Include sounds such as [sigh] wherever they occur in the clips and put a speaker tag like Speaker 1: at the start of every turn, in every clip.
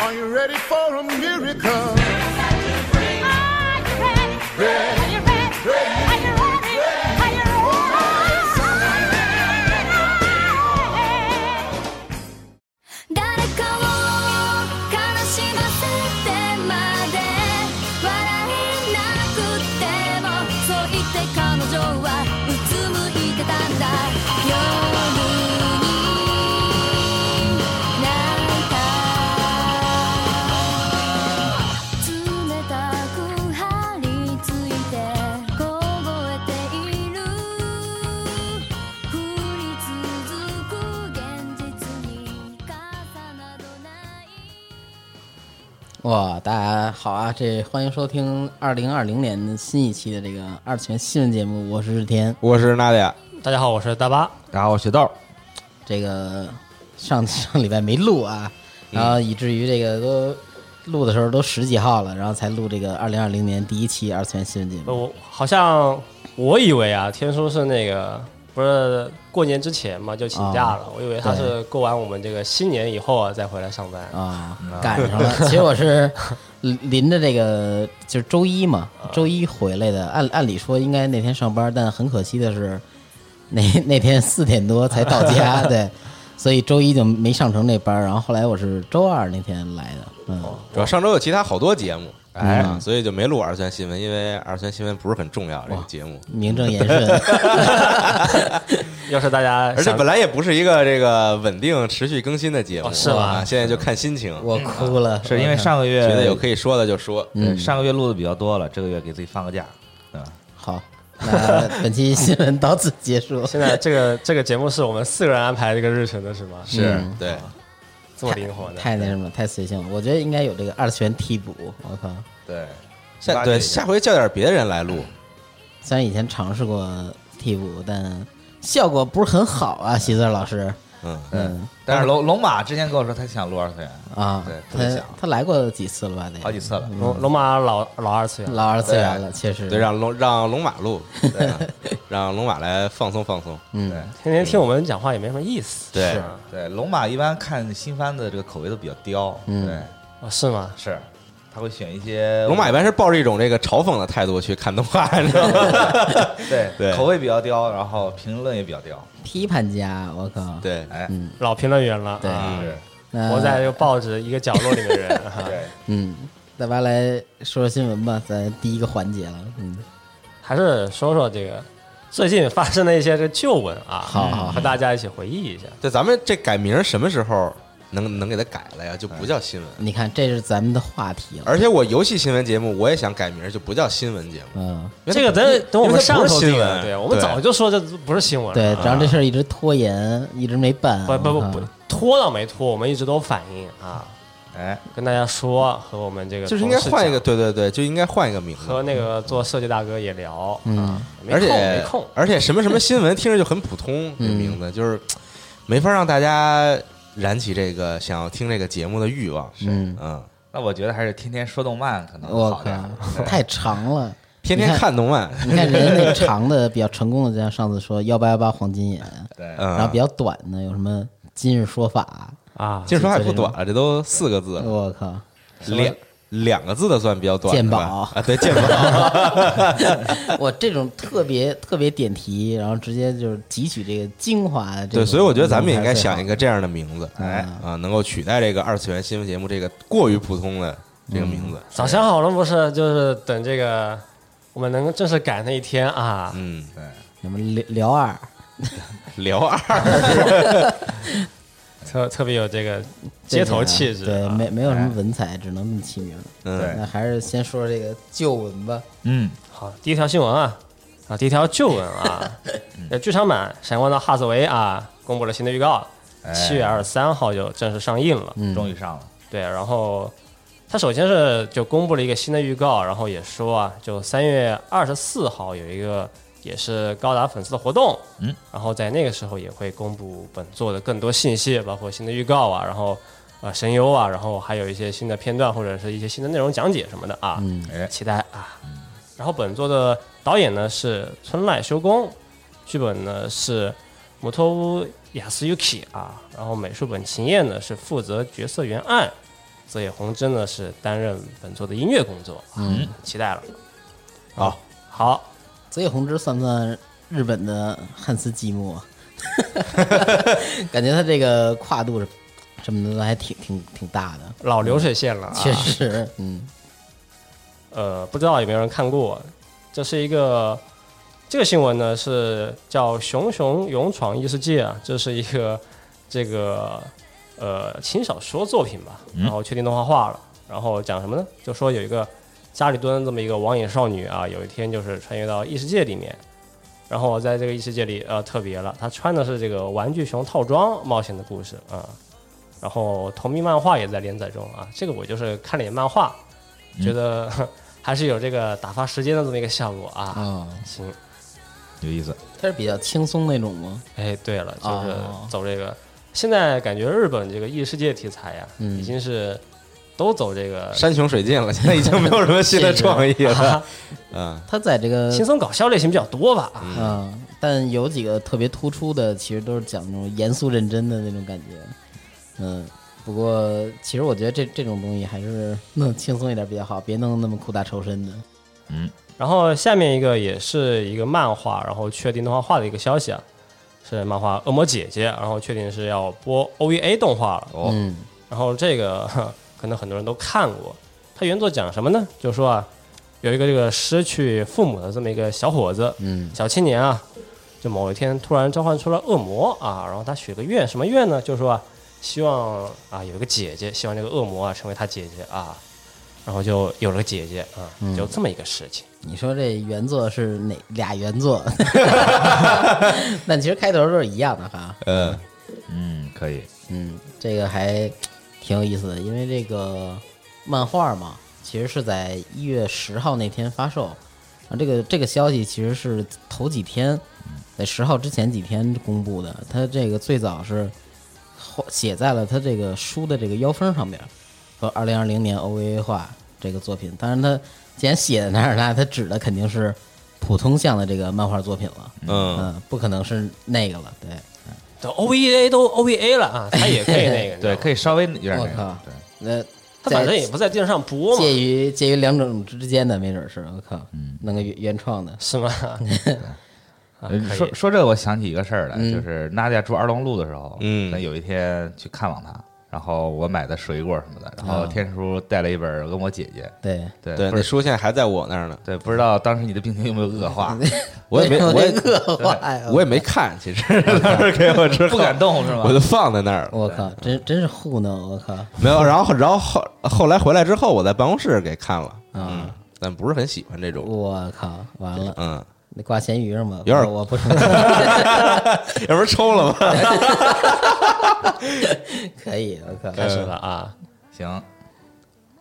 Speaker 1: Are you ready for a miracle?
Speaker 2: Are you ready? Are you ready? Are you ready? Are you ready? 誰かを悲しませてまで笑えなくてもそう言って彼女はうつむいてたんだ夜に泣いた冷たく張り付いて凍えている降り続く現実に傘などない
Speaker 3: 哇，大家好啊！这欢迎收听二零二零年新一期的这个二次元新闻节目，我是日天。
Speaker 4: 我是娜姐，
Speaker 5: 大家好，我是大巴。
Speaker 4: 然后雪豆，
Speaker 3: 这个上上礼拜没录啊，然后以至于这个都录的时候都十几号了，然后才录这个二零二零年第一期二次元新闻节目。
Speaker 5: 呃我好像我以为啊，天叔是那个不是过年之前嘛就请假了，我以为他
Speaker 3: 啊对
Speaker 5: 是过完我们这个新年以后啊再回来上班。
Speaker 3: 啊，赶上
Speaker 6: [laughs]
Speaker 3: 了。其实我是临着这个，就是周一嘛，
Speaker 6: 啊
Speaker 3: 周一回来的。按按理说应该那天上班，但很可惜的是， [laughs] 那那天四点多才到
Speaker 6: [laughs]
Speaker 3: 家，对，所以周一就没上成那班儿。然后后来我是周二那天来的，嗯，
Speaker 6: 哦
Speaker 4: 主要上周有其他好多节目，哎，
Speaker 3: 嗯
Speaker 4: 所以就没录二次元新闻，因为二次元新闻不是很重要这个节目，
Speaker 3: 名正言顺。
Speaker 6: [laughs]
Speaker 5: 要是大家
Speaker 4: 而且
Speaker 5: 想
Speaker 4: 本来也不是一个这个稳定持续更新的节目，
Speaker 5: 哦是吗。
Speaker 4: 啊现在就看心情，
Speaker 3: 我哭了，
Speaker 6: [laughs] 是因为上个月
Speaker 4: 觉得有可以说的就说。
Speaker 6: 对上个月录的比较多了，这个月给自己放个假，对吧？
Speaker 3: [laughs] 好。那本期新闻到此结束
Speaker 6: [laughs]
Speaker 5: 现在这个这个节目是我们四个人安排这个日程的是吗？
Speaker 4: 是
Speaker 3: 嗯
Speaker 4: 对，
Speaker 5: 这么灵活的，
Speaker 3: 太那什么了，太随性了。我觉得应该有这个二次元替补。我靠，
Speaker 6: 对，
Speaker 4: 下对下回叫点别人来录，
Speaker 3: 虽然以前尝试过替补，但效果不是很好啊，席子老师
Speaker 4: 嗯，
Speaker 6: 嗯，但是龙龙马之前跟我说他想录二次元，
Speaker 5: 嗯
Speaker 3: 啊
Speaker 6: 对，特别
Speaker 3: 他
Speaker 6: 想
Speaker 3: 他来过几次了吧？得
Speaker 6: 好几次了。
Speaker 5: 龙龙马老老二次元，
Speaker 3: 嗯老二次元了，确实
Speaker 4: 嗯对，让龙让龙马录，对
Speaker 6: [laughs]
Speaker 4: 啊让龙马来放松放松。
Speaker 6: 对
Speaker 5: 天天听我们讲话也没什么意思。
Speaker 4: 对
Speaker 5: 是吗
Speaker 6: 对，龙马一般看新番的这个口味都比较刁，
Speaker 3: 嗯
Speaker 6: 对，
Speaker 5: 哦是吗？
Speaker 6: 是他会选一些
Speaker 4: 龙马 [laughs] 一般是抱着一种这个嘲讽的态度去看动
Speaker 6: [laughs]
Speaker 4: 画，你知道吗？ [laughs]
Speaker 6: 对
Speaker 4: 对
Speaker 6: 口味比较刁，然后评论也比较刁，
Speaker 3: 批判家，我靠，
Speaker 4: 对，
Speaker 6: 哎，
Speaker 5: 老评论员了，
Speaker 3: 对
Speaker 5: 啊
Speaker 6: 是，
Speaker 3: 那
Speaker 5: 活在这个报纸一个角落里的人。哈
Speaker 6: 对，
Speaker 3: 嗯，大巴来说说新闻吧，咱第一个环节了，嗯，
Speaker 5: 还是说说这个最近发生的一些这旧闻啊，
Speaker 3: 好好
Speaker 5: 和大家一起回忆一下。
Speaker 4: 对，咱们这改名什么时候能能给它改了呀？就不叫新闻。
Speaker 3: 你看这是咱们的话题了，
Speaker 4: 而且我游戏新闻节目我也想改名，就不叫新闻节目。
Speaker 3: 嗯，
Speaker 4: 因为它
Speaker 5: 这个等等我
Speaker 4: 因为
Speaker 5: 们
Speaker 4: 它
Speaker 5: 上
Speaker 4: 不
Speaker 5: 头
Speaker 4: 是新
Speaker 5: 定了
Speaker 4: 闻，
Speaker 5: 对我们早就说这不是新闻
Speaker 3: 对，
Speaker 5: 了。啊
Speaker 3: 然后这事儿一直拖延，一直没办，
Speaker 5: 不不
Speaker 3: 我靠
Speaker 5: 不不，拖倒没拖，我们一直都反映啊，
Speaker 6: 哎，
Speaker 5: 跟大家说和我们这个
Speaker 4: 就是应该
Speaker 5: 同事
Speaker 4: 换一个，
Speaker 5: 讲
Speaker 4: 对对对，就应该换一个名字。
Speaker 5: 和那个做设计大哥也聊，嗯，没
Speaker 4: 而
Speaker 5: 空
Speaker 4: 且
Speaker 5: 没空，
Speaker 4: 而且什么什么新闻听着就很普通，这名字就是没法让大家燃起这个想要听这个节目的欲望。
Speaker 3: 嗯，
Speaker 4: 嗯，
Speaker 6: 那我觉得还是天天说动漫可能
Speaker 3: 我
Speaker 6: 好点儿，
Speaker 3: 靠，太长了。
Speaker 4: 天天
Speaker 3: 你看
Speaker 4: 看动漫，
Speaker 3: 你看人家那长的比较成功的，就像上次说幺八幺八黄金眼，
Speaker 6: 对，
Speaker 4: 嗯，
Speaker 3: 然后比较短的有什么今日说法，
Speaker 5: 啊，
Speaker 4: 今儿说还不短了，这都四个字了，
Speaker 3: 我靠，
Speaker 4: 两两个字的算比较短的吧。
Speaker 3: 嗯鉴宝
Speaker 4: 啊，对鉴宝，
Speaker 3: 我这种特别特别点题，然后直接就是汲取这个精华的这
Speaker 4: 对，
Speaker 3: 种
Speaker 4: 所以我觉得咱们也应该想一
Speaker 3: 个。
Speaker 4: 个这样的名字，
Speaker 6: 哎
Speaker 4: 啊，能够取代这个二次元新闻节目这个过于普通的这个名字。
Speaker 5: 早想好了不是，就是等这个我们能够正式赶那一天啊。
Speaker 4: 嗯，
Speaker 3: 什么聊聊二，
Speaker 4: 聊二，
Speaker 5: 特特别有这个街头气质、
Speaker 3: 对，
Speaker 5: 啊。
Speaker 3: 没没有什
Speaker 4: 哎
Speaker 3: 么文采，只能这么起名。
Speaker 4: 嗯，
Speaker 3: 那还是先说这个旧闻吧。
Speaker 6: 嗯，
Speaker 5: 好，第一条新闻啊，啊，第一条旧闻啊，呃，剧场版《闪光的哈斯维》啊，公布了新的预告，
Speaker 6: 哎
Speaker 5: 七月二十三号就正式上映了。
Speaker 6: 终于上了，
Speaker 5: 对，然后他首先是就公布了一个新的预告，然后也说啊，就三月二十四号有一个也是高达粉丝的活动，
Speaker 6: 嗯，
Speaker 5: 然后在那个时候也会公布本作的更多信息，包括新的预告啊，然后呃声优啊，然后还有一些新的片段或者是一些新的内容讲解什么的啊，
Speaker 3: 嗯，
Speaker 6: 哎，
Speaker 5: 期待啊。然后本作的导演呢是村濑修公，剧本呢是摩托屋雅斯 Yuki 啊，然后美术本晴彦呢是负责角色原案，泽野弘之呢是担任本作的音乐工作，嗯，期待了。
Speaker 4: 好，
Speaker 5: 好，
Speaker 3: 泽野弘之算不算日本的汉斯季默？
Speaker 4: [laughs]
Speaker 3: 感觉他这个跨度什么的都还挺挺挺大的，
Speaker 5: 老流水线了、啊，
Speaker 3: 确实，嗯，
Speaker 5: 呃，不知道有没有人看过，这是一个这个新闻呢是叫“熊熊勇闯异世界”啊，这是一个这个呃轻小说作品吧，然后确定动画化了，然后讲什么呢？就说有一个家里蹲这么一个网瘾少女啊，有一天就是穿越到异世界里面。然后在这个异世界里，呃，特别了，她穿的是这个玩具熊套装冒险的故事啊、然后同名漫画也在连载中啊，这个我就是看了一眼漫画，觉得 [laughs] 还是有这个打发时间的这么一个效果啊。
Speaker 3: 哦
Speaker 5: 行，
Speaker 6: 有意思，
Speaker 3: 他是比较轻松那种吗？
Speaker 5: 哎，对了，就是
Speaker 3: 哦
Speaker 5: 走这个，现在感觉日本这个异世界题材呀，
Speaker 3: 嗯
Speaker 5: 已经是都走这个
Speaker 4: 山穷水尽了，现在已经没有什么新的创意了。嗯，
Speaker 3: 他在这个
Speaker 5: [laughs] 轻松搞笑类型比较多吧。啊
Speaker 3: 嗯，但有几个特别突出的，其实都是讲那种严肃认真的那种感觉。嗯，不过其实我觉得这这种东西还是弄轻松一点比较好，别弄那么苦大仇深的。
Speaker 5: 然后下面一个也是一个漫画，然后确定动画化的一个消息啊，是漫画《恶魔姐姐》，然后确定是要播 OVA 动画了。
Speaker 4: 哦，
Speaker 3: 嗯
Speaker 5: 然后这个 [laughs] 呵可能很多人都看过。它原作讲什么呢？就说啊，有一个这个失去父母的这么一个小伙子，
Speaker 3: 嗯，
Speaker 5: 小青年啊，就某一天突然召唤出了恶魔啊，然后他许个愿，什么愿呢？就说啊，希望啊有一个姐姐，希望这个恶魔啊成为他姐姐啊，然后就有了个姐姐啊，就这么一个事情。
Speaker 3: 你说这原作是哪俩原作？ [laughs] 但其实开头都是一样的哈。
Speaker 4: 呃，
Speaker 6: 嗯，可以，
Speaker 3: 嗯，这个还挺有意思的，因为这个漫画嘛，其实是在一月十号那天发售。啊，这个这个消息其实是头几天，在十号之前几天公布的。它这个最早是画写在了它这个书的这个腰封上边，说二零二零年 OVA 化这个作品。当然，它既然写在那儿了，它指的肯定是普通向的这个漫画作品了。
Speaker 4: 嗯，
Speaker 3: 嗯，不可能是那个了。对，
Speaker 5: 都 OVA 都 OVA 了啊，他也可以那个，
Speaker 6: 对，可
Speaker 5: 以，
Speaker 6: 以稍微有点那
Speaker 3: 我
Speaker 6: 个
Speaker 3: 靠，
Speaker 6: 对，
Speaker 3: 那
Speaker 5: 他反正
Speaker 3: 在
Speaker 5: 也不在电视上播嘛，
Speaker 3: 介于介于两种之间的，没准是我靠，
Speaker 4: 嗯
Speaker 3: 弄个原原创的，
Speaker 5: 是吗？啊
Speaker 6: 呃
Speaker 5: 可以
Speaker 6: 说说这个，我想起一个事儿来，
Speaker 3: 嗯
Speaker 6: 就是娜姐住二龙路的时候，
Speaker 4: 嗯
Speaker 6: 那有一天去看望她，然后我买的水果什么的，然后
Speaker 3: 啊
Speaker 6: 天叔带了一本《恶魔姐姐
Speaker 3: 对，》，
Speaker 6: 对
Speaker 4: 对，
Speaker 6: 不
Speaker 4: 那
Speaker 6: 是
Speaker 4: 书现在还在我那儿呢，
Speaker 6: 对，不知道当时你的病情有没有恶化，
Speaker 4: 我也
Speaker 3: [laughs]
Speaker 4: 没，我也
Speaker 3: 刻画呀，
Speaker 4: 我也没看，其实当时给我之后
Speaker 6: 不敢，动是吗
Speaker 4: 我？就放在那儿了。
Speaker 3: 我靠，真真是糊弄，我靠，
Speaker 4: 没有，然后然后后后来回来之后，我在办公室给看了，
Speaker 3: 啊
Speaker 4: 嗯，但不是很喜欢这种，
Speaker 3: 我靠，完了，
Speaker 4: 嗯，
Speaker 3: 那挂咸鱼上吗？
Speaker 4: 有点
Speaker 3: 我不承
Speaker 4: [laughs]
Speaker 3: 认，
Speaker 4: 要不然抽了吧？ [laughs]
Speaker 3: 可以，我靠，
Speaker 5: 开始了啊。
Speaker 6: 行，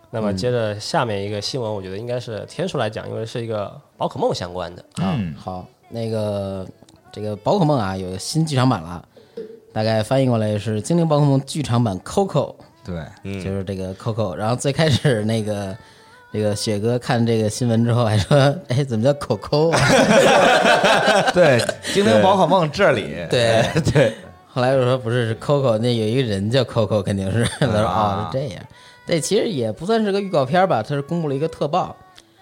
Speaker 5: 那么接着下面一个新闻，我觉得应该是天数来讲，因为是一个宝可梦相关的。
Speaker 6: 嗯，
Speaker 3: 好，那个这个宝可梦啊，有个新剧场版了，大概翻译过来是《精灵宝可梦》剧场版 Coco，
Speaker 6: 对，
Speaker 4: 嗯，
Speaker 3: 就是这个 Coco。然后最开始那个这个雪哥看这个新闻之后还说，哎，怎么叫 Coco 啊？
Speaker 6: 对，精灵宝可梦这里，
Speaker 3: 对
Speaker 6: 对，
Speaker 3: 后来我说不是是 Coco，那有一个人叫 Coco，肯定是他说哦
Speaker 6: 啊
Speaker 3: 是这样。这其实也不算是个预告片吧，它是公布了一个特报，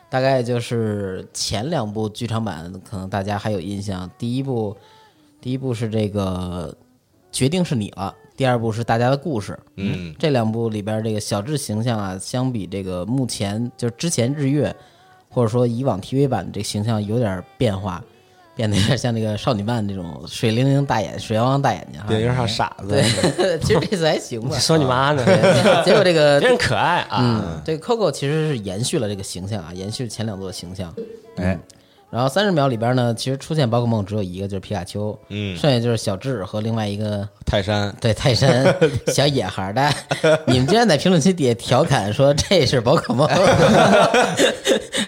Speaker 3: 大概就是前两部剧场版可能大家还有印象，第一部第一部是这个决定是你了，第二部是大家的故事。
Speaker 4: 嗯
Speaker 3: 这两部里边这个小智形象啊，相比这个目前就是之前日月或者说以往 TV 版的这形象有点变化，变得有点像那个少女漫那种水灵灵大眼、水汪汪大眼睛哈。 [laughs]
Speaker 4: 电影上傻子，
Speaker 3: 对，其实这次还行吧
Speaker 5: [laughs] 你。说你妈呢？
Speaker 3: 对 [laughs] 结果这
Speaker 5: [laughs]
Speaker 3: 个
Speaker 5: 真可爱啊！
Speaker 3: 嗯，这个 Coco 其实是延续了这个形象啊，延续前两座的形象。嗯
Speaker 6: 哎，
Speaker 3: 然后三十秒里边呢，其实出现宝可梦只有一个，就是皮卡丘，
Speaker 4: 嗯
Speaker 3: 剩下就是小智和另外一个
Speaker 4: 泰山
Speaker 3: 对泰山小野孩儿的。你们竟然在评论区底下调侃说这是宝可梦，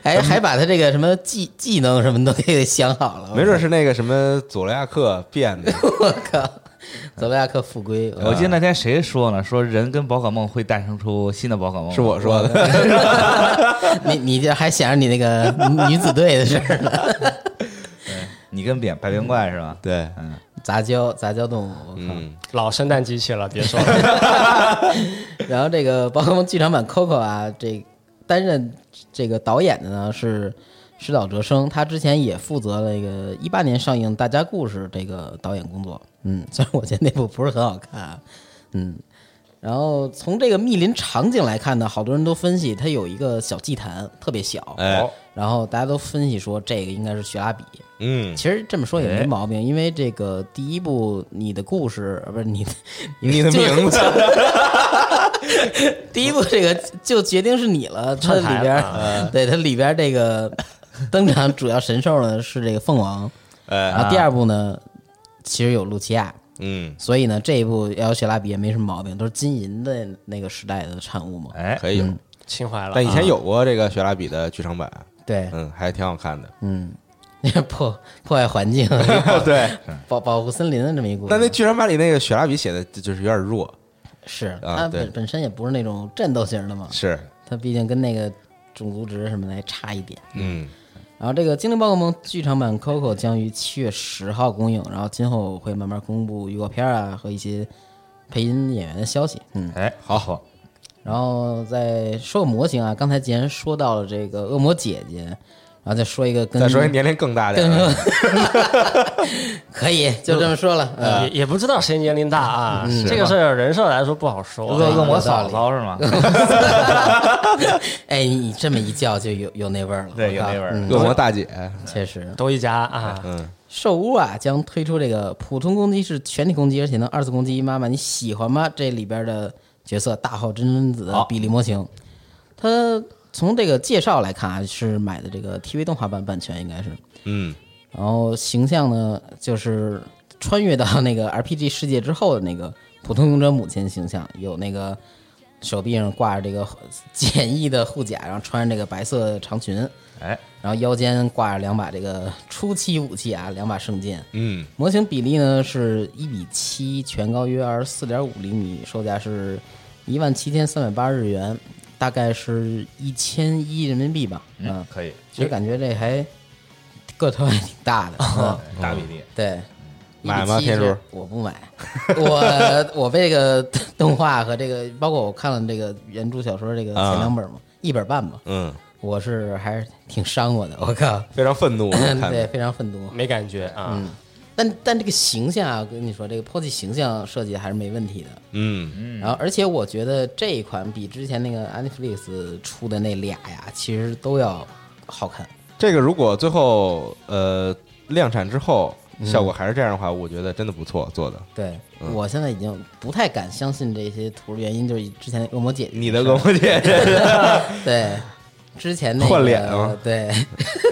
Speaker 3: 还还把他这个什么技技能什么都给想好了，
Speaker 4: 没准是那个什么佐罗亚克变的，
Speaker 3: 我靠，泽维亚克复归，
Speaker 6: [laughs] 我记得那天谁说呢？说人跟宝可梦会诞生出新的宝可梦，
Speaker 4: 是哦我说的。 [laughs]
Speaker 3: 你你这还想着你那个女子队的事儿呢，
Speaker 6: 你跟扁白冰怪是吧？
Speaker 4: 对，
Speaker 6: 嗯，
Speaker 3: 杂交杂交动物，我靠。
Speaker 4: 嗯，
Speaker 5: 老圣诞机器了，别说了，
Speaker 3: [laughs] 然后这个宝可梦剧场版 Coco 啊，这担任这个导演的呢是石岛哲生，他之前也负责了一个一八年上映《大家故事》这个导演工作。嗯， [laughs] 虽然我觉得那部不是很好看啊，嗯。然后从这个密林场景来看呢，好多人都分析它有一个小祭坛，特别小。
Speaker 4: 哎，
Speaker 3: 然后大家都分析说这个应该是雪拉比。
Speaker 4: 嗯，
Speaker 3: 其实这么说也没
Speaker 6: 哎
Speaker 3: 毛病，因为这个第一部你的故事呃不是你
Speaker 4: [laughs]
Speaker 3: 的
Speaker 4: 你的名字，
Speaker 3: [laughs] 第一部这个就决定是你了，它
Speaker 5: 串台
Speaker 3: 里边
Speaker 5: 了
Speaker 4: 啊
Speaker 3: 儿， [laughs] 对它里边儿这个登场主要神兽呢是这个凤凰，啊
Speaker 4: 哎，
Speaker 3: 然后第二部呢其实有露琪亚，
Speaker 4: 嗯，
Speaker 3: 所以呢这一部要雪拉比也没什么毛病，都是金银的那个时代的产物嘛。
Speaker 6: 哎，
Speaker 4: 可以有。
Speaker 5: 情怀了啊
Speaker 4: 但。以前有过这个雪拉比的剧场版，
Speaker 3: 对，
Speaker 4: 啊
Speaker 3: [laughs]
Speaker 4: 嗯，还挺好看的。
Speaker 3: 那是破破坏
Speaker 4: [laughs]
Speaker 3: 环境，
Speaker 4: 对，
Speaker 3: 保保护森林的这么一个故事。
Speaker 4: 但那剧场版里那个雪拉比写的就是有点弱，
Speaker 3: 是
Speaker 4: 啊
Speaker 3: 它
Speaker 4: 对
Speaker 3: 本本身也不是那种战斗型的嘛，
Speaker 4: 是，
Speaker 3: 它毕竟跟那个种族值什么的还差一点。
Speaker 4: 嗯，
Speaker 3: 然后这个《精灵宝可梦》剧场版 Coco 将于七月十号公映，然后今后会慢慢公布预告片啊和一些配音演员的消息。嗯，
Speaker 6: 哎，好，
Speaker 3: 然后再说个模型啊，刚才既然说到了这个恶魔姐姐，然后再说一个跟
Speaker 4: 再说一年龄更大点
Speaker 3: 跟
Speaker 4: 儿，
Speaker 3: 可以就这么说
Speaker 6: [laughs]
Speaker 3: 了，
Speaker 6: 呃
Speaker 5: 也也不知道谁年龄大啊，
Speaker 3: 嗯
Speaker 5: 这个事儿人设来说不好说。啊
Speaker 6: 恶恶魔嫂 [laughs] 嫂是吗？
Speaker 3: [laughs] 哎，你这么一叫就有有那味儿了，
Speaker 6: 对
Speaker 3: 我
Speaker 6: 有
Speaker 3: 靠 [laughs]
Speaker 6: 那味儿
Speaker 3: 嗯
Speaker 4: 恶魔大姐，
Speaker 3: 确实。
Speaker 5: 都一家啊，
Speaker 3: 兽屋啊将推出这个普通攻击是全体攻击，而且能二次攻击。妈妈你喜欢吗？这里边的角色大号真真子的比例模型，他从这个介绍来看啊，是买的这个 TV 动画版版权应该是，
Speaker 4: 嗯，
Speaker 3: 然后形象呢就是穿越到那个 RPG 世界之后的那个普通勇者母亲形象，有那个手臂上挂着这个 [laughs] 简易的护甲，然后穿着这个白色长裙，
Speaker 6: 哎，
Speaker 3: 然后腰间挂着两把这个初期武器啊，两把圣剑。
Speaker 4: 嗯，
Speaker 3: 模型比例呢是一比七，全高约二十四点五厘米，售价是一万七千三百八日元，大概是一千一人民币吧。
Speaker 6: 嗯
Speaker 3: 嗯，，
Speaker 6: 可以，
Speaker 3: 其实感觉这还个头还挺大的。嗯
Speaker 6: [laughs] 大比例，嗯
Speaker 3: 对，
Speaker 4: 买吗
Speaker 3: 1.7
Speaker 4: 天叔？
Speaker 3: 我不买，我我被这个动画和这个，包括我看了这个原著小说这个前两本
Speaker 4: 啊
Speaker 3: 嘛，一本半吧，
Speaker 4: 嗯，
Speaker 3: 我是还是挺伤我的，我靠，
Speaker 4: 非常愤怒，我看
Speaker 3: 对，
Speaker 4: 着，
Speaker 3: 非常愤怒。
Speaker 5: 没感觉啊。
Speaker 3: 嗯但但这个形象啊，我跟你说，这个 POSY 形象设计还是没问题的。
Speaker 4: 嗯，
Speaker 3: 然后，而且我觉得这一款比之前那个 Aniflix 出的那俩呀，其实都要好看。
Speaker 4: 这个如果最后呃量产之后
Speaker 3: 嗯
Speaker 4: 效果还是这样的话，我觉得真的不错做的。
Speaker 3: 对、
Speaker 4: 嗯
Speaker 3: 我现在已经不太敢相信这些图，原因就是之前恶魔姐
Speaker 4: 你的恶魔姐姐，
Speaker 3: 啊
Speaker 4: [laughs]
Speaker 3: 对，之前那个
Speaker 4: 换脸了吗
Speaker 3: 对， [laughs]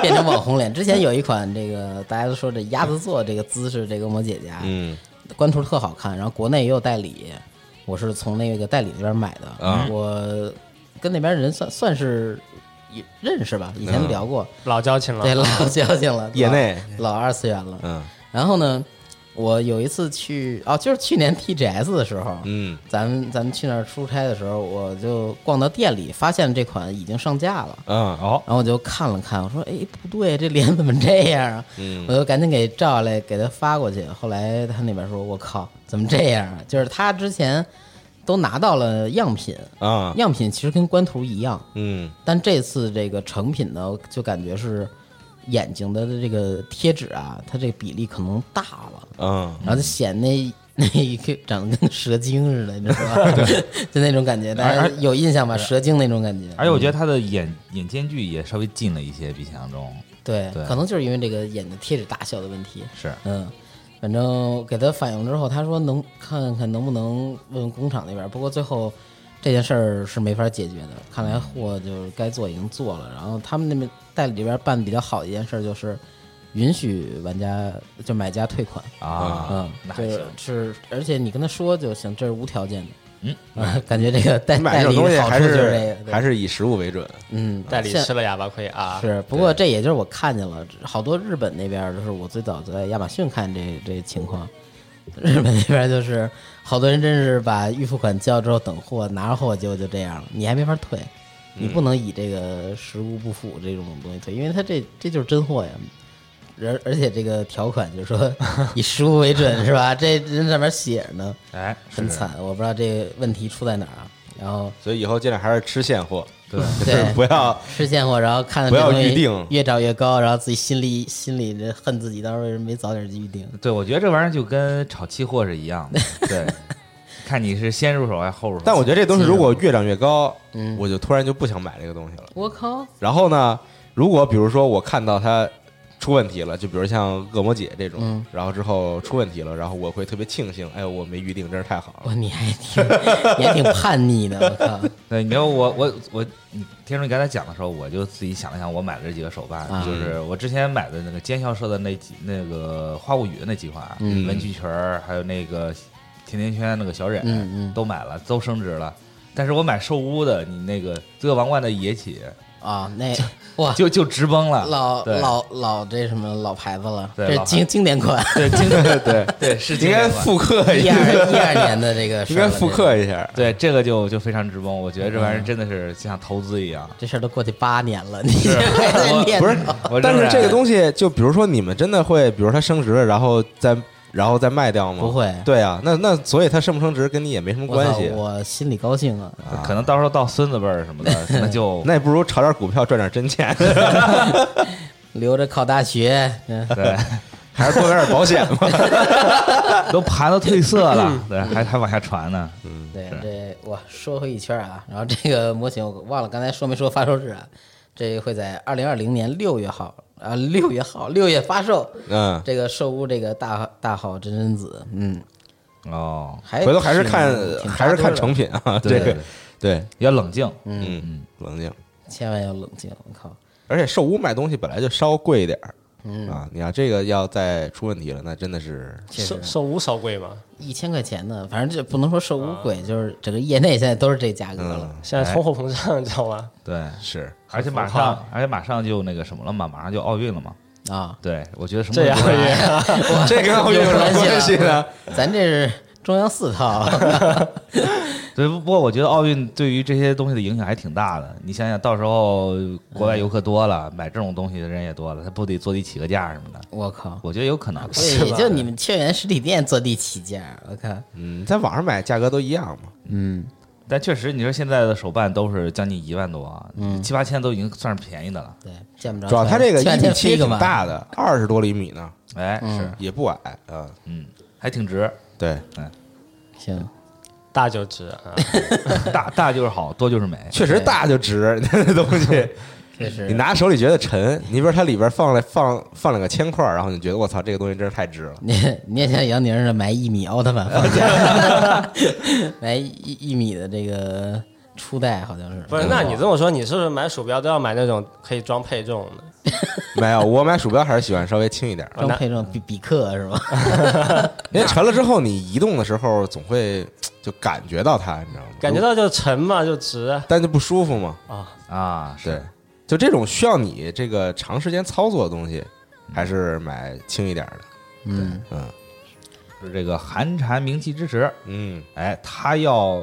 Speaker 3: 变成网红脸。之前有一款这个大家都说这鸭子座这个姿势，这个恶魔姐姐啊，
Speaker 4: 嗯，
Speaker 3: 官图特好看，然后国内也有代理，我是从那个代理那边买的。
Speaker 4: 啊
Speaker 3: 我跟那边人算算是也认识吧，以前聊过，
Speaker 5: 老交情了，
Speaker 3: 对，老交情了，
Speaker 4: 嗯 [laughs] 业内
Speaker 3: 老老二次元了。
Speaker 4: 嗯
Speaker 3: 然后呢，我有一次去哦，就是去年 TGS 的时候，
Speaker 4: 嗯，
Speaker 3: 咱们咱们去那儿出差的时候，我就逛到店里，发现这款已经上架了。
Speaker 4: 嗯，
Speaker 6: 哦，
Speaker 3: 然后我就看了看，我说：“哎，不对，这脸怎么这样啊？”
Speaker 4: 嗯
Speaker 3: 我就赶紧给照下来，给他发过去。后来他那边说：“我靠，怎么这样啊？”就是他之前都拿到了样品，
Speaker 4: 啊，
Speaker 3: 样品其实跟官图一样，
Speaker 4: 嗯，
Speaker 3: 但这次这个成品呢，就感觉是眼睛的这个贴纸啊，它这个比例可能大了，
Speaker 4: 嗯，
Speaker 3: 然后就显那那一 [laughs] 个长得跟蛇精似的，你知道
Speaker 6: [laughs]
Speaker 3: 吧？ [laughs] 就那种感觉，大家有印象吧？蛇精那种感觉。嗯
Speaker 6: 而且我觉得他的眼眼间距也稍微近了一些，比想象中
Speaker 3: 对
Speaker 6: 对，
Speaker 3: 可能就是因为这个眼的贴纸大小的问题。
Speaker 6: 是
Speaker 3: 嗯，反正给他反映之后，他说能看看能不能问问工厂那边儿。不过最后这件事儿是没法解决的，看
Speaker 6: 嗯
Speaker 3: 来货就是该做已经做了。然后他们那边代理这边办的比较好的一件事儿就是允许玩家就买家退款。
Speaker 6: 啊
Speaker 3: 嗯，，
Speaker 6: 那还
Speaker 3: 就是
Speaker 6: 行，
Speaker 3: 是，而且你跟他说就行，这是无条件的。
Speaker 6: 嗯
Speaker 3: 啊， [laughs] 感觉这个代
Speaker 4: 你买
Speaker 3: 代
Speaker 4: 这
Speaker 3: 理
Speaker 4: 种东西
Speaker 3: 的好
Speaker 4: 还
Speaker 3: 处就是这个，对
Speaker 4: 还是以实物为准，
Speaker 3: 嗯，
Speaker 5: 代理
Speaker 3: 现
Speaker 5: 吃了哑巴亏啊！
Speaker 3: 是，不过这也就是我看见了，好多日本那边儿就是我最早在亚马逊看这这情况，日本那边儿就是好多人真是把预付款交之后等货，拿着货结果就这样了，你还没法退，你不能以这个实物不符这种东西退，因为他这这就是真货呀。而而且这个条款就是说以实物为准是吧？这人上面写着呢，
Speaker 6: 哎，
Speaker 3: 很惨，我不知道这个问题出在哪儿啊。然后
Speaker 4: 所以以后尽量还是吃现货，
Speaker 6: 对，
Speaker 4: 就是
Speaker 3: 对，
Speaker 4: 不要
Speaker 3: 吃现货，然后看到
Speaker 4: 不
Speaker 3: 这
Speaker 4: 要
Speaker 3: 东西
Speaker 4: 预定
Speaker 3: 越长越高，然后自己心里心里这恨自己，到时候为什么没早点预定？
Speaker 6: 对，我觉得这玩意儿就跟炒期货是一样
Speaker 3: [laughs]
Speaker 6: 的，对，看你是先入手还是后入手。
Speaker 4: 但我觉得这东西如果越涨越高，
Speaker 3: 嗯
Speaker 4: 我就突然就不想买这个东西了。
Speaker 3: 我靠，
Speaker 4: 然后呢，如果比如说我看到它出问题了，就比如像恶魔姐这种，
Speaker 3: 嗯
Speaker 4: 然后之后出问题了，然后我会特别庆幸，哎呦，我没预定，真是太好
Speaker 3: 我
Speaker 4: 了。
Speaker 3: 你还挺你还挺叛逆的，我靠，
Speaker 6: 对，你要我我我，你听说你刚才讲的时候，我就自己想了想，我买的这几个手办，
Speaker 3: 啊
Speaker 6: 就是我之前买的那个尖校社的那几那个花物语的那几款，啊
Speaker 3: 嗯
Speaker 6: 文具裙儿，还有那个甜甜圈那个小忍，
Speaker 3: 嗯嗯
Speaker 6: 都买了，都升值了。但是我买兽屋的，你那个罪恶王冠的野起
Speaker 3: 啊，那
Speaker 4: [laughs]
Speaker 3: 哇，
Speaker 6: 就就直崩了，
Speaker 3: 老
Speaker 6: 对
Speaker 3: 老老这什么老牌子了，
Speaker 6: 对
Speaker 3: 这是
Speaker 6: 老牌
Speaker 3: 经经典款，
Speaker 4: [laughs]
Speaker 6: 对经
Speaker 4: 对，
Speaker 6: 对是
Speaker 4: 应
Speaker 6: 经
Speaker 4: 该
Speaker 6: 典款
Speaker 4: 复刻一
Speaker 3: 一
Speaker 4: 下，
Speaker 3: 二一二年的这个事
Speaker 4: 应
Speaker 3: 儿了，
Speaker 4: 该复刻一下。
Speaker 6: 对这个就就非常直崩，我觉得这玩意儿真的是像投资一样。
Speaker 4: 啊
Speaker 3: 这，这事儿都过去八年了，你还在念
Speaker 6: 不
Speaker 3: 叨
Speaker 6: 是，我
Speaker 4: 但
Speaker 6: 仍
Speaker 4: 是
Speaker 6: 然
Speaker 4: 这个东西，就比如说你们真的会，比如它升值了，然后再然后再卖掉吗？
Speaker 3: 不会
Speaker 4: 对啊，那那所以它升不升值跟你也没什么
Speaker 3: 我
Speaker 4: 关
Speaker 3: 操
Speaker 4: 系，
Speaker 3: 我心里高兴啊，
Speaker 6: 可能到时候到孙子辈儿什么
Speaker 4: [laughs]
Speaker 6: 的，那就
Speaker 4: 那也不如炒点股票赚点真
Speaker 3: [laughs]
Speaker 4: 钱，
Speaker 3: 留着考大学，嗯，
Speaker 6: 对。
Speaker 4: 还是多买点保险吧。
Speaker 6: 都盘都褪色
Speaker 4: 嗯
Speaker 6: 了，对，还还往下传呢。
Speaker 3: 对，这我说回一圈儿啊，然后这个模型我忘了刚才说没说发售日啊，这会在二零二零年六月号啊六月号六月发售。
Speaker 4: 嗯，
Speaker 3: 这个兽屋这个大大好真真子，嗯，
Speaker 6: 哦，
Speaker 3: 还
Speaker 4: 回头还是
Speaker 3: 挺
Speaker 4: 看
Speaker 3: 挺
Speaker 4: 还是看成
Speaker 3: 品，
Speaker 4: 品
Speaker 3: [laughs]
Speaker 4: 啊，
Speaker 6: 对
Speaker 4: 这个
Speaker 6: 对对
Speaker 4: 对，
Speaker 6: 要冷静。
Speaker 4: 嗯，冷静。
Speaker 3: 千万要冷静，我靠，
Speaker 4: 而且寿屋卖东西本来就稍贵一点儿，
Speaker 3: 嗯
Speaker 4: 啊，你要这个要再出问题了，那真的是
Speaker 3: 确实
Speaker 5: 手手无少贵嘛，
Speaker 3: 一千块钱呢，反正这不能说兽屋
Speaker 4: 啊
Speaker 3: 贵，就是整个业内现在都是这价格了，
Speaker 5: 现在通货膨胀，你 [laughs] 知道吗？
Speaker 6: 对，
Speaker 4: 嗯是
Speaker 6: 而且马
Speaker 5: 浮夸
Speaker 6: 上，而且马上就那个什么了嘛，马上就奥运了嘛。
Speaker 4: 嗯
Speaker 3: 啊，
Speaker 6: 对，我觉得什么
Speaker 5: 这样
Speaker 6: [laughs]
Speaker 5: 也
Speaker 4: 这跟奥运
Speaker 3: 有
Speaker 4: 有什么
Speaker 3: 关系
Speaker 4: 关系呢
Speaker 3: 啊？咱这是中央四套，
Speaker 6: 对，不过我觉得奥运对于这些东西的影响还挺大的。你想想到时候国外游客多了，买这种东西的人也多了，他不得坐地起个价什么的？
Speaker 3: [laughs] 我靠，
Speaker 6: 我觉得有可能。
Speaker 3: 对，也就你们确园实体店坐地起价，我看，
Speaker 4: 嗯，在网上买价格都一样嘛，
Speaker 3: 嗯。
Speaker 6: 但确实，你说现在的手办都是将近一万多啊，七八千都已经算是便宜的了。
Speaker 3: 对，见不着。
Speaker 4: 主要它这个一米七
Speaker 3: 一
Speaker 4: 挺大的，二十多厘米呢，
Speaker 6: 哎，
Speaker 3: 嗯
Speaker 6: 是，
Speaker 4: 也不矮啊。
Speaker 6: 嗯，还挺值，
Speaker 4: 对，
Speaker 3: 行，
Speaker 5: 大就值
Speaker 3: [laughs]
Speaker 5: 啊！
Speaker 6: 大大就是好，多就是美。
Speaker 4: 确实大就值那东西，
Speaker 3: [laughs] 确实
Speaker 4: 你拿手里觉得沉，你比如它里边放了放放两个铅块儿，然后你觉得我操，这个东西真是太值了。
Speaker 3: 你你也像杨宁似的买一米奥特曼放
Speaker 4: [laughs]
Speaker 3: 假，买一一米的这个初代好像是。
Speaker 5: 不是，那你这么说，你是不是买鼠标都要买那种可以装配重的？
Speaker 4: 没有，我买鼠标还是喜欢稍微轻一点儿，
Speaker 6: [laughs] 啊
Speaker 3: 装配上比比克啊是吧？
Speaker 4: 因为沉了之后你移动的时候总会就感觉到它，你知道吗？
Speaker 5: 感觉到就沉嘛，就值啊
Speaker 4: 但就不舒服嘛。
Speaker 5: 啊！
Speaker 6: 啊，是
Speaker 4: 对，就这种需要你这个长时间操作的东西，还是买轻一点儿的。
Speaker 3: 嗯，
Speaker 4: 嗯
Speaker 6: 是这个寒蝉名气之时，
Speaker 4: 嗯，
Speaker 6: 哎，他要，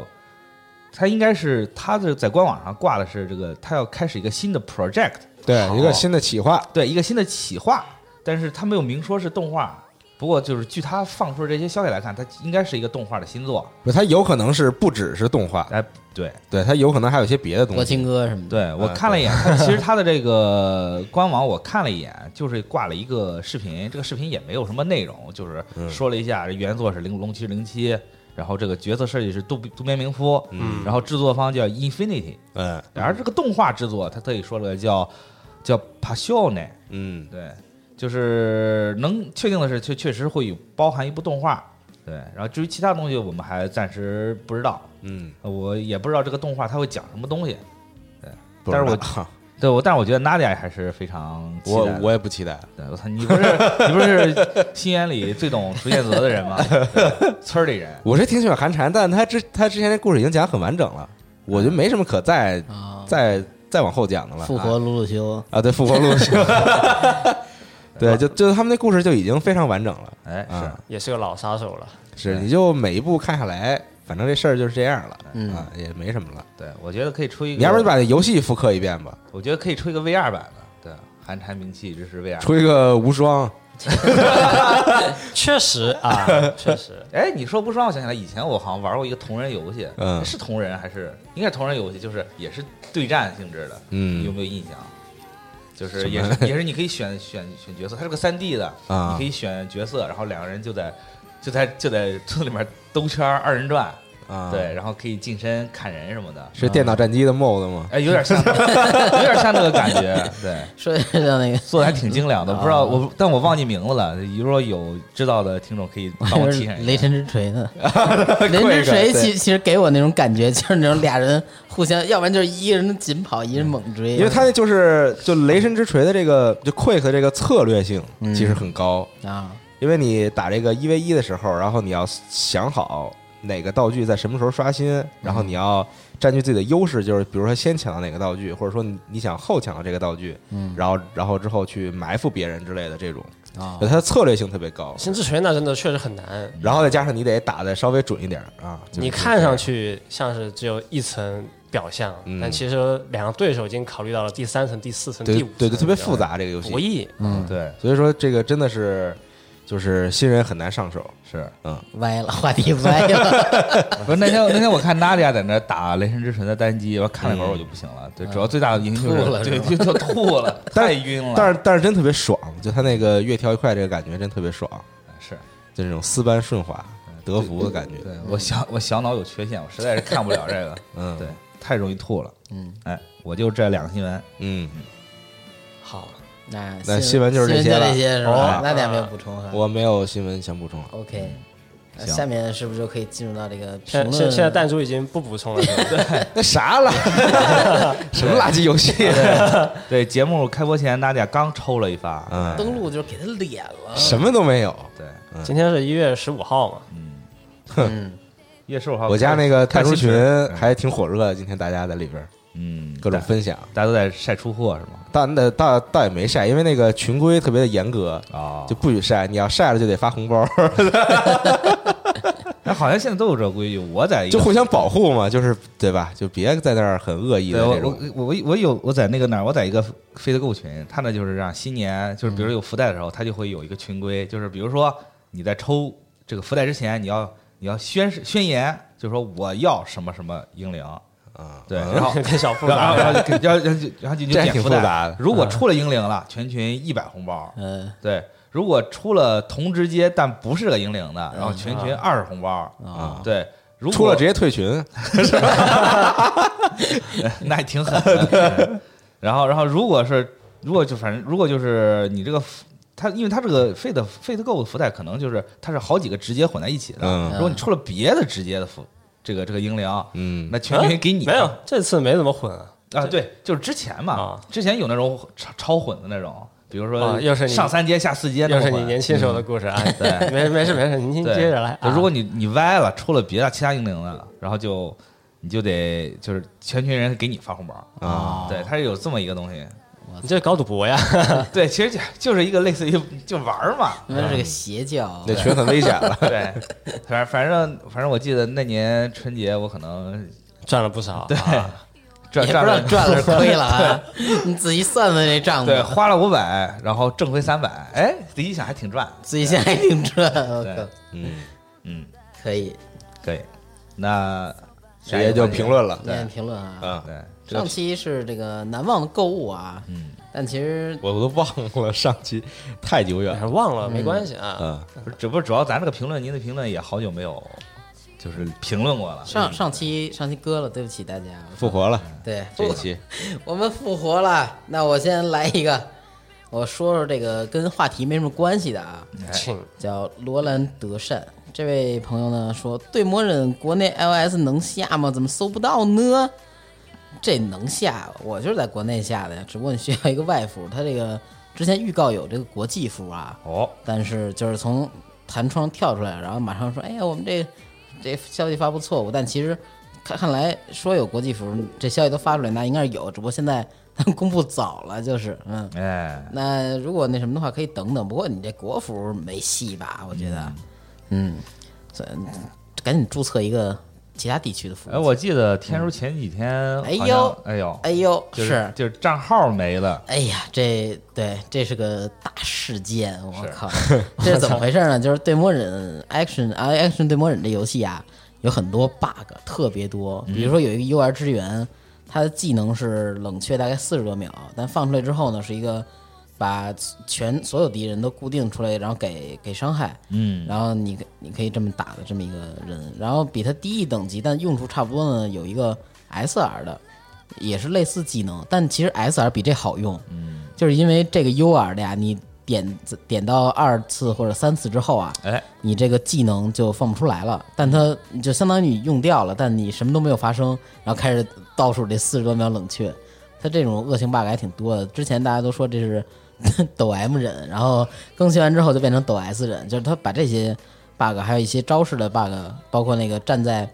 Speaker 6: 他应该是他的在官网上挂的是这个，他要开始一个新的 project，
Speaker 4: 对，
Speaker 6: 好
Speaker 4: 一个新的企划，
Speaker 6: 对，一个新的企划，但是他没有明说是动画，不过就是据他放出的这些消息来看，它应该是一个动画的新作。
Speaker 4: 不，它有可能是不只是动画，
Speaker 6: 哎，对呃
Speaker 4: 对，它有可能还有一些别的东
Speaker 3: 国
Speaker 4: 西
Speaker 3: 庆。歌什么的，
Speaker 6: 对，我看了一眼，它其 [laughs] 实它的这个官网我看了一眼，就是挂了一个视频，这个视频也没有什么内容，就是说了一下原作是零龙七零七，然后这个角色设计是渡渡边明夫，
Speaker 4: 嗯
Speaker 6: 然后制作方叫 Infinity，
Speaker 4: 嗯
Speaker 6: 然而这个动画制作，它特意说了叫叫 Passione，
Speaker 4: 嗯，
Speaker 6: 对，就是能确定的是，确确实会有包含一部动画，对。然后至于其他东西，我们还暂时不知道，
Speaker 4: 嗯，
Speaker 6: 呃我也不知道这个动画它会讲什么东西。
Speaker 4: 不知道
Speaker 6: 但是
Speaker 4: [laughs]
Speaker 6: [laughs] 对我，但是我觉得 Nadia 还是非常期待
Speaker 4: 我
Speaker 6: 的
Speaker 4: 我也不期待，
Speaker 6: 对我操，你不是你不是心眼里最懂竹见泽的
Speaker 4: [laughs]
Speaker 6: 人吗？对村儿里人，
Speaker 4: 我是挺喜欢寒蝉，但他之他之前那故事已经讲很完整了，我觉得没什么可再
Speaker 6: 嗯
Speaker 3: 啊，
Speaker 4: 再再往后讲的了。
Speaker 3: 复
Speaker 4: 啊
Speaker 3: 活鲁鲁修，
Speaker 4: 啊，对，复活路
Speaker 6: [laughs]
Speaker 4: 对，就就他们那故事就已经非常完整了。
Speaker 6: 哎，
Speaker 4: 啊
Speaker 6: 是
Speaker 5: 也是个老杀手了。
Speaker 4: 是，你就每一部看下来，反正这事儿就是这样了，
Speaker 3: 嗯
Speaker 4: 啊，也没什么了。
Speaker 6: 对，我觉得可以出一个，
Speaker 4: 你要不就把那游戏复刻一遍吧，
Speaker 6: 我觉得可以出一个 VR 版的，对，寒蝉鸣泣支持 VR。
Speaker 4: 出一个无双，
Speaker 5: 确实啊，
Speaker 3: [laughs]
Speaker 5: 确实，
Speaker 6: 哎，你说无双，我想起来，以前我好像玩过一个同人游戏，
Speaker 4: 嗯
Speaker 6: 是同人还是应该是同人游戏，就是也是对战性质的，你有
Speaker 4: 嗯
Speaker 6: 没有印象？就
Speaker 4: 什
Speaker 6: 是
Speaker 4: 么
Speaker 6: 也是也是你可以选选选角色，它是个三 D 的，
Speaker 4: 啊
Speaker 6: 你可以选角色，然后两个人就在就在就在村子里面兜圈儿二人转，
Speaker 4: 啊，，
Speaker 6: 对，啊然后可以近身砍人什么的，
Speaker 4: 是电脑战机的 MOD 吗？
Speaker 6: 哎，有点像，有点像那个感觉，对。
Speaker 3: 说的像那个
Speaker 6: 哎做的还
Speaker 3: [laughs]
Speaker 6: 挺精良的，不知
Speaker 4: 啊
Speaker 6: 道我，但我忘记名字了。如果有知道的听众，可以帮我提醒一
Speaker 3: [laughs]
Speaker 6: 下。
Speaker 3: 雷神之锤
Speaker 6: [laughs]
Speaker 3: 呢？雷神之锤其其实给我那种感觉，就是那种俩人互相，要不然就是一个人紧跑，一人猛追，
Speaker 4: 因为它那就是就雷神之锤的这个就 Quick 的这个策略性
Speaker 3: 嗯
Speaker 4: 其实很高，
Speaker 3: 啊，
Speaker 4: 因为你打这个一 v 一的时候，然后你要想好哪个道具在什么时候刷新，
Speaker 3: 嗯
Speaker 4: 然后你要占据自己的优势，就是比如说先抢到哪个道具，或者说你你想后抢到这个道具，
Speaker 3: 嗯
Speaker 4: 然后然后之后去埋伏别人之类的这种，
Speaker 3: 啊
Speaker 4: 就，它的策略性特别高，
Speaker 5: 神之锤那真的确实很难。
Speaker 4: 然后再加上你得打的稍微准一点儿啊，就是
Speaker 5: 你看上去像是只有一层表象，
Speaker 4: 嗯
Speaker 5: 但其实两个对手已经考虑到了第三层、第四层、
Speaker 4: 对
Speaker 5: 第五层，
Speaker 4: 对对特别
Speaker 5: 你知道
Speaker 4: 复
Speaker 5: 吗，
Speaker 4: 杂这个游
Speaker 5: 博
Speaker 4: 戏，
Speaker 5: 弈。
Speaker 3: 嗯，
Speaker 6: 对，
Speaker 4: 所以说这个真的是就是新人很难上手，嗯
Speaker 6: 是
Speaker 3: 歪了，话题歪了，
Speaker 6: 不是那天那天我看 Nadia 在那打《雷神之锤》的单机，我看了一会儿我就不行
Speaker 4: 嗯
Speaker 6: 了。对，主要最大的原因就是
Speaker 3: 吐了是
Speaker 6: 对，
Speaker 3: 吧
Speaker 6: 就就
Speaker 4: [laughs]
Speaker 6: 吐了，
Speaker 4: 但
Speaker 6: 太晕了。
Speaker 4: 但是但是真特别爽，就它那个越跳越快这个感觉真特别爽，
Speaker 6: 是
Speaker 4: 就那种丝般顺滑、德芙的感觉。
Speaker 6: 对我小我小脑有缺陷，我实在是看不了这个，
Speaker 4: 嗯，
Speaker 6: 对，，太容易吐了。
Speaker 3: 嗯，
Speaker 6: 哎，我就这两个新闻，
Speaker 4: 嗯，
Speaker 5: 好，
Speaker 3: 那
Speaker 4: 那新闻就是这
Speaker 3: 新
Speaker 4: 些
Speaker 3: 就
Speaker 4: 了
Speaker 3: 这些是
Speaker 4: 哦
Speaker 3: 吧？那你还没有补充啊
Speaker 4: 我没有新闻想补充。
Speaker 6: 哦
Speaker 3: ？OK，那
Speaker 6: 行
Speaker 3: 下面是不是就可以进入到这个评
Speaker 5: 现
Speaker 3: 论？
Speaker 5: 现现在弹珠已经不补
Speaker 6: [laughs]
Speaker 5: 充了，是吧
Speaker 4: 那啥 [laughs] 了？什么垃圾游戏？
Speaker 6: 啊对节目开播前，Nadia 刚抽了一发，
Speaker 4: 嗯
Speaker 3: 登录就是给他脸了，
Speaker 4: 什么都没有。
Speaker 6: 对，
Speaker 5: 今天是一月十五号嘛，
Speaker 3: 嗯，
Speaker 6: 夜市五号
Speaker 4: 我家那个泰
Speaker 6: 出
Speaker 4: 叔群还挺火热，今天大家在里边儿
Speaker 6: 嗯
Speaker 4: 各种
Speaker 6: 大
Speaker 4: 分享，
Speaker 6: 大家都在晒出货是吗？
Speaker 4: 倒那倒倒也没晒，因为那个群规特别的严格，
Speaker 6: 啊
Speaker 4: 就不许晒，你要晒了就得发红包，
Speaker 6: 那好像现在都有这个规矩，我在一个
Speaker 4: 就互相保护嘛，就是对吧？就别在那儿很恶意的
Speaker 6: 对我
Speaker 4: 这种。
Speaker 6: 我我我有我在那个哪儿，我在一个飞得购群，他呢就是让新年就是比如
Speaker 4: 嗯
Speaker 6: 有福袋的时候，他就会有一个群规，就是比如说你在抽这个福袋之前，你要你要宣誓宣言，就是说我要什么什么英灵，
Speaker 4: 啊，
Speaker 6: 对，
Speaker 4: 嗯
Speaker 5: [laughs]
Speaker 6: 然后
Speaker 5: 有点小复
Speaker 6: 然
Speaker 5: 杂。
Speaker 6: 后
Speaker 4: [laughs]
Speaker 6: 然后就然后然后就然后就就
Speaker 4: 这还
Speaker 6: 点
Speaker 4: 挺
Speaker 6: 福
Speaker 4: 复杂
Speaker 6: 袋
Speaker 4: 的，嗯
Speaker 6: 如果出了英灵了，全群一百红包，
Speaker 3: 嗯，
Speaker 6: 对。如果出了同直接但不是个英灵的，然后全群二十红包，
Speaker 3: 啊，，
Speaker 6: 对，如
Speaker 4: 嗯
Speaker 6: 果
Speaker 4: 出了直接退
Speaker 6: [laughs]
Speaker 4: 群，
Speaker 6: 那也挺狠
Speaker 5: [laughs]
Speaker 6: 的。 [laughs] 然后，然后如果是如果就反正如果就是你这个福它，因为它这个 Fate Fate Go 的福袋可能就是它是好几个直接混在一起的。
Speaker 4: 嗯
Speaker 6: 如果你抽了别的直接的福，这个这个英灵，
Speaker 4: 嗯，
Speaker 6: 那全群给你、
Speaker 5: 啊没有，这次没怎么混啊。
Speaker 6: 啊？对，就是之前嘛，
Speaker 5: 啊
Speaker 6: 之前有那种超超混的那种，比如说、
Speaker 5: 啊又是你
Speaker 6: 上三阶下四阶那
Speaker 5: 又
Speaker 6: 么
Speaker 5: 是
Speaker 6: 混，
Speaker 5: 你年轻时候的故事啊，
Speaker 6: 嗯 [laughs] 对
Speaker 5: [laughs] 没没事没事，您
Speaker 6: 对，
Speaker 5: 接着来啊。
Speaker 6: 就如果你你歪了，抽了别的其他英灵的，然后就你就得就是全群人给你发红包
Speaker 4: 啊
Speaker 6: 对，它是有这么一个东西。
Speaker 5: 啊你这搞赌博呀， [laughs]
Speaker 6: 对，其实就就是一个类似于就玩儿嘛
Speaker 3: 那是个邪教
Speaker 4: 那，群很危
Speaker 6: [laughs]
Speaker 4: 险了。
Speaker 6: 对，反正反正反正我记得那年春节我可能
Speaker 5: 赚了不少。
Speaker 6: 对
Speaker 5: 啊
Speaker 6: [laughs] 赚
Speaker 3: 也不知道
Speaker 6: 了
Speaker 3: 赚了是亏
Speaker 4: [laughs]
Speaker 3: 了啊！嗯你仔细算算这账
Speaker 6: [laughs] 对，
Speaker 3: 吧，
Speaker 6: 花了五百，然后挣回三百，哎，这一想还挺赚。
Speaker 3: 仔细想还挺赚。我
Speaker 6: 对
Speaker 3: 靠，
Speaker 4: 嗯，
Speaker 6: 嗯，
Speaker 3: 可以，
Speaker 6: 可以。那
Speaker 4: 直接就评论了，
Speaker 3: 念评论啊。
Speaker 4: 啊，
Speaker 6: 对，这个
Speaker 3: 上期是这个难忘的购物啊，嗯，但其实
Speaker 4: 我都忘了上期太久远
Speaker 5: 哎
Speaker 4: 了，
Speaker 5: 忘
Speaker 3: 嗯
Speaker 5: 了没关系啊。
Speaker 4: 啊，
Speaker 6: 不是只不过主要咱这个评论，您的评论也好久没有就是评论过了。
Speaker 4: 嗯
Speaker 6: 嗯
Speaker 3: 上上期上期割了，对不起大家。
Speaker 4: 复活了
Speaker 3: 对，
Speaker 4: 这一期，
Speaker 3: 我们复活了。那我先来一个，我说说这个跟话题没什么关系的啊，
Speaker 6: 嗯
Speaker 5: 请
Speaker 3: 叫罗兰德善。这位朋友呢说，对魔忍国内 iOS 能下吗？怎么搜不到呢？这能下，我就是在国内下的呀，只不过你需要一个外服。它这个之前预告有这个国际服啊，
Speaker 6: 哦，
Speaker 3: 但是就是从弹窗跳出来，然后马上说，哎呀，我们这这消息发布错误，但其实看看来说有国际服，这消息都发出来，那应该是有，只不过现在他们公布早了，就是嗯。
Speaker 6: 哎，
Speaker 3: 那如果那什么的话，可以等等。不过你这国服没戏吧？我觉得，嗯，所以赶紧注册一个其他地区的服务。
Speaker 6: 哎，我记得天叔前几天，
Speaker 3: 哎呦
Speaker 6: 好像哎呦，
Speaker 3: 哎呦，
Speaker 6: 就是就是账号没了，
Speaker 3: 哎呀，这对这是个大事件，我靠！这是怎么回事呢？就是对魔忍 Action 啊 Action 对魔忍这游戏啊，有很多 bug，特别多。比如说有一个 UR 支援，它的技能是冷却大概四十多秒，但放出来之后呢，是一个把全所有敌人都固定出来，然后给给伤害。
Speaker 6: 嗯，
Speaker 3: 然后你可你可以这么打的这么一个人，然后比他低一等级，但用处差不多呢，有一个 SR 的，也是类似技能，但其实 SR 比这好用，嗯，就是因为这个 UR 的呀，你点点到二次或者三次之后啊，
Speaker 6: 哎，
Speaker 3: 你这个技能就放不出来了，但它就相当于你用掉了，但你什么都没有发生，然后开始倒数这四十多秒冷却，它这种恶性 bug 还挺多的。之前大家都说这是 [laughs] 抖 M 忍，然后更新完之后就变成抖 S 忍，就是它把这些 bug 还有一些招式的 bug，包括那个站在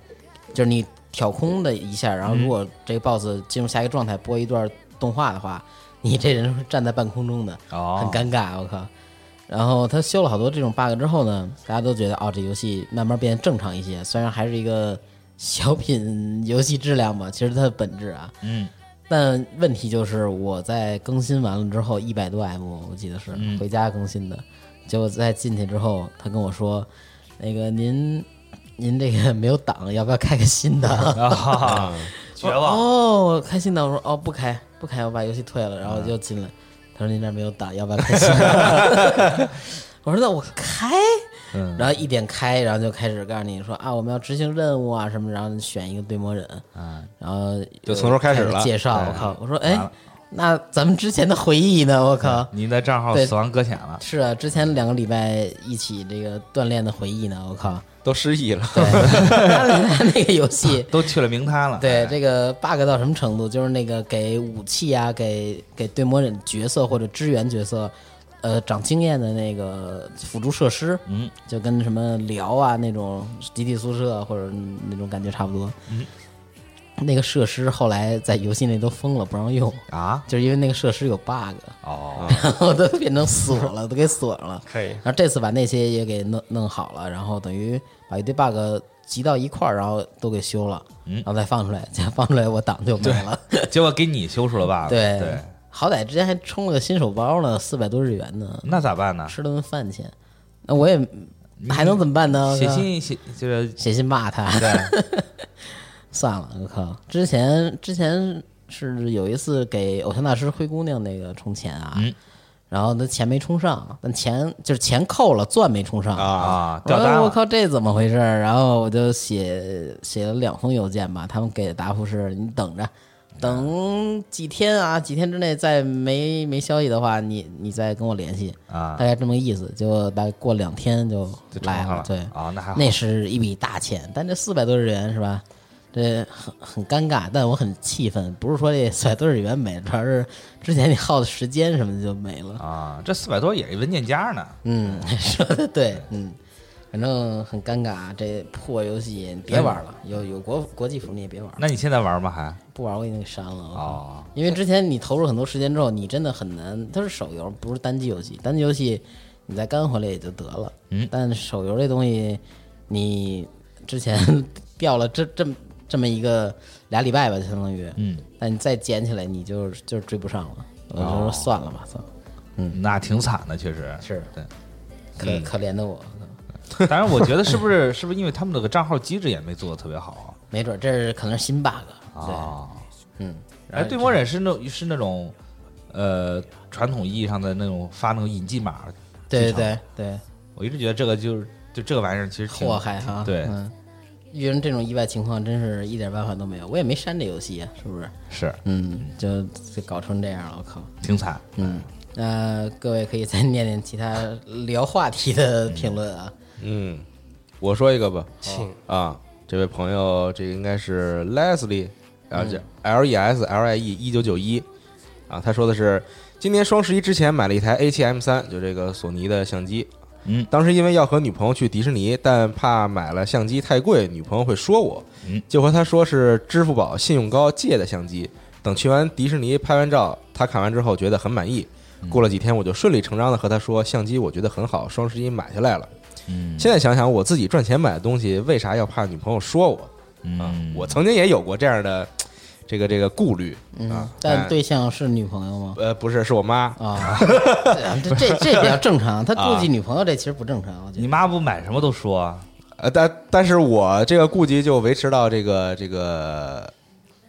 Speaker 3: 就是你挑空的一下，然后如果这个 boss 进入下一个状态播一段动画的话，你这人是站在半空中的，
Speaker 6: 哦
Speaker 3: 很尴尬，我靠。然后他修了好多这种 bug 之后呢，大家都觉得哦，这游戏慢慢变正常一些。虽然还是一个小品游戏质量吧，其实它的本质啊，
Speaker 6: 嗯，
Speaker 3: 但问题就是我在更新完了之后，一百多 M 我记得是、
Speaker 6: 嗯
Speaker 3: 回家更新的，结果在进去之后，他跟我说，那个您您这个没有档，要不要开个新的？
Speaker 6: 啊，绝望，
Speaker 3: 哦，开新档，我说哦不开不开，我把游戏退了，然后就进来。他说您这儿没有档，要不要开新档？ [laughs] 我说那我开，
Speaker 6: 嗯
Speaker 3: 然后一点开，然后就开始告诉你说啊我们要执行任务啊什么，然后你选一个对魔忍，
Speaker 6: 嗯，
Speaker 3: 然后
Speaker 4: 就从头开始了
Speaker 3: 介绍。
Speaker 6: 哎
Speaker 3: 我靠，我说
Speaker 6: 完
Speaker 3: 哎
Speaker 6: 了，
Speaker 3: 那咱们之前的回忆呢？我靠，
Speaker 6: 您的账号
Speaker 3: 对
Speaker 6: 死亡搁浅了，
Speaker 3: 是啊，之前两个礼拜一起这个锻炼的回忆呢？我靠，
Speaker 4: 都失忆了，
Speaker 3: 对，他那那个游戏。
Speaker 6: 都去了名摊了，
Speaker 3: 对
Speaker 6: 哎，
Speaker 3: 这个 bug 到什么程度？就是那个给武器啊，给给对魔忍角色或者支援角色，呃，长经验的那个辅助设施，
Speaker 6: 嗯，
Speaker 3: 就跟什么聊啊那种集体宿舍或者那种感觉差不多。
Speaker 6: 嗯
Speaker 3: 那个设施后来在游戏内都封了，不让用，
Speaker 6: 啊，
Speaker 3: 就是因为那个设施有 bug，
Speaker 6: 哦，
Speaker 3: [laughs] 然后都变成锁了，都给锁上了。
Speaker 5: 可
Speaker 6: 嗯
Speaker 5: 以
Speaker 3: 然后这次把那些也给弄弄好了，然后等于把一堆 bug 集到一块儿，然后都给修了，
Speaker 6: 嗯
Speaker 3: 然后再放出来，再放出来我档就没了。
Speaker 6: 结果给你修出了 bug，
Speaker 3: [laughs] 对
Speaker 6: 对，
Speaker 3: 好歹之前还充了个新手包呢，四百多日元呢，
Speaker 6: 那咋办呢？
Speaker 3: 吃了顿饭钱。那我也还能怎么办呢？
Speaker 6: 写
Speaker 3: 我靠
Speaker 6: 信写就是
Speaker 3: [laughs] 写信骂他，
Speaker 6: 对，
Speaker 3: [laughs] 算了，我靠！之前之前是有一次给偶像大师灰姑娘那个充钱啊，
Speaker 6: 嗯
Speaker 3: 然后他钱没充上，但钱就是钱扣了，钻没充上啊
Speaker 6: 啊，
Speaker 3: 我
Speaker 6: 掉单
Speaker 3: 我
Speaker 6: 了，
Speaker 3: 靠，这怎么回事儿？然后我就写写了两封邮件吧，他们给的答复是：你等着，等几天啊，几天之内再没没消息的话，你你再跟我联系
Speaker 6: 啊
Speaker 3: 大概这么个意思。结果大概过两天就
Speaker 6: 就充
Speaker 3: 哎来
Speaker 6: 上了
Speaker 3: 对，
Speaker 6: 啊那还好
Speaker 3: 那是一笔大钱，但这四百多日元是吧？这很很尴尬，但我很气愤，不是说这四百多日元没了，主要是之前你耗的时间什么的就没了。
Speaker 6: 啊，这四百多也是文件夹呢，
Speaker 3: 嗯，说的对，嗯，反正很尴尬，这破游戏别玩了，有有国国际服你也别玩了，
Speaker 6: 那你现在玩吗？还
Speaker 3: 不玩我已经给删了。我靠
Speaker 6: 哦，
Speaker 3: 因为之前你投入很多时间之后，你真的很难，它是手游，不是单机游戏，单机游戏你再干回来也就得了，
Speaker 6: 嗯
Speaker 3: 但手游这东西你之前掉了这这么。这么一个俩礼拜吧，相当于，
Speaker 6: 嗯，
Speaker 3: 但你再捡起来，你就就追不上了。我
Speaker 6: 哦
Speaker 3: 就说算了吧，算了，
Speaker 6: 那挺惨的，确实
Speaker 3: 嗯是
Speaker 6: 对。
Speaker 3: 可、
Speaker 6: 嗯
Speaker 3: 可怜的我，
Speaker 6: [laughs] 当然，我觉得是不是是不是因为他们那个账号机制也没做的特别好
Speaker 3: 没准这是可能是新 bug
Speaker 6: 啊？
Speaker 3: 对，
Speaker 6: 啊，
Speaker 3: 嗯，然
Speaker 6: 哎，
Speaker 3: 后
Speaker 6: 对魔忍是那是那种呃传统意义上的那种发那种引进码，
Speaker 3: 对
Speaker 6: 剧场
Speaker 3: 对对
Speaker 6: 我一直觉得这个就是就这个玩意儿其实挺
Speaker 3: 祸害哈，
Speaker 6: 对
Speaker 3: 嗯，遇上这种意外情况，真是一点办法都没有。我也没删这游戏啊，是不是？
Speaker 6: 是
Speaker 3: 嗯，就就搞成这样了，我靠，
Speaker 6: 挺惨。
Speaker 3: 嗯，那各位可以再 [laughs] 念念其他聊话题的评论啊，
Speaker 4: 嗯，我说一个吧，
Speaker 5: 请
Speaker 4: 啊，这位朋友，这个应该是 Leslie，啊，
Speaker 6: 嗯
Speaker 4: 这 L E S L I E 一九九一，啊，他说的是今年双十一之前买了一台 A 7 M 三，就这个索尼的相机。
Speaker 6: 嗯
Speaker 4: 当时因为要和女朋友去迪士尼，但怕买了相机太贵，女朋友会说我，
Speaker 6: 嗯
Speaker 4: 就和她说是支付宝信用高借的相机。等去完迪士尼拍完照，她看完之后觉得很满意。
Speaker 6: 嗯
Speaker 4: 过了几天，我就顺理成章的和她说，相机我觉得很好，双十一买下来了。
Speaker 6: 嗯
Speaker 4: 现在想想，我自己赚钱买的东西，为啥要怕女朋友说我？啊
Speaker 6: 嗯，
Speaker 4: 我曾经也有过这样的这个这个顾虑
Speaker 3: 嗯
Speaker 4: 啊，，
Speaker 3: 但对象是女朋
Speaker 4: [laughs]
Speaker 3: 友吗？
Speaker 4: 呃不是，是我妈。
Speaker 3: 啊，对啊这这这比较正常。他顾忌女朋友这其实不正常，我觉
Speaker 6: 你
Speaker 3: 得。
Speaker 6: 妈不买什么都
Speaker 3: 啊
Speaker 6: 说，
Speaker 4: 呃，但但是我这个顾忌就维持到这个这个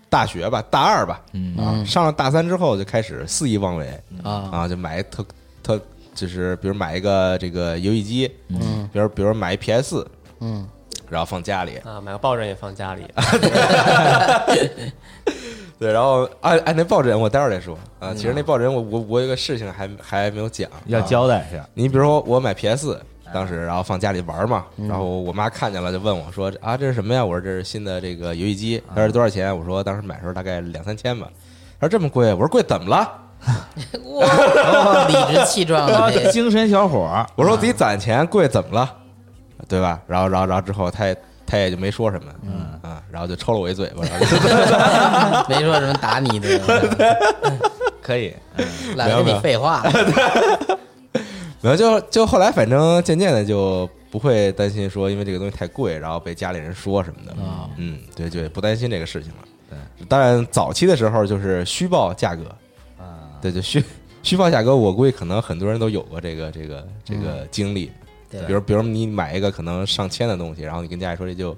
Speaker 4: 大学吧，大二吧，
Speaker 6: 嗯
Speaker 4: 啊，上了大三之后就开始肆意妄为 [laughs]
Speaker 3: 啊，
Speaker 4: 啊，就买特特就是比如买一个这个游戏机，嗯，比如比如买一 PS 四，
Speaker 3: 嗯，
Speaker 4: 然后放家里，
Speaker 5: 啊，买个抱枕也放
Speaker 6: [laughs]
Speaker 5: 家里，
Speaker 4: 对，然后哎哎那抱枕我待会儿再说啊，其实那抱枕我我我有个事情还还没有讲，
Speaker 6: 嗯要
Speaker 4: 啊
Speaker 6: 交代一下。
Speaker 4: 你比如说我买 PS，当时然后放家里玩嘛，
Speaker 6: 嗯
Speaker 4: 然后我妈看见了就问我说啊这是什么呀？我说这是新的这个游戏机，
Speaker 6: 嗯
Speaker 4: 她说多少钱？我说当时买的时候大概两三千吧，她说这么贵，我说贵怎么了？
Speaker 3: 哇，哦理直气壮的这
Speaker 6: 啊精神小伙
Speaker 3: [laughs]
Speaker 6: 儿，
Speaker 4: 我说我自己攒钱，贵怎么了？对吧？然后然后然后之后她也她也就没说什么，嗯啊，然后就抽了我一嘴巴，然后
Speaker 6: [laughs]
Speaker 4: 就
Speaker 3: 没 [laughs] 说什么打你的，
Speaker 6: 可以，
Speaker 3: 懒得跟你废话了。
Speaker 4: 没有就就后来反正渐渐的就不会担心说因为这个东西太贵，然后被家里人说什么的，
Speaker 3: 啊
Speaker 4: 嗯，对对，不担心这个事情了。对，当然早期的时候就是虚报价格。
Speaker 6: 啊，
Speaker 4: 对，就虚虚报价格，我估计可能很多人都有过这个这个这个经历。
Speaker 3: 对
Speaker 4: 比如比如你买一个可能上千的东西，然后你跟家里说这就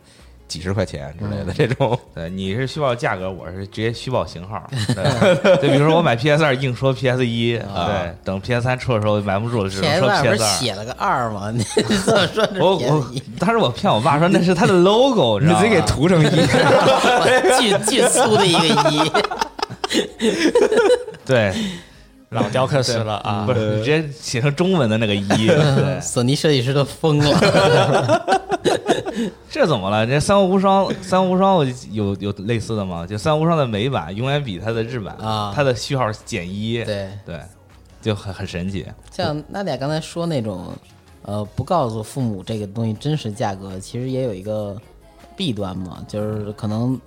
Speaker 4: 几十块钱之类的这种，
Speaker 6: 对，你是虚报价格，我是直接虚报型
Speaker 3: [laughs]
Speaker 6: 号。对，就比如说我买 PS 二，硬说 PS 一，对，等 PS 三出的时候瞒不住了，只能
Speaker 3: PS
Speaker 6: 说
Speaker 3: 二啊不是
Speaker 6: PS 二。
Speaker 3: 写了个
Speaker 4: [laughs]
Speaker 3: 二吗？你怎么说这
Speaker 6: 我
Speaker 3: 便
Speaker 6: 我
Speaker 3: 宜？
Speaker 6: 当时我骗我爸说那是他的
Speaker 3: [laughs]
Speaker 6: logo，你
Speaker 4: 你
Speaker 6: 知
Speaker 4: 自
Speaker 6: 道
Speaker 4: 己给
Speaker 6: 吗？
Speaker 4: 涂成一。
Speaker 3: 我巨巨粗的一个一，
Speaker 6: 对，
Speaker 5: 老雕刻师了啊
Speaker 6: 不，是你直接写成中文的那个一，
Speaker 3: [laughs]
Speaker 6: 对，
Speaker 3: 索尼设计师都疯了。
Speaker 6: 这怎么了？这三国无双，三国无双我有有类似的吗？就三国无双的美版永远比它的日版
Speaker 3: 啊
Speaker 6: 它的序号减一，
Speaker 3: 对
Speaker 6: 对，就很很神奇。
Speaker 3: 像娜姐刚才说那种，呃，不告诉父母这个东西真实价格，其实也有一个弊端嘛，就是可能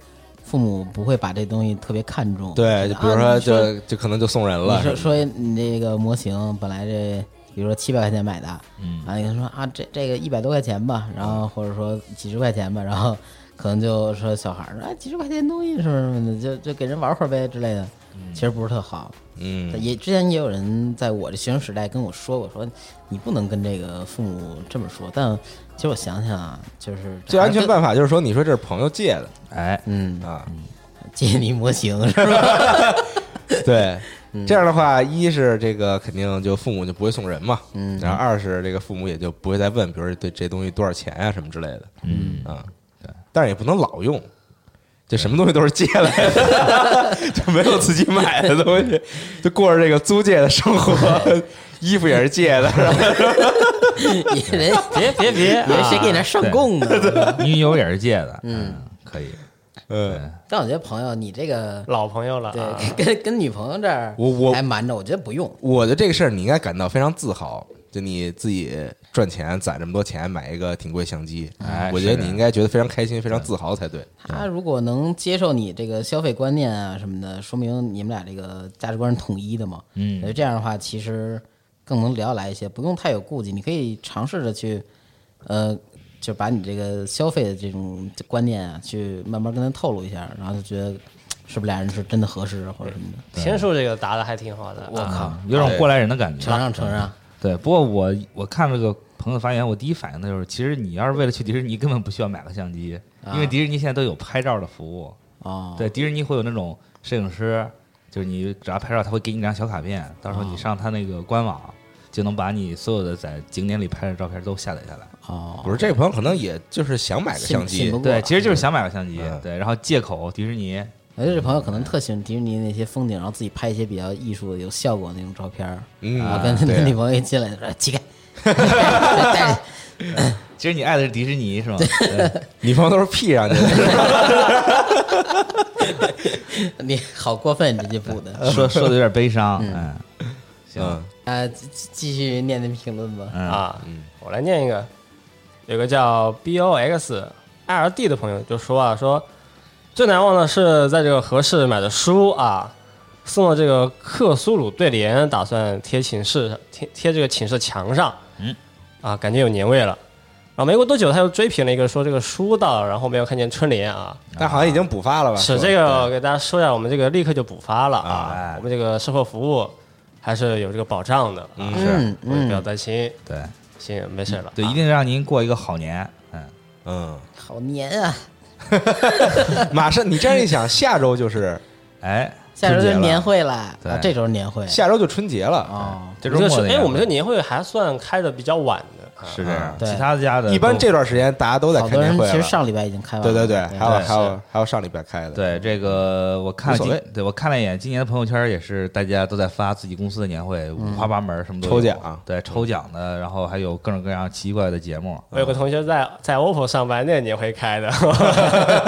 Speaker 3: 父母不会把这东西特别看重。
Speaker 4: [laughs] 对，就
Speaker 3: 觉得
Speaker 4: 比如
Speaker 3: 啊
Speaker 4: 说
Speaker 3: 你说
Speaker 4: 就就可能就送人了
Speaker 3: 你。说说你这个模型本来这，比如说七百块钱买的，嗯，然后你跟他说啊，这这个一百多块钱吧，然后或者说几十块钱吧，然后 [laughs] 可能就说小孩儿说啊，几十块钱东西什么什么的，就就给人玩会儿呗之类的，其实不是特好。
Speaker 4: 嗯，
Speaker 3: 也之前也有人在我的学生时代跟我说过，说你不能跟这个父母这么说。但其实我想想啊，就是
Speaker 4: 最安全
Speaker 3: 法，
Speaker 4: 办法就是说，你说这是朋友借的
Speaker 6: 哎，
Speaker 3: 嗯，
Speaker 4: 啊，
Speaker 3: 借你模型是吧？
Speaker 4: [laughs]
Speaker 3: [laughs]
Speaker 4: 对，
Speaker 6: 嗯
Speaker 4: 这样的话，一是这个肯定就父母就不会送人嘛，嗯，然后二是这个父母也就不会再问，比如说对这东西多少钱呀、什么之类的，嗯啊，但是也不能老用，这什么东西都是借来的，
Speaker 6: [laughs]
Speaker 4: 就没有自己买的东西，就过着这个租借的生活，
Speaker 6: [laughs]
Speaker 4: 衣服也是借的，然后
Speaker 3: 你人别别啊别，人谁给你那上供呢？
Speaker 6: 女友也是借的，嗯，可以，
Speaker 4: 嗯，
Speaker 3: 但我觉得朋友，你这个
Speaker 5: 老朋友了啊，
Speaker 3: 对跟跟女朋友这儿，
Speaker 4: 我我
Speaker 3: 还瞒着，我觉得不用。
Speaker 4: 我觉得这个事儿你应该感到非常自豪。就你自己赚钱攒这么多钱买一个挺贵相机，
Speaker 6: 哎
Speaker 4: 我觉
Speaker 6: 是
Speaker 4: 得你应该觉得非常开心、非常自豪才对。
Speaker 3: 他如果能接受你这个消费观念啊什么的，说明你们俩这个价值观是统一的嘛。
Speaker 6: 嗯
Speaker 3: 所以这样的话，其实更能聊得来一些，不用太有顾忌，你可以尝试着去，呃，就把你这个消费的这种观念啊，去慢慢跟他透露一下，然后就觉得是不是俩人是真的合适啊或者什么的。
Speaker 5: 天数这个答的还挺好的，
Speaker 3: 我靠，
Speaker 6: 啊有种过来人的感觉。
Speaker 3: 啊承让承让，
Speaker 6: 对，不过我我看这个朋友发言，我第一反应的就是，其实你要是为了去迪士尼，根本不需要买个相机，
Speaker 3: 啊
Speaker 6: 因为迪士尼现在都有拍照的服务。
Speaker 3: 哦，
Speaker 6: 对，迪士尼会有那种摄影师，就是你只要拍照，他会给你一张小卡片，到时候你上他那个官网，就能把你所有的在景点里拍的照片都下载下来。
Speaker 3: 哦，
Speaker 4: 不是这个朋友可能也就是想买个
Speaker 3: 信
Speaker 4: 相
Speaker 3: 信
Speaker 4: 机
Speaker 3: 不，过
Speaker 6: 对，其实就是想买个相机
Speaker 4: 哦嗯，
Speaker 6: 对，然后借口迪士尼，
Speaker 3: 我觉得这朋友可能特喜欢迪士尼那些风景，然后自己拍一些比较艺术的、有效果的那种照片儿。
Speaker 4: 嗯
Speaker 3: 我跟
Speaker 4: 对
Speaker 3: 他
Speaker 4: 啊
Speaker 3: [laughs] 女朋友一进来就说：“
Speaker 4: [laughs]
Speaker 3: 起开，带着
Speaker 6: 其实你爱的是迪士尼是吗？对
Speaker 4: 女朋友都是 P 上去的，
Speaker 3: 你好过分，你这句补的。
Speaker 6: 说说的有点悲伤，嗯，
Speaker 4: 嗯
Speaker 6: 行，”
Speaker 3: 啊，继继续念那评论吧。
Speaker 6: 嗯
Speaker 5: 啊，我来念一个，有个叫 B O X L D 的朋友就说啊，说最难忘的是在这个合适买的书啊，送了这个克苏鲁对联，打算贴寝室贴贴这个寝室墙上，
Speaker 6: 嗯，
Speaker 5: 啊，感觉有年味了。然后没过多久，他又追评了一个说这个书到了，然后没有看见春联啊，
Speaker 4: 但好像已经补发了吧？
Speaker 5: 是
Speaker 4: 吧
Speaker 5: 这个给大家说一下，我们这个立刻就补发了啊
Speaker 6: 哎，
Speaker 5: 我们这个售后服务还是有这个保障的，啊，
Speaker 3: 嗯
Speaker 5: 各位不要
Speaker 3: 嗯，
Speaker 5: 担心，
Speaker 6: 对
Speaker 5: 行，没事了，
Speaker 6: 嗯对，
Speaker 5: 啊
Speaker 6: 一定让您过一个好年，嗯，
Speaker 4: 嗯，
Speaker 3: 好黏啊！
Speaker 4: 马上你这样一想，下周就是
Speaker 6: 哎，
Speaker 3: 下周就是
Speaker 6: 春节了
Speaker 3: 年会啦，
Speaker 6: 对
Speaker 3: 啊，这周是年会
Speaker 4: 下周就春节了。
Speaker 3: 哦，
Speaker 6: 这周
Speaker 5: 这个
Speaker 6: 末
Speaker 5: 是
Speaker 6: 的
Speaker 5: 哎，
Speaker 6: 样
Speaker 5: 我们这
Speaker 6: 子
Speaker 5: 年会还算开的比较晚的，啊
Speaker 6: 是这样，
Speaker 3: 对
Speaker 6: 其他的家的
Speaker 4: 一般
Speaker 6: 都
Speaker 4: 这段时间大家都在
Speaker 3: 好
Speaker 4: 开
Speaker 3: 多
Speaker 4: 年
Speaker 3: 人
Speaker 4: 会
Speaker 3: 其实
Speaker 4: 了，
Speaker 3: 上啊礼拜已经开完
Speaker 4: 对
Speaker 3: 了。
Speaker 4: 对对，还有
Speaker 6: 对
Speaker 4: 还有还有上礼拜开的，
Speaker 6: 对这个，我看了
Speaker 4: 无所
Speaker 6: 今
Speaker 4: 谓
Speaker 6: 对我看了一眼今年的朋友圈，也是大家都在发自己公司的年会，五花八门，什么都有
Speaker 4: 嗯抽奖
Speaker 6: 对抽奖的，然后还有各种各样奇怪的节目。
Speaker 5: 我有个同学在在 OPPO 上班，那年会开的， [laughs]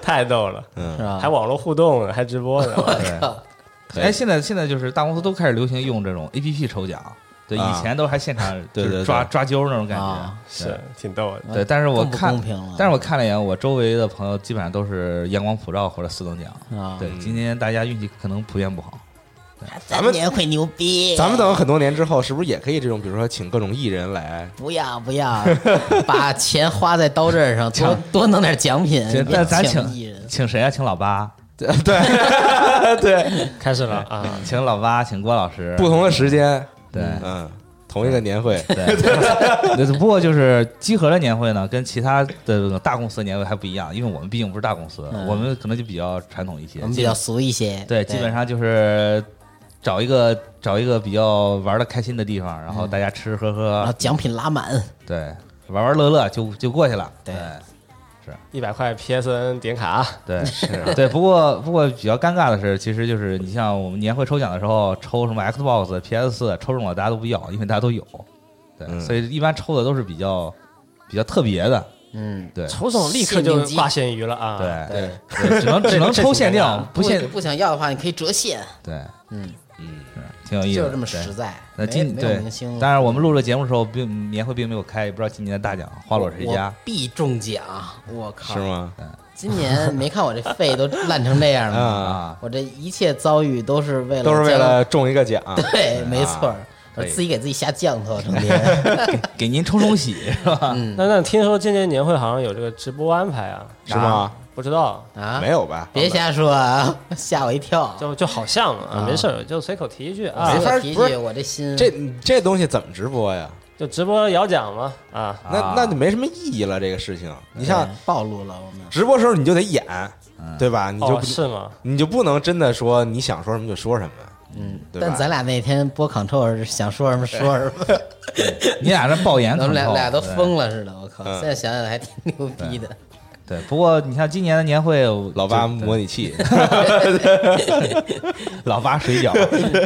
Speaker 5: 太逗了，
Speaker 3: 是
Speaker 6: 啊
Speaker 3: 吧？
Speaker 5: 还网络互动呢，还直播
Speaker 6: [laughs]
Speaker 5: 呢，
Speaker 6: 对，哎，现在现在就是大公司都开始流行用这种 A P P 抽奖，对，
Speaker 4: 啊
Speaker 6: 以前都还现场
Speaker 4: [laughs] 对
Speaker 6: 就是
Speaker 4: 对
Speaker 6: 抓
Speaker 4: 对
Speaker 6: 抓阄那种感觉
Speaker 3: 啊。
Speaker 5: 是挺逗的。
Speaker 6: 对，但是我
Speaker 3: 更不
Speaker 6: 看
Speaker 3: 公平了，
Speaker 6: 但是我看了一眼，我周围的朋友基本上都是阳光普照或者四等奖。
Speaker 3: 啊
Speaker 6: 对，今年大家运气可能普遍不好。
Speaker 3: 咱们年会牛逼，
Speaker 4: 咱们等很多年之后，是不是也可以这种，比如说请各种艺人来？ [laughs]
Speaker 3: 不要不要，把钱花在刀刃
Speaker 4: [laughs]
Speaker 3: 上，多多弄点奖品
Speaker 4: 哎
Speaker 6: 这，那
Speaker 3: 也
Speaker 6: 咱
Speaker 3: 艺人
Speaker 6: 请请谁啊？请老八，
Speaker 3: [laughs]
Speaker 4: 对对，
Speaker 5: 开始了
Speaker 3: 哎
Speaker 5: 啊，
Speaker 6: 请老八，请郭老师。
Speaker 4: 不同的时间，
Speaker 6: 对，
Speaker 4: 嗯，同一个年会，
Speaker 6: 对，对不过就是集合的年会呢，跟其他的这种大公司的年会还不一样，因为我们毕竟不是大公司，
Speaker 3: 嗯
Speaker 6: 我们可能就比较传统一些，
Speaker 3: 我们
Speaker 6: 基
Speaker 3: 比较
Speaker 6: 本
Speaker 3: 俗一些，
Speaker 6: 对，基本上就是找一个找一个比较玩的开心的地方，然后
Speaker 3: 嗯
Speaker 6: 大家吃吃喝
Speaker 3: 然后
Speaker 6: 喝，
Speaker 3: 奖品拉满，
Speaker 6: 对，玩玩乐乐就就过去了，
Speaker 3: 对
Speaker 6: 对。
Speaker 5: 一百块 PSN 点卡，
Speaker 3: [laughs]
Speaker 6: 对，是对，不过不过比较尴尬的是，其实就是你像我们年会抽奖的时候，抽什么 Xbox、PS 四，抽中了大家都不要，因为大家都有，对，
Speaker 4: 嗯
Speaker 6: 所以一般抽的都是比较比较特别的，
Speaker 3: 嗯，
Speaker 6: 对，
Speaker 5: 抽中立刻就
Speaker 3: 限定机
Speaker 5: 挂咸鱼了啊！，
Speaker 6: 对
Speaker 3: 对，
Speaker 6: 对，只能只能抽限定，不限
Speaker 3: 不想要的话，你可以折现，
Speaker 6: 对，
Speaker 3: 嗯
Speaker 4: 嗯
Speaker 6: 是挺有意思，
Speaker 3: 就是这么
Speaker 6: 对
Speaker 3: 实。在。
Speaker 6: 那
Speaker 3: 没
Speaker 6: 今
Speaker 3: 没有
Speaker 6: 对
Speaker 3: 明星，，
Speaker 6: 当然我们录这节目的时候，并年会并没有开，也不知道今年的大奖花落谁家
Speaker 3: 我。必中奖，我靠！
Speaker 4: 是？吗？
Speaker 3: 今年没看我这肺都烂成这样吗？
Speaker 4: 啊，
Speaker 3: 我这一切遭遇都是为了
Speaker 4: 都是为
Speaker 3: 将
Speaker 4: 了中一个奖， [laughs]
Speaker 3: 对，没错儿，我
Speaker 6: 可以
Speaker 3: 自己给自己下降头，成天
Speaker 6: 给您冲冲喜是吧？
Speaker 5: 那那听说今年年会好像有这个直播安排啊，
Speaker 4: 是吗？
Speaker 5: 不知道，
Speaker 3: 啊！
Speaker 4: 没有吧？
Speaker 3: 别瞎说啊，吓我一跳。
Speaker 5: 就就好像啊，没事儿，就随口提一句啊
Speaker 6: 哎
Speaker 3: 没，
Speaker 4: 法
Speaker 3: 法提
Speaker 4: 不是
Speaker 3: 起我这心，
Speaker 4: 这这东西怎么直播呀？
Speaker 5: 就直播摇奖嘛啊，
Speaker 4: 那那就没什么意义了。这个事情，你像
Speaker 3: 对暴露了我们。
Speaker 4: 直播时候你就得演，
Speaker 6: 嗯
Speaker 4: 对吧？你就
Speaker 5: 哦
Speaker 4: 不
Speaker 5: 是吗？
Speaker 4: 你就不能真的说你想说什么就说什么，嗯，对
Speaker 3: 但
Speaker 4: 吧？
Speaker 3: 咱俩那天播 Control 是想说什么说什么，
Speaker 6: 你俩这爆言
Speaker 3: [laughs] 咱
Speaker 6: 可
Speaker 3: 们
Speaker 6: 能
Speaker 3: 俩
Speaker 6: 够
Speaker 3: 俩都
Speaker 6: 对
Speaker 3: 疯了似的。我靠，
Speaker 4: 嗯
Speaker 3: 现在想想还挺牛逼的。
Speaker 6: 对，不过你像今年的年会，我
Speaker 4: 老八
Speaker 6: 就对
Speaker 4: 模拟器，
Speaker 6: 老八水
Speaker 3: [laughs]
Speaker 6: 饺。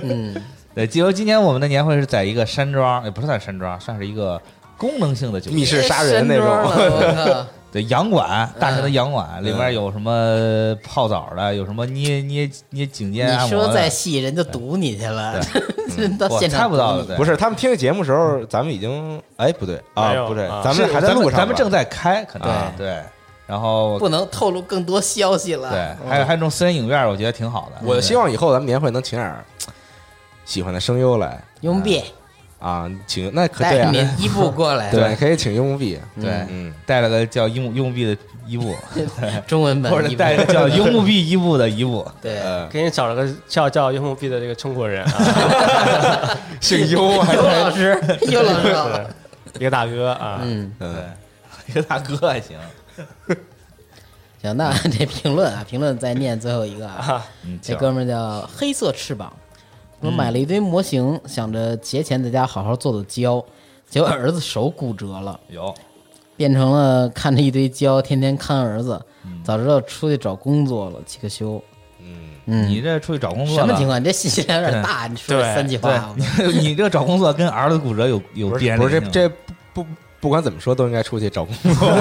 Speaker 6: 嗯，对，记得今年我们的年会是在一个山庄，也不是在山庄，算是一个功能性的酒
Speaker 4: [laughs] 密
Speaker 6: 店，
Speaker 4: 室杀人那 [laughs]
Speaker 3: 哎
Speaker 4: 种，
Speaker 3: 山庄
Speaker 6: [laughs]
Speaker 3: 了
Speaker 6: 对，洋馆，大型的
Speaker 3: 嗯
Speaker 6: 洋馆，里面有什么泡澡的，有什么捏捏捏颈肩
Speaker 3: 我靠！
Speaker 6: 按
Speaker 3: 你
Speaker 6: 摩
Speaker 3: 说
Speaker 6: 的。
Speaker 3: 再细，人就堵你去了， [laughs] 真到
Speaker 6: 嗯我
Speaker 3: 现场
Speaker 6: 猜不到的，
Speaker 3: 堵你
Speaker 6: 对
Speaker 4: 不是他们听这节目时候，咱们已经哎不对
Speaker 5: 没有
Speaker 4: 啊，不对
Speaker 5: 啊，
Speaker 4: 咱们
Speaker 6: 是
Speaker 4: 还在路上吧，啊
Speaker 6: 咱们正在开，可能
Speaker 3: 对
Speaker 6: 对。然后
Speaker 3: 不能透露更多消息了。
Speaker 6: 对，还有还有那种私人影院，我觉得挺好的。
Speaker 4: 嗯我
Speaker 6: 对嗯
Speaker 4: 希望以后咱们年会能请点儿喜欢的声优来，
Speaker 3: 佣兵
Speaker 4: 啊，请那可对
Speaker 3: 带
Speaker 4: 啊，
Speaker 3: 你一步过
Speaker 6: [laughs]
Speaker 3: 来，
Speaker 4: 对，可以请佣币，
Speaker 6: 对，
Speaker 4: 嗯，
Speaker 6: 带了个叫伊木伊木币的
Speaker 3: [laughs]
Speaker 6: 伊布，
Speaker 3: [laughs] 中文版
Speaker 6: 或者
Speaker 3: 一步
Speaker 6: 带个
Speaker 3: [laughs]
Speaker 6: 叫呃伊木币伊布的伊布，
Speaker 3: 对， [laughs]
Speaker 6: 嗯
Speaker 5: 给你找了个叫叫幽默币的这个中国人啊，
Speaker 4: 姓优啊，
Speaker 3: 尤老师，尤老师
Speaker 6: [laughs]
Speaker 3: 好，
Speaker 5: 一个大哥啊， [laughs]
Speaker 3: 嗯，
Speaker 4: 嗯，
Speaker 6: 一个大哥还行，
Speaker 3: 行，那这评论啊，评论再念最后一个啊，
Speaker 6: 嗯，
Speaker 3: 这
Speaker 6: 行
Speaker 3: 哥们儿叫黑色翅膀，我
Speaker 6: 嗯
Speaker 3: 买了一堆模型，想着节前在家好好做做胶，结果儿子手骨折了。
Speaker 6: 有
Speaker 3: 变成了看着一堆胶，天天看儿子。早知道出去找工作了，起个休。嗯
Speaker 6: 你这出去找工作
Speaker 3: 什么情
Speaker 6: 况？
Speaker 3: 况？你啊这信息量有点大，你说这
Speaker 5: 对
Speaker 3: 三句话，
Speaker 6: 对， [laughs] 你这找工作跟儿子骨折有有
Speaker 4: 不
Speaker 6: 必
Speaker 4: 是
Speaker 6: 然
Speaker 4: 不是
Speaker 6: 联系
Speaker 4: 这
Speaker 6: 吗
Speaker 4: 这不不不管怎么说都应该出去找工作，
Speaker 6: [laughs]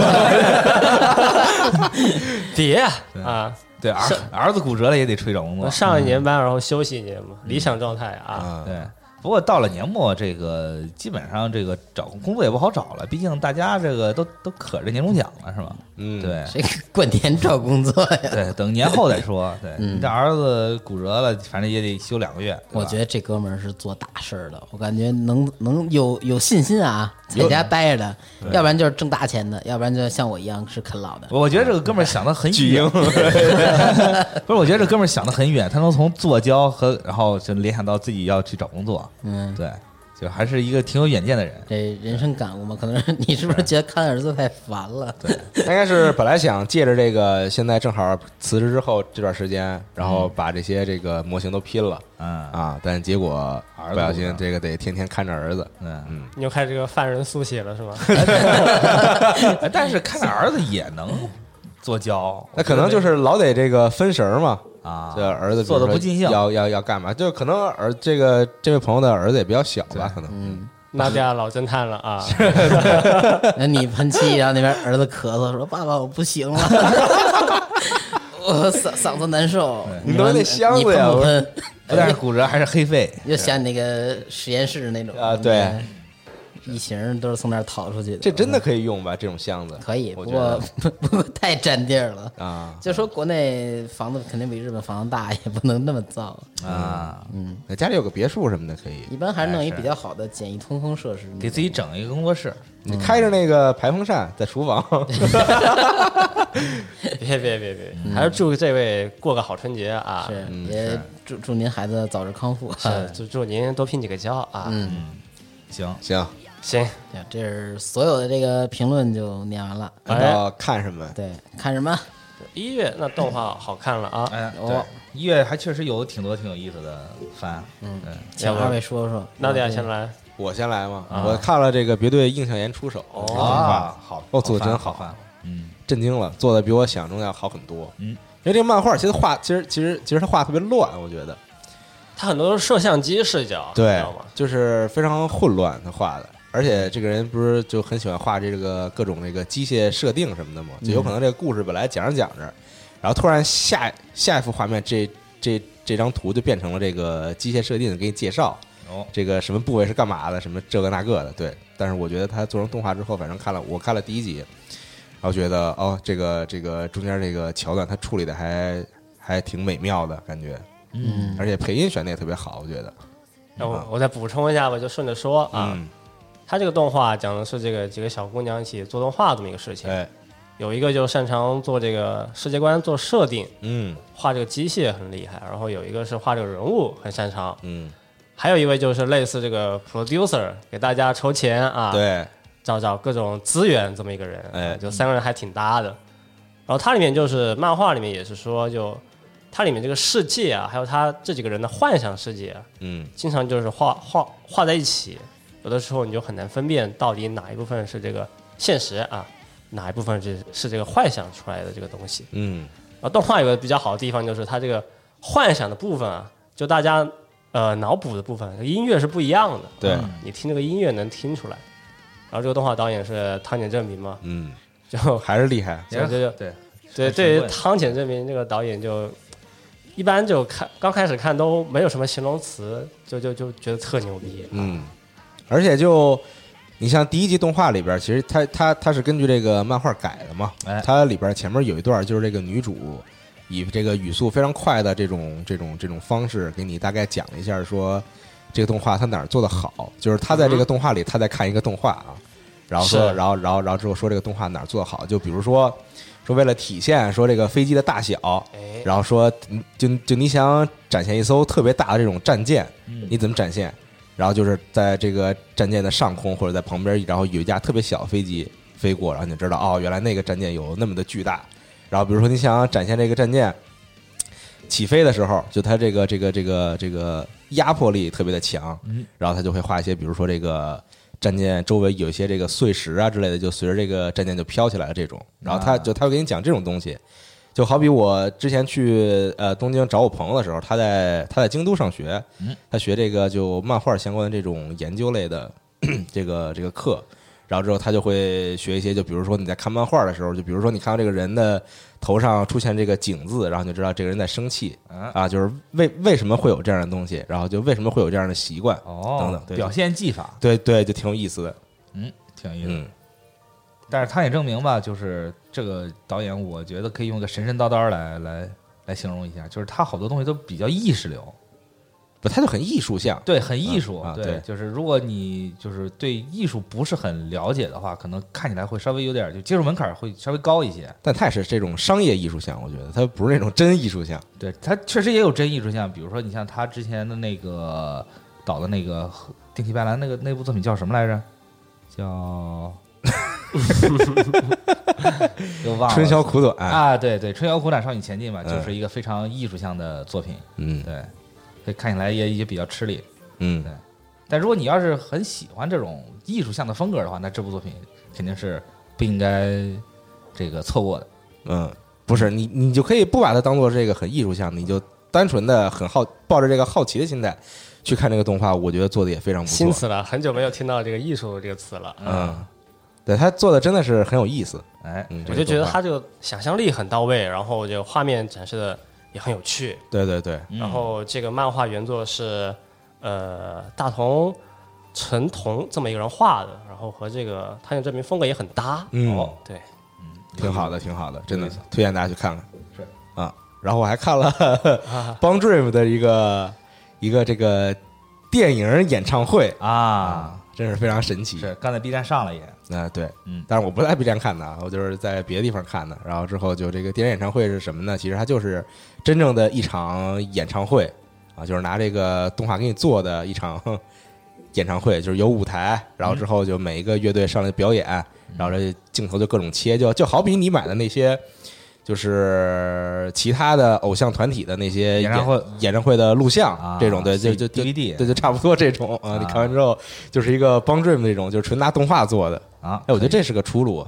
Speaker 5: 别啊，
Speaker 6: 对儿儿子骨折了也得出去找工作，
Speaker 5: 上一年班然后休息一年嘛，理想状态啊，
Speaker 4: 啊，
Speaker 6: 对。不过到了年末，这个基本上这个找工作也不好找了，毕竟大家这个都都可着年终奖了，是吧？
Speaker 4: 嗯，
Speaker 6: 对 [laughs]
Speaker 3: 谁过年找工作呀？
Speaker 6: 对，等年后再说。对你这儿子骨折了，反正也得休两个月。对吧
Speaker 3: 嗯我觉得这哥们儿是做大事儿的，我感觉能能有有信心啊，在家待着的，要不然就是挣大钱的，要不然就像我一样是啃老的。
Speaker 6: 我觉得这个哥们儿想的很 [laughs] 远，不是？我觉得这哥们儿想的很远，他能从做胶和然后就联想到自己要去找工作，
Speaker 3: 嗯，
Speaker 6: 对，就还是一个挺有远见的人。
Speaker 3: 这人生感悟嘛，可能是你是不是觉得看儿子太烦了？对，
Speaker 4: [laughs] 应该是本来想借着这个，现在正好辞职之后这段时间，然后把这些这个模型都拼了
Speaker 6: 嗯
Speaker 4: 啊，但结果不小心这个得天天看着儿子，
Speaker 6: 嗯，
Speaker 5: 你又开始这个犯人速写了是吗？
Speaker 6: 哎 [laughs] 但是看着儿子也能做胶，
Speaker 4: 那可能就是老得这个分神儿嘛。
Speaker 6: 啊，
Speaker 4: 这儿子
Speaker 6: 做的
Speaker 4: 比如说
Speaker 6: 不尽兴，
Speaker 4: 要要要干嘛？就可能儿这个这位朋友的儿子也比较小吧，可能嗯
Speaker 5: 那比亚老侦探了啊，
Speaker 3: 那你喷漆，然后那边儿子咳嗽说：“爸爸，我不行了， [laughs] 我嗓嗓子难受。”
Speaker 4: 你弄那箱子呀
Speaker 3: 你喷不
Speaker 4: 我
Speaker 3: 喷？
Speaker 6: 但是骨折还是黑肺，
Speaker 3: 又像那个实验室那种
Speaker 4: 啊对，
Speaker 3: 异形都是从那儿逃出去的。
Speaker 4: 这真的可以用吧？这种箱子
Speaker 3: 可以，
Speaker 4: 我
Speaker 3: 不
Speaker 4: 觉
Speaker 3: 过
Speaker 4: 得
Speaker 3: 不过太占地儿了。
Speaker 4: 啊
Speaker 3: 就说国内房子肯定比日本房子大，也不能那么造。
Speaker 6: 啊，
Speaker 4: 那家里有个别墅什么的可以，
Speaker 3: 一般还是弄一
Speaker 6: 哎是
Speaker 3: 比较好的简易通风设施。
Speaker 6: 给自己整一个工作室，
Speaker 4: 你开着那个排风扇在厨房， [laughs]
Speaker 5: 别别别别，还是祝这位过个好春节啊，
Speaker 3: 是
Speaker 4: 嗯
Speaker 3: 也祝祝您孩子早日康复。
Speaker 5: 是祝祝您多拼几个胶啊，
Speaker 3: 嗯，
Speaker 6: 行，
Speaker 4: 行，
Speaker 5: 行，
Speaker 3: 对， [laughs] 这是所有的这个评论就念完了。
Speaker 4: 然
Speaker 5: 哎，
Speaker 4: 后看什么？
Speaker 3: 对，看什么？
Speaker 5: 一月那动画好看了啊，
Speaker 6: 哎，对
Speaker 3: 哦，
Speaker 6: 一月还确实有挺多挺有意思的番，嗯，
Speaker 3: 请二位说说。
Speaker 5: 那
Speaker 3: 我
Speaker 5: 得
Speaker 3: 这
Speaker 5: 啊先来，
Speaker 4: 我先来嘛，我看了这个别对印象岩出手，这动画
Speaker 6: 啊，好，
Speaker 4: 哦做得
Speaker 6: 好番
Speaker 4: 真
Speaker 6: 好
Speaker 4: 好
Speaker 6: 番，嗯
Speaker 4: 震惊了，做的比我想中要好很多。
Speaker 6: 嗯，
Speaker 4: 因为这个漫画其实画，其实其实其实它画得特别乱，我觉得，
Speaker 6: 啊
Speaker 5: 他很多都是摄像机视角，你知
Speaker 4: 对嗯
Speaker 5: 道吗？，
Speaker 4: 就是非常混乱，他画的。而且这个人不是就很喜欢画这个各种那个机械设定什么的嘛，
Speaker 6: 嗯
Speaker 4: 就有可能这个故事本来讲着讲着，然后突然下下一幅画面，这这这张图就变成了这个机械设定，给你介绍
Speaker 6: 哦
Speaker 4: 这个什么部位是干嘛的，什么这个那个的。对，但是我觉得他做成动画之后，反正看了我看了第一集，然后觉得哦，这个这个中间这个桥段他处理的还还挺美妙的感觉，
Speaker 3: 嗯，
Speaker 4: 而且配音选的也特别好，我觉得
Speaker 5: 那我我再补充一下吧，就顺着说啊，
Speaker 4: 嗯
Speaker 5: 他这个动画讲的是这个几个小姑娘一起做动画这么一个事情，
Speaker 4: 哎，
Speaker 5: 有一个就擅长做这个世界观、做设定，
Speaker 4: 嗯
Speaker 5: 画这个机械很厉害，然后有一个是画这个人物很擅长，
Speaker 4: 嗯，
Speaker 5: 还有一位就是类似这个 producer 给大家筹钱啊，，
Speaker 4: 对。
Speaker 5: 找找各种资源这么一个人，啊
Speaker 4: 哎
Speaker 5: 就三个人还挺搭的。然后它里面就是漫画里面也是说，就它里面这个世界啊，还有他这几个人的幻想世界、啊，
Speaker 4: 嗯
Speaker 5: 经常就是画画画在一起，有的时候你就很难分辨到底哪一部分是这个现实啊，哪一部分是是这个幻想出来的这个东西。
Speaker 4: 嗯
Speaker 5: 然后动画有个比较好的地方就是它这个幻想的部分啊，就大家呃脑补的部分，音乐是不一样的。
Speaker 4: 对
Speaker 5: 啊你听这个音乐能听出来。然后这个动画导演是汤浅正明嘛，
Speaker 4: 嗯，
Speaker 5: 就
Speaker 4: 还是厉害。
Speaker 5: 所以这就
Speaker 6: 对，
Speaker 5: 对对
Speaker 6: 很神
Speaker 5: 于
Speaker 6: 棍
Speaker 5: 汤浅正明这个导演就一般就看刚开始看都没有什么形容词，就就就觉得特牛逼。啊
Speaker 4: 嗯，而且就你像第一集动画里边，其实它它它是根据这个漫画改的嘛
Speaker 6: 哎，
Speaker 4: 它里边前面有一段就是这个女主以这个语速非常快的这种这种这种方式给你大概讲了一下说。这个动画它哪儿做的好，就是他在这个动画里他在看一个动画啊，然后说，
Speaker 5: 是
Speaker 4: 然后然后然后之后说这个动画哪儿做的好，就比如说说为了体现说这个飞机的大小，
Speaker 5: 哎，
Speaker 4: 然后说嗯就就你想展现一艘特别大的这种战舰，你怎么展现？然后就是在这个战舰的上空或者在旁边，然后有一架特别小的飞机飞过，然后你就知道哦，原来那个战舰有那么的巨大。然后比如说你想展现这个战舰起飞的时候，就它这个这个这个这个压迫力特别的强，然后它就会画一些，比如说这个战舰周围有一些这个碎石啊之类的，就随着这个战舰就飘起来了这种。然后它
Speaker 6: 啊
Speaker 4: 就它会给你讲这种东西，就好比我之前去呃东京找我朋友的时候，他在他在京都上学，他学这个就漫画相关的这种研究类的这个这个课，然后之后他就会学一些，就比如说你在看漫画的时候，就比如说你看到这个人的头上出现这个井字，然后你就知道这个人在生气
Speaker 6: 啊
Speaker 4: 啊，就是为为什么会有这样的东西，然后就为什么会有这样的习惯，
Speaker 6: 哦，
Speaker 4: 等等，对
Speaker 6: 表现技法，
Speaker 4: 对对，就挺有意思的，
Speaker 6: 嗯，挺有意思。
Speaker 4: 嗯，
Speaker 6: 但是他也证明吧，就是这个导演，我觉得可以用一个神神叨叨来来来形容一下，就是他好多东西都比较意识流，
Speaker 4: 不，他就很艺术向，
Speaker 6: 对，很艺术，
Speaker 4: 啊啊
Speaker 6: 对，
Speaker 4: 对
Speaker 6: 就是如果你就是对艺术不是很了解的话，可能看起来会稍微有点，就接受门槛会稍微高一些。
Speaker 4: 但他也是这种商业艺术向，我觉得他不是那种真艺术向，
Speaker 6: 对他确实也有真艺术像，比如说你像他之前的那个导的那个和定奇白兰那个那部作品叫什么来着？
Speaker 4: [laughs]
Speaker 6: 叫又忘了
Speaker 4: 春宵苦短，
Speaker 6: 啊，对对，《春瑶苦短少女前进》嘛，
Speaker 4: 嗯
Speaker 6: 就是一个非常艺术向的作品，
Speaker 4: 嗯
Speaker 6: 对，所以看起来也也比较吃力。
Speaker 4: 嗯
Speaker 6: 对，但如果你要是很喜欢这种艺术向的风格的话，那这部作品肯定是不应该这个错过的。
Speaker 4: 嗯，不是你，你就可以不把它当做这个很艺术向，你就单纯的很好，抱着这个好奇的心态去看这个动画，我觉得做的也非常不
Speaker 5: 新
Speaker 4: 错。
Speaker 5: 词了，很久没有听到这个艺术这个词了。
Speaker 4: 嗯，对他做的真的是很有意思。
Speaker 6: 哎，
Speaker 4: 嗯，
Speaker 5: 我
Speaker 4: 这
Speaker 5: 就
Speaker 4: 个
Speaker 5: 觉得
Speaker 4: 动画
Speaker 5: 他这个想象力很到位，然后这个画面展示的也很有趣。
Speaker 4: 对对对，
Speaker 6: 嗯
Speaker 5: 然后这个漫画原作是呃大同陈同这么一个人画的，然后和这个探险这名风格也很搭。
Speaker 4: 嗯
Speaker 5: 哦，对，
Speaker 4: 挺好的，挺好的，真的
Speaker 6: 有意思
Speaker 4: 推荐大家去看看。
Speaker 6: 是
Speaker 4: 啊，然后我还看了 [laughs] Bang Dream 的一个一个这个电影演唱会，
Speaker 6: 啊，
Speaker 4: 真是非常神奇。
Speaker 6: 是刚才 B 站上了也，
Speaker 4: 啊、对，
Speaker 6: 嗯
Speaker 4: 但是我不在 B 站看的啊，我就是在别的地方看的。然后之后就这个电影演唱会是什么呢？其实它就是真正的一场演唱会啊，就是拿这个动画给你做的一场 [laughs] 哼演唱会，就是有舞台，然
Speaker 6: 嗯
Speaker 4: 后之后就每一个乐队上来表演，然后这镜头就各种切，就就好比你买的那些。就是其他的偶像团体的那些
Speaker 6: 演唱会
Speaker 4: 演唱会的录像，
Speaker 6: 啊
Speaker 4: 这种对，就
Speaker 6: C-
Speaker 4: 就就
Speaker 6: DVD
Speaker 4: 对，就差不多这种啊。你看完之后，就是一个帮 Dream 那种，就是纯拿动画做的，
Speaker 6: 啊，
Speaker 4: 哎，我觉得这是个出路，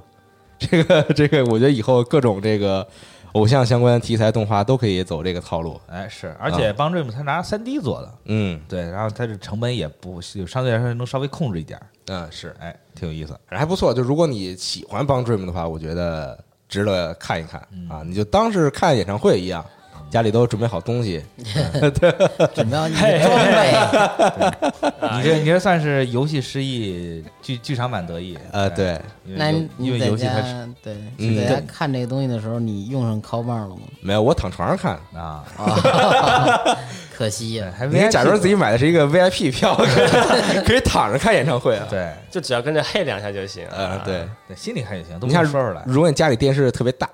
Speaker 4: 这个这个，我觉得以后各种这个偶像相关题材动画都可以走这个套路。
Speaker 6: 哎是，而
Speaker 4: 啊
Speaker 6: 且帮 Dream 他拿三 D 做的，
Speaker 4: 嗯
Speaker 6: 对，然后他这成本也不就相对来说能稍微控制一点儿，
Speaker 4: 嗯，是，
Speaker 6: 哎，挺有意思。
Speaker 4: 还不错。就如果你喜欢帮 Dream 的话，我觉得值得看一看啊，你就当是看演唱会一样，家里都准备好东西。
Speaker 3: 准备好你的装备，
Speaker 6: 你这你这算是游戏失忆，剧剧场版得意哎
Speaker 4: 呃，，对，
Speaker 6: 因
Speaker 3: 那
Speaker 6: 为因
Speaker 3: 你
Speaker 6: 为
Speaker 3: 在
Speaker 6: 游戏它是
Speaker 3: 家对
Speaker 4: 嗯
Speaker 3: 你在家看这个东西的时候，你用上靠棒了吗？
Speaker 4: 没有，我躺床上看。
Speaker 6: 啊，
Speaker 3: 可惜呀，
Speaker 6: 还
Speaker 4: 哦你可以假装自己买的是一个 VIP [laughs] 票，可以可以躺着看演唱会啊。
Speaker 6: 对
Speaker 5: 就只要跟着嘿两下就行。啊
Speaker 4: 呃，对，
Speaker 6: 对，心里看就行，都
Speaker 4: 你
Speaker 6: 不
Speaker 4: 看
Speaker 6: 用说出来。
Speaker 4: 如果你家里电视特别大，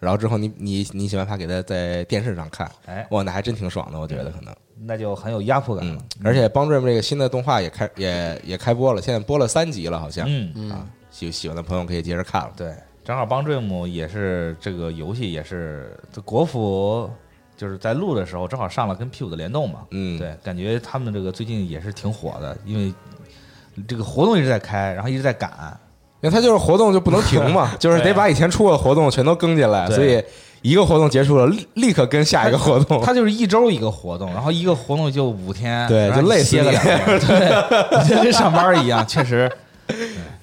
Speaker 4: 然后之后你你你喜欢怕给它在电视上看，
Speaker 6: 哎
Speaker 4: 哇，那还真挺爽的，我觉得可能。
Speaker 6: 那就很有压迫感
Speaker 4: 嗯
Speaker 6: 了。，
Speaker 4: 而且《帮 Dream》这个新的动画也开也也开播了，现在播了三集了，好像。
Speaker 6: 嗯，
Speaker 4: 啊，喜喜欢的朋友可以接着看了。
Speaker 6: 对，正好帮 Dream 也是这个游戏也是这国服，就是在录的时候正好上了跟 P 五的联动嘛。
Speaker 4: 嗯
Speaker 6: 对，感觉他们这个最近也是挺火的，因为这个活动一直在开，然后一直在赶。
Speaker 4: 因为它就是活动就不能停
Speaker 6: [laughs]
Speaker 4: 嘛，就是得把以前出过的活动全都更进来，
Speaker 6: 对
Speaker 4: 所以一个活动结束了，立立刻跟下一个活动。
Speaker 6: 它就是一周一个活动，然后一个活动就五天，
Speaker 4: 对
Speaker 6: 然后
Speaker 4: 就累死
Speaker 6: 歇了
Speaker 4: 你
Speaker 6: 两
Speaker 4: [laughs]
Speaker 6: 天，对，就跟上班一样。确实，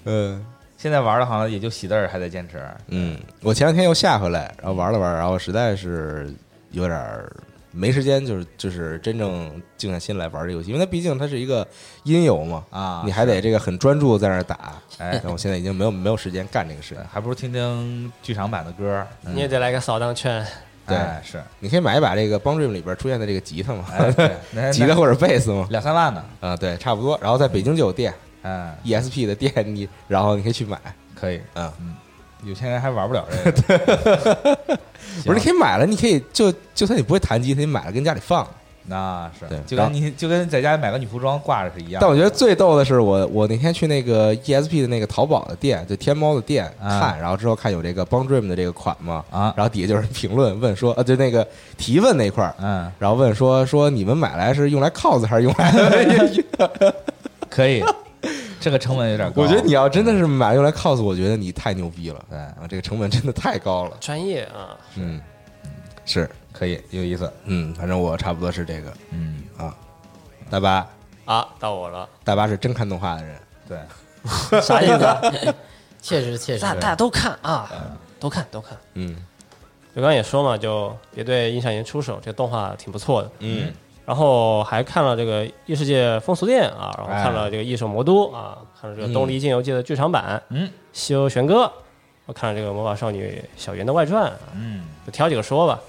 Speaker 4: 嗯
Speaker 6: 现在玩的好像也就喜字儿还在坚持。
Speaker 4: 嗯，我前两天又下回来，然后玩了玩，然后实在是有点儿没时间，就是就是真正静下心来玩这游戏，因为它毕竟它是一个音游嘛，
Speaker 6: 啊
Speaker 4: 你还得这个很专注在那儿
Speaker 6: [laughs]
Speaker 4: 打。
Speaker 6: 哎
Speaker 4: 但我现在已经没有没有时间干这个事情
Speaker 6: 对。还不如听听剧场版的歌儿。嗯
Speaker 5: 你也得来个扫荡券，
Speaker 4: 对
Speaker 6: 哎是，
Speaker 4: 你可以买一把这个《Bond Dream》里边出现的这个吉他嘛，
Speaker 6: 哎对
Speaker 4: [laughs]
Speaker 6: 那
Speaker 4: 吉他或者贝斯
Speaker 6: [laughs]
Speaker 4: 嘛，
Speaker 6: 两三万呢，
Speaker 4: 啊，对，差不多。然后在北京就有店
Speaker 6: 哎，
Speaker 4: ，ESP 的店，你然后你可以去买，
Speaker 6: 可以，
Speaker 4: 嗯
Speaker 6: 嗯，有钱人还玩不了这
Speaker 4: [laughs]
Speaker 6: 个，
Speaker 4: 不是你可以买了，你可以就就算你不会弹吉他，你买了跟家里放。
Speaker 6: 那是
Speaker 4: 对，
Speaker 6: 就
Speaker 4: 然后
Speaker 6: 跟你就跟在家买个女服装挂着是一样的。
Speaker 4: 但我觉得最逗的是我，我那天去那个 ESP 的那个淘宝的店，就天猫的店、
Speaker 6: 啊
Speaker 4: 看，然后之后看有这个 Bond Dream 的这个款嘛，
Speaker 6: 啊
Speaker 4: 然后底下就是评论问说，啊，就那个提问那块儿，
Speaker 6: 嗯，
Speaker 4: 然后问说说你们买来是用来 cos 还是用来？
Speaker 6: 可以，这个成本有点高。
Speaker 4: 我觉得你要真的是买用来 cos，我觉得你太牛逼了，
Speaker 6: 对
Speaker 4: 啊，这个成本真的太高了，
Speaker 5: 专业啊，
Speaker 4: 嗯，是，
Speaker 6: 可以有意思，
Speaker 4: 嗯，反正我差不多是这个，
Speaker 6: 嗯，
Speaker 4: 啊，大巴
Speaker 5: 啊，到我了，
Speaker 4: 大巴是真看动画的人，
Speaker 5: [laughs]
Speaker 6: 对，
Speaker 5: 啥意 [laughs] 思啊？
Speaker 3: 确实确实
Speaker 5: 大，大家都看啊，都看都看。
Speaker 4: 嗯
Speaker 5: 就刚刚也说嘛，就别对印象研出手，这个动画挺不错的。
Speaker 4: 嗯
Speaker 5: 然后还看了这个《异世界风俗店》啊，然后
Speaker 6: 哎
Speaker 5: 看了这个《异兽魔都》啊，看了这个《东离剑游记》的剧场版，
Speaker 6: 嗯
Speaker 5: 《西游玄歌》，我看了这个《魔法少女小圆的外传》啊，
Speaker 6: 嗯，
Speaker 5: 就挑几个说吧。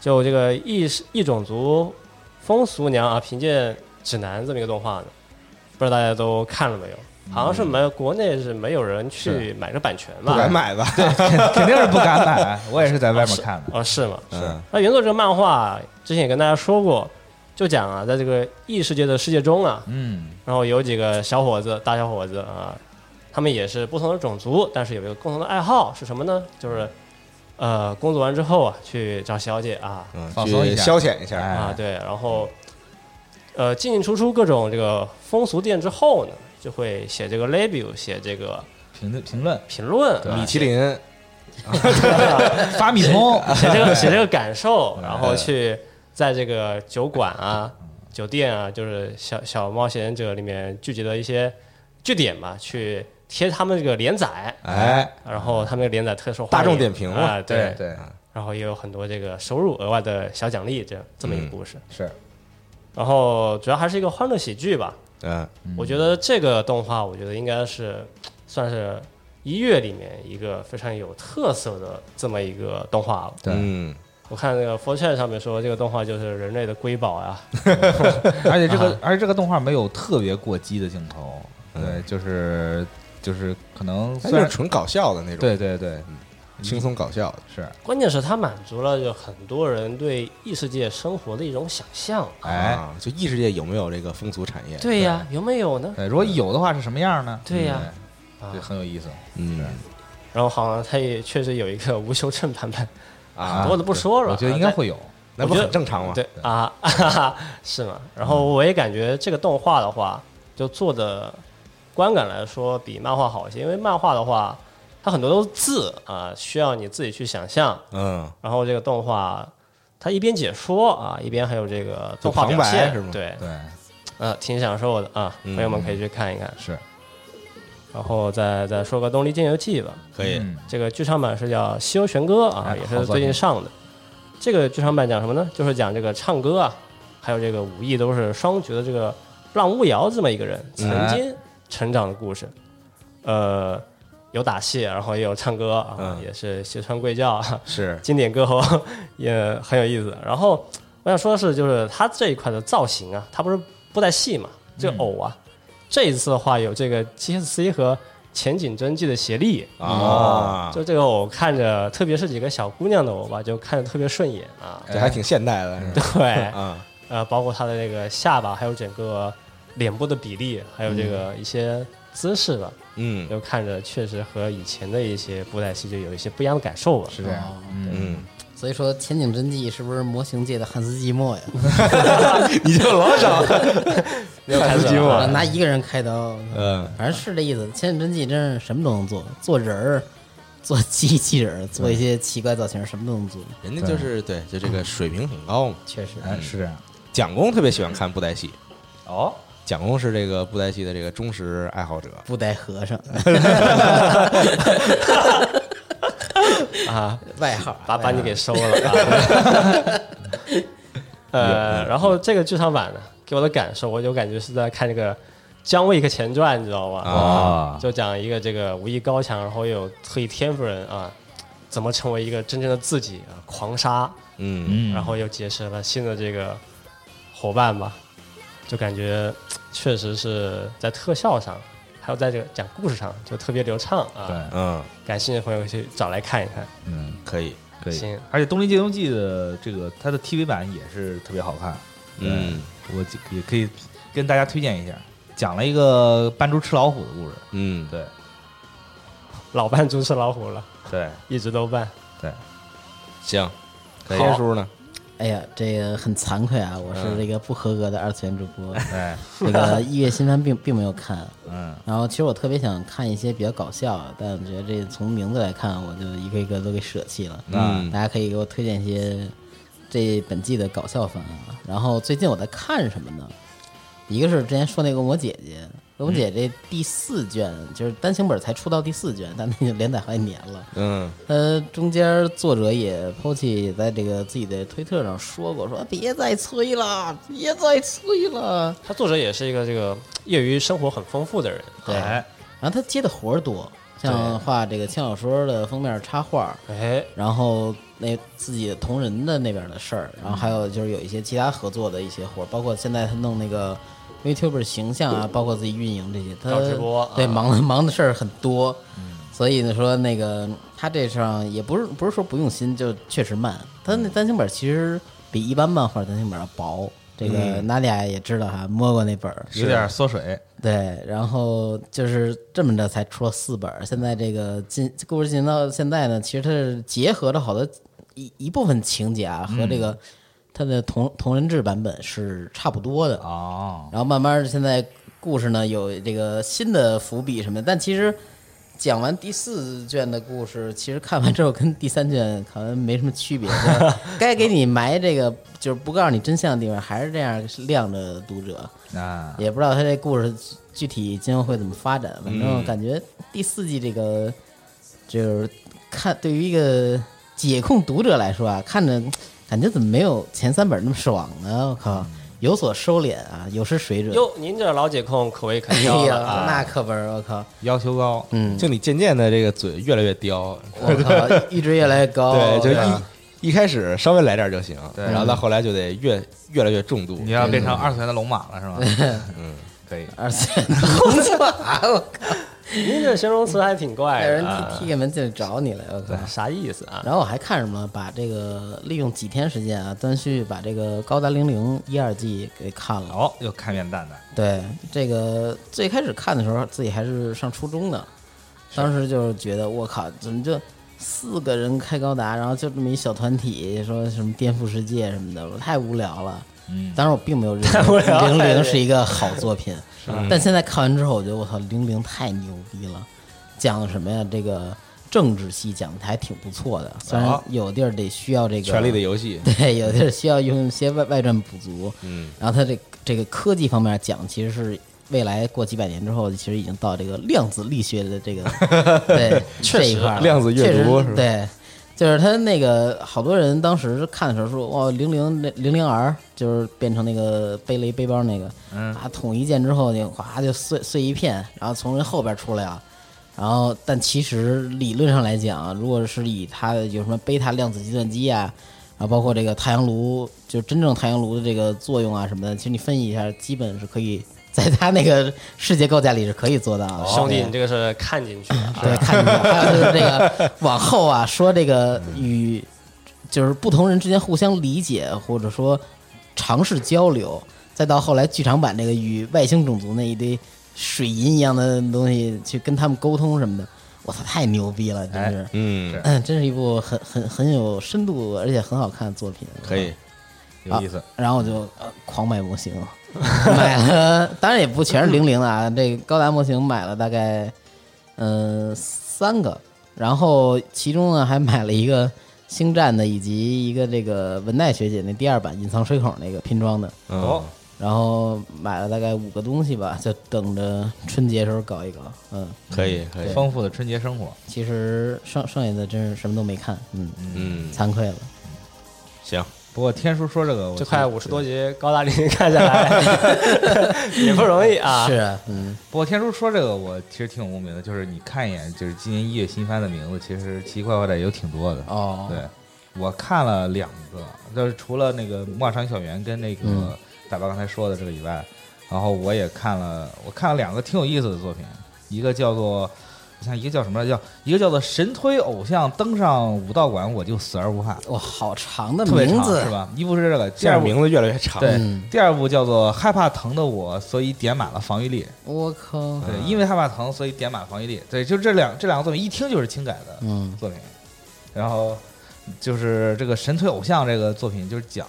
Speaker 5: 就这个异世异种族风俗娘啊，凭借指南这么一个动画呢，不知道大家都看了没有？好像是没国内是没有人去买这版权吧？
Speaker 4: 不敢买吧？对，
Speaker 6: 肯定是不敢买，我也是在外面看的。
Speaker 5: 哦，是吗？
Speaker 4: 嗯
Speaker 5: 那原作这个漫画之前也跟大家说过，就讲啊，在这个异世界的世界中啊，
Speaker 6: 嗯
Speaker 5: 然后有几个小伙子、大小伙子啊，他们也是不同的种族，但是有一个共同的爱好是什么呢？就是呃，工作完之后啊，去找小姐啊
Speaker 4: 嗯
Speaker 6: 放松一
Speaker 4: 去
Speaker 6: 下
Speaker 4: 消遣一下，
Speaker 6: 哎
Speaker 5: 啊，对，然后呃，进进出出各种这个风俗店之后呢，就会写这个 review，写这个
Speaker 6: 评论评论，
Speaker 5: 评论啊，
Speaker 4: 米其林，
Speaker 6: 发米
Speaker 4: [laughs]
Speaker 6: 通，
Speaker 5: 写这个写这个感受，
Speaker 4: 哎
Speaker 5: 然后去在这个酒馆啊、
Speaker 4: 嗯
Speaker 5: 酒店啊，就是小小冒险者里面聚集的一些据点吧，去贴他们这个连载，
Speaker 4: 哎，
Speaker 5: 然后他们这个连载特受欢
Speaker 4: 大
Speaker 5: 迎
Speaker 4: 众点评嘛
Speaker 5: 啊，
Speaker 6: 对对
Speaker 5: 然后也有很多这个收入额外的小奖励，这样这么
Speaker 4: 嗯
Speaker 5: 一个故事。
Speaker 6: 是，
Speaker 5: 然后主要还是一个欢乐喜剧吧，
Speaker 4: 嗯
Speaker 5: 我觉得这个动画，我觉得应该是算是一月里面一个非常有特色的这么一个动画了。
Speaker 6: 对
Speaker 4: 嗯，
Speaker 5: 我看那个 f o r c h a t 上面说，这个动画就是人类的瑰宝呀、 [laughs]
Speaker 6: 而且这
Speaker 4: 啊
Speaker 6: 个而且这个动画没有特别过激的镜头，对，就是就是可能
Speaker 4: 嗯它
Speaker 6: 虽
Speaker 4: 就是
Speaker 6: 然
Speaker 4: 纯搞笑的那种，
Speaker 6: 对对对
Speaker 4: 轻松搞笑的，
Speaker 6: 是，
Speaker 5: 关键是它满足了就很多人对异世界生活的一种想象。
Speaker 6: 哎，
Speaker 4: 啊，就异世界有没有这个风俗产业？
Speaker 5: 对呀、有没有呢？
Speaker 6: 对，如果有的话是什么样呢？
Speaker 5: 对呀
Speaker 6: 对
Speaker 5: 啊
Speaker 6: 对，很有意思，
Speaker 4: 嗯
Speaker 5: 然后好像它也确实有一个无修正版本，
Speaker 4: 啊，
Speaker 5: 我都不说了。
Speaker 6: 我觉得应该会有，
Speaker 4: 那不
Speaker 5: 我觉得
Speaker 4: 很正常吗？嗯
Speaker 5: 对啊， [laughs] 是吗？然后我也感觉这个动画的话，就做的观感来说比漫画好一些，因为漫画的话，它很多都是字啊，需要你自己去想象。
Speaker 4: 嗯，
Speaker 5: 然后这个动画，它一边解说啊，一边还有这个动画
Speaker 4: 就旁
Speaker 5: 表现，
Speaker 4: 白是吗
Speaker 5: 对，
Speaker 6: 对，
Speaker 5: 呃，挺享受的啊，
Speaker 4: 嗯
Speaker 5: 朋友们可以去看一看。
Speaker 6: 是
Speaker 5: 然后再再说个《动力剑游记》吧，
Speaker 4: 可以，
Speaker 6: 嗯
Speaker 5: 这个剧场版是叫《西游玄歌》啊，
Speaker 6: 哎
Speaker 5: 也
Speaker 6: 好
Speaker 5: 是
Speaker 6: 作
Speaker 5: 最近
Speaker 6: 品
Speaker 5: 上的。这个剧场版讲什么呢？就是讲这个唱歌啊，还有这个武艺都是双绝的这个浪无瑶这么一个人曾经成长的故事。呃，有打戏，然后也有唱歌啊，
Speaker 4: 嗯
Speaker 5: 也是斜穿贵教啊， [laughs]
Speaker 4: 是
Speaker 5: 经典歌喉也很有意思。然后我想说的是，就是它这一块的造型啊，它不是布袋戏嘛，这个偶啊，这一次的话有这个 GSC 和前景真纪的协力
Speaker 6: 哦
Speaker 4: 啊，
Speaker 5: 就这个偶看着，特别是几个小姑娘的偶吧，就看着特别顺眼啊。
Speaker 4: 这还挺现代的
Speaker 6: 嗯
Speaker 4: 是吧 [laughs]
Speaker 5: 对，
Speaker 4: 啊，
Speaker 5: 呃，包括她的这个下巴，还有整个脸部的比例，还有这个一些姿势吧，
Speaker 4: 嗯
Speaker 5: 就看着确实和以前的一些布袋戏就有一些不一样的感受吧。
Speaker 6: 是这样，
Speaker 4: 嗯，
Speaker 3: 所以说前景真迹是不是模型界的汉斯季默呀？
Speaker 4: 你就老找汉
Speaker 5: [laughs]
Speaker 4: 斯季
Speaker 3: 啊
Speaker 4: 默，
Speaker 3: 拿一个人开刀，
Speaker 4: 嗯，
Speaker 3: 反正是这意思。前景真迹真是什么都能做，做人儿，做机器人儿，做一些奇怪造型，什么都能做。
Speaker 4: 人家就是对，就这个水平很高嘛。
Speaker 3: 确实，
Speaker 4: 嗯
Speaker 6: 哎，是这样，
Speaker 4: 蒋公特别喜欢看布袋戏，
Speaker 6: 哦，
Speaker 4: 蒋公是这个布袋戏的这个忠实爱好者。
Speaker 3: 布袋和尚
Speaker 5: 啊，
Speaker 3: 外号啊，
Speaker 5: 把把
Speaker 3: 外
Speaker 5: 你
Speaker 3: 号
Speaker 5: 给收了。啊 [laughs] 呃，然后这个剧场版呢，给我的感受，我就感觉是在看这个《姜维克前传》，你知道吗？
Speaker 6: 啊
Speaker 5: 就讲一个这个武艺高强，然后又有特异天赋人啊，怎么成为一个真正的自己啊，狂杀
Speaker 4: 嗯，
Speaker 6: 嗯，
Speaker 5: 然后又结识了新的这个伙伴吧，就感觉确实是在特效上，还有在这个讲故事上就特别流畅
Speaker 6: 对
Speaker 5: 啊。，
Speaker 4: 嗯，
Speaker 5: 感兴趣的朋友去找来看一看。
Speaker 6: 嗯，
Speaker 4: 可以，
Speaker 6: 可以
Speaker 5: 行。
Speaker 6: 而且《东临借东记》的这个它的 TV 版也是特别好看，对
Speaker 4: 嗯，
Speaker 6: 我就也可以跟大家推荐一下，讲了一个扮猪吃老虎的故事，
Speaker 4: 嗯，
Speaker 6: 对
Speaker 5: 老扮 [laughs] 猪吃老虎了，
Speaker 6: 对
Speaker 5: 一直都扮。
Speaker 6: 对，
Speaker 4: 行，
Speaker 6: 可以
Speaker 4: 天叔呢？
Speaker 3: 哎呀，这个很惭愧啊，我是
Speaker 4: 嗯
Speaker 3: 这个不合格的二次元主播，
Speaker 6: 哎，
Speaker 3: 那个一月新番并并没有看。
Speaker 6: 嗯，
Speaker 3: 然后其实我特别想看一些比较搞笑的，但我觉得这从名字来看，我就一个一个都给舍弃了。
Speaker 4: 嗯
Speaker 3: 大家可以给我推荐一些这本季的搞笑番啊。然后最近我在看什么呢？一个是之前说那个《恶魔姐姐》，《恶魔姐姐》这第四卷、就是单行本才出到第四卷，但那个连载好几年了。
Speaker 4: 嗯
Speaker 3: 呃，中间作者也 POCI 在这个自己的推特上说过，说别再催了，别再催了。
Speaker 5: 他作者也是一个这个业余生活很丰富的人，
Speaker 3: 对，
Speaker 6: 哎
Speaker 3: 然后他接的活儿多，像画这个轻小说的封面插画，
Speaker 5: 哎，
Speaker 3: 然后那自己同人的那边的事儿，然后还有就是有一些其他合作的一些活儿，包括现在他弄那个 VTuber 形象啊，包括自己运营这些，他
Speaker 5: 搞嗯直播啊嗯
Speaker 3: 对忙的忙的事儿很多，所以呢说那个他这上也不是不是说不用心，就确实慢。他
Speaker 5: 嗯
Speaker 3: 那单行本其实比一般漫画单行本要薄。这
Speaker 5: 嗯
Speaker 3: 个娜迪亚也知道哈，摸过那本儿，
Speaker 5: 啊
Speaker 6: 有点缩水，
Speaker 3: 对，然后就是这么着才出了四本儿。现在这个进故事进行到现在呢，其实它是结合了好多一一部分情节啊，和这个它的同同人志版本是差不多的啊。
Speaker 6: 哦，
Speaker 3: 然后慢慢儿现在故事呢有这个新的伏笔什么的，但其实讲完第四卷的故事，其实看完之后跟第三卷看完没什么区别，就是该给你埋这个就是不告诉你真相的地方还是这样晾着读者。
Speaker 6: 那
Speaker 3: 也不知道他这故事具体今后会怎么发展，反
Speaker 4: 嗯
Speaker 3: 正感觉第四季这个就是看对于一个解控读者来说啊，看着感觉怎么没有前三本那么爽呢？我
Speaker 4: 嗯
Speaker 3: 靠，有所收敛啊，有失水准。
Speaker 5: 哟，您这老姐控口味可
Speaker 3: 哎
Speaker 5: 高
Speaker 3: 呀
Speaker 5: 了，
Speaker 6: [laughs]
Speaker 5: 啊！
Speaker 3: 那课本儿我
Speaker 4: [laughs]
Speaker 3: 靠，
Speaker 6: 要求高，
Speaker 3: 嗯，
Speaker 4: 就你渐渐的这个嘴越来越刁，
Speaker 6: 哦
Speaker 3: 我靠，阈值越来越高，
Speaker 4: 对，就
Speaker 3: 啊
Speaker 4: 一一开始稍微来点就行，
Speaker 6: 对
Speaker 4: 然后到后来就得越越来越重度
Speaker 6: 你，要变成二次元的龙马了是吗？ [laughs] 嗯，可以，
Speaker 3: 二次 [laughs] 元工作啊，我靠，
Speaker 5: 您这形容词还挺怪
Speaker 4: 哎
Speaker 3: 有人
Speaker 5: 的啊，
Speaker 3: 踢踢开门进来找你了，我靠。
Speaker 5: 啥意思啊？
Speaker 3: 然后我还看什么，把这个利用几天时间啊，断续把这个《高达零零》一二季给看了。
Speaker 6: 哦，又看遍蛋蛋，
Speaker 3: 对，这个最开始看的时候，自己还是上初中呢，当时就是觉得我靠，怎么就四个人开高达，然后就这么一小团体，说什么颠覆世界什么的，我太无聊了。
Speaker 6: 嗯，
Speaker 3: 当然，我并没有认为
Speaker 5: 无聊
Speaker 3: 《零
Speaker 5: [laughs] 太
Speaker 3: 零》是一个好作品，但现在看完之后，我觉得我操，《零零》太牛逼了，讲什么呀？这个政治系讲的还挺不错的，虽然
Speaker 5: 哦
Speaker 6: 好
Speaker 3: 有地儿得需要这个
Speaker 4: 《权力的游戏》
Speaker 3: [laughs] 对，有地儿需要用一些外外传补足。
Speaker 4: 嗯，
Speaker 3: 然后它这这个科技方面讲，其实是未来过几百年之后，其实已经到这个量子力学的
Speaker 4: [laughs]
Speaker 3: 这个对这一块儿了
Speaker 4: 量子阅
Speaker 3: 确实
Speaker 4: 读是吧
Speaker 3: 对。就是他那个好多人当时看的时候说，哇，零零零零 R 就是变成那个背雷背包那个，
Speaker 6: 嗯
Speaker 3: 啊，捅一剑之后就哗就碎碎一片，然后从人后边出来啊，然后但其实理论上来讲啊，如果是以它的有什么贝塔量子计算机啊，啊，包括这个太阳炉，就真正太阳炉的这个作用啊什么的，其实你分析一下，基本是可以在它那个世界构架里是可以做到的。
Speaker 6: 哦
Speaker 5: 哦兄弟，
Speaker 3: 对
Speaker 5: 你这个是看进去
Speaker 6: 啊
Speaker 5: 了，
Speaker 3: 对，看见没有？还有就是这个往后啊，说这个与就是不同人之间互相理解，或者说尝试交流，再到后来剧场版这个与外星种族那一堆水银一样的东西去跟他们沟通什么的，我操，太牛逼了，真是，
Speaker 4: 嗯，
Speaker 3: 嗯，真是一部很很很有深度而且很好看的作品，
Speaker 4: 可以，
Speaker 6: 有意思，
Speaker 3: 然后我就、呃狂买模型， [laughs] 买了，当然也不全是零零的啊，这个高达模型买了大概嗯、呃三个，然后其中呢还买了一个星战的，以及一个这个文奈学姐那第二版隐藏水口那个拼装的，
Speaker 4: 嗯
Speaker 6: 哦，
Speaker 3: 然后买了大概五个东西吧，就等着春节时候搞一搞，嗯。
Speaker 4: 可以，可以，
Speaker 6: 丰富的春节生活，
Speaker 3: 其实剩剩下的真是什么都没看，嗯，
Speaker 4: 嗯，
Speaker 3: 惭愧了。
Speaker 4: 行，
Speaker 6: 不过天叔说这个，我
Speaker 5: 这快五十多集高大林看下
Speaker 6: [laughs]
Speaker 5: 来 [laughs] 也不容易啊。
Speaker 3: 是啊，嗯，
Speaker 6: 不过天叔说这个，我其实挺有共鸣的，就是你看一眼，就是今年一月新番的名字，其实奇奇怪怪的有挺多的。
Speaker 3: 哦，
Speaker 6: 对，我看了两个，就是除了那个《陌上小圆》跟那
Speaker 3: 嗯
Speaker 6: 个大巴刚才说的这个以外，然后我也看了，我看了两个挺有意思的作品，一个叫做。像一个叫什么来着？叫一个叫做“神推偶像登上武道馆，我就死而无憾
Speaker 3: 哇，好长”，的
Speaker 6: 特别
Speaker 3: 名
Speaker 6: 长
Speaker 3: 字
Speaker 6: 是？吧？一部是这个，第
Speaker 4: 这样
Speaker 6: 二部
Speaker 4: 名字越来越长。
Speaker 6: 对
Speaker 3: 嗯，
Speaker 6: 第二部叫做“害怕疼的我”，所以点满了防御力。
Speaker 3: 我靠，
Speaker 6: 对，因为害怕疼，所以点满防御力。对，就这两这两个作品，一听就是轻改的
Speaker 3: 嗯
Speaker 6: 作品。然后就是这个《神推偶像》这个作品，就是讲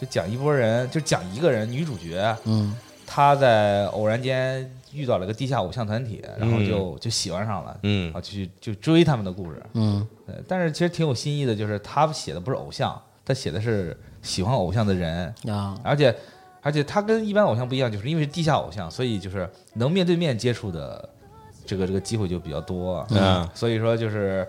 Speaker 6: 就讲一波人，就讲一个人，女主角
Speaker 3: 嗯
Speaker 6: 她在偶然间遇到了一个地下偶像团体，然后就就喜欢上了，
Speaker 4: 嗯
Speaker 6: 然后去就追他们的故事。
Speaker 3: 嗯
Speaker 6: 对，但是其实挺有新意的，就是她写的不是偶像，她写的是喜欢偶像的人。
Speaker 3: 啊，
Speaker 6: 而且而且他跟一般偶像不一样，就是因为是地下偶像，所以就是能面对面接触的这个这个机会就比较多。
Speaker 4: 嗯
Speaker 6: 啊所以说就是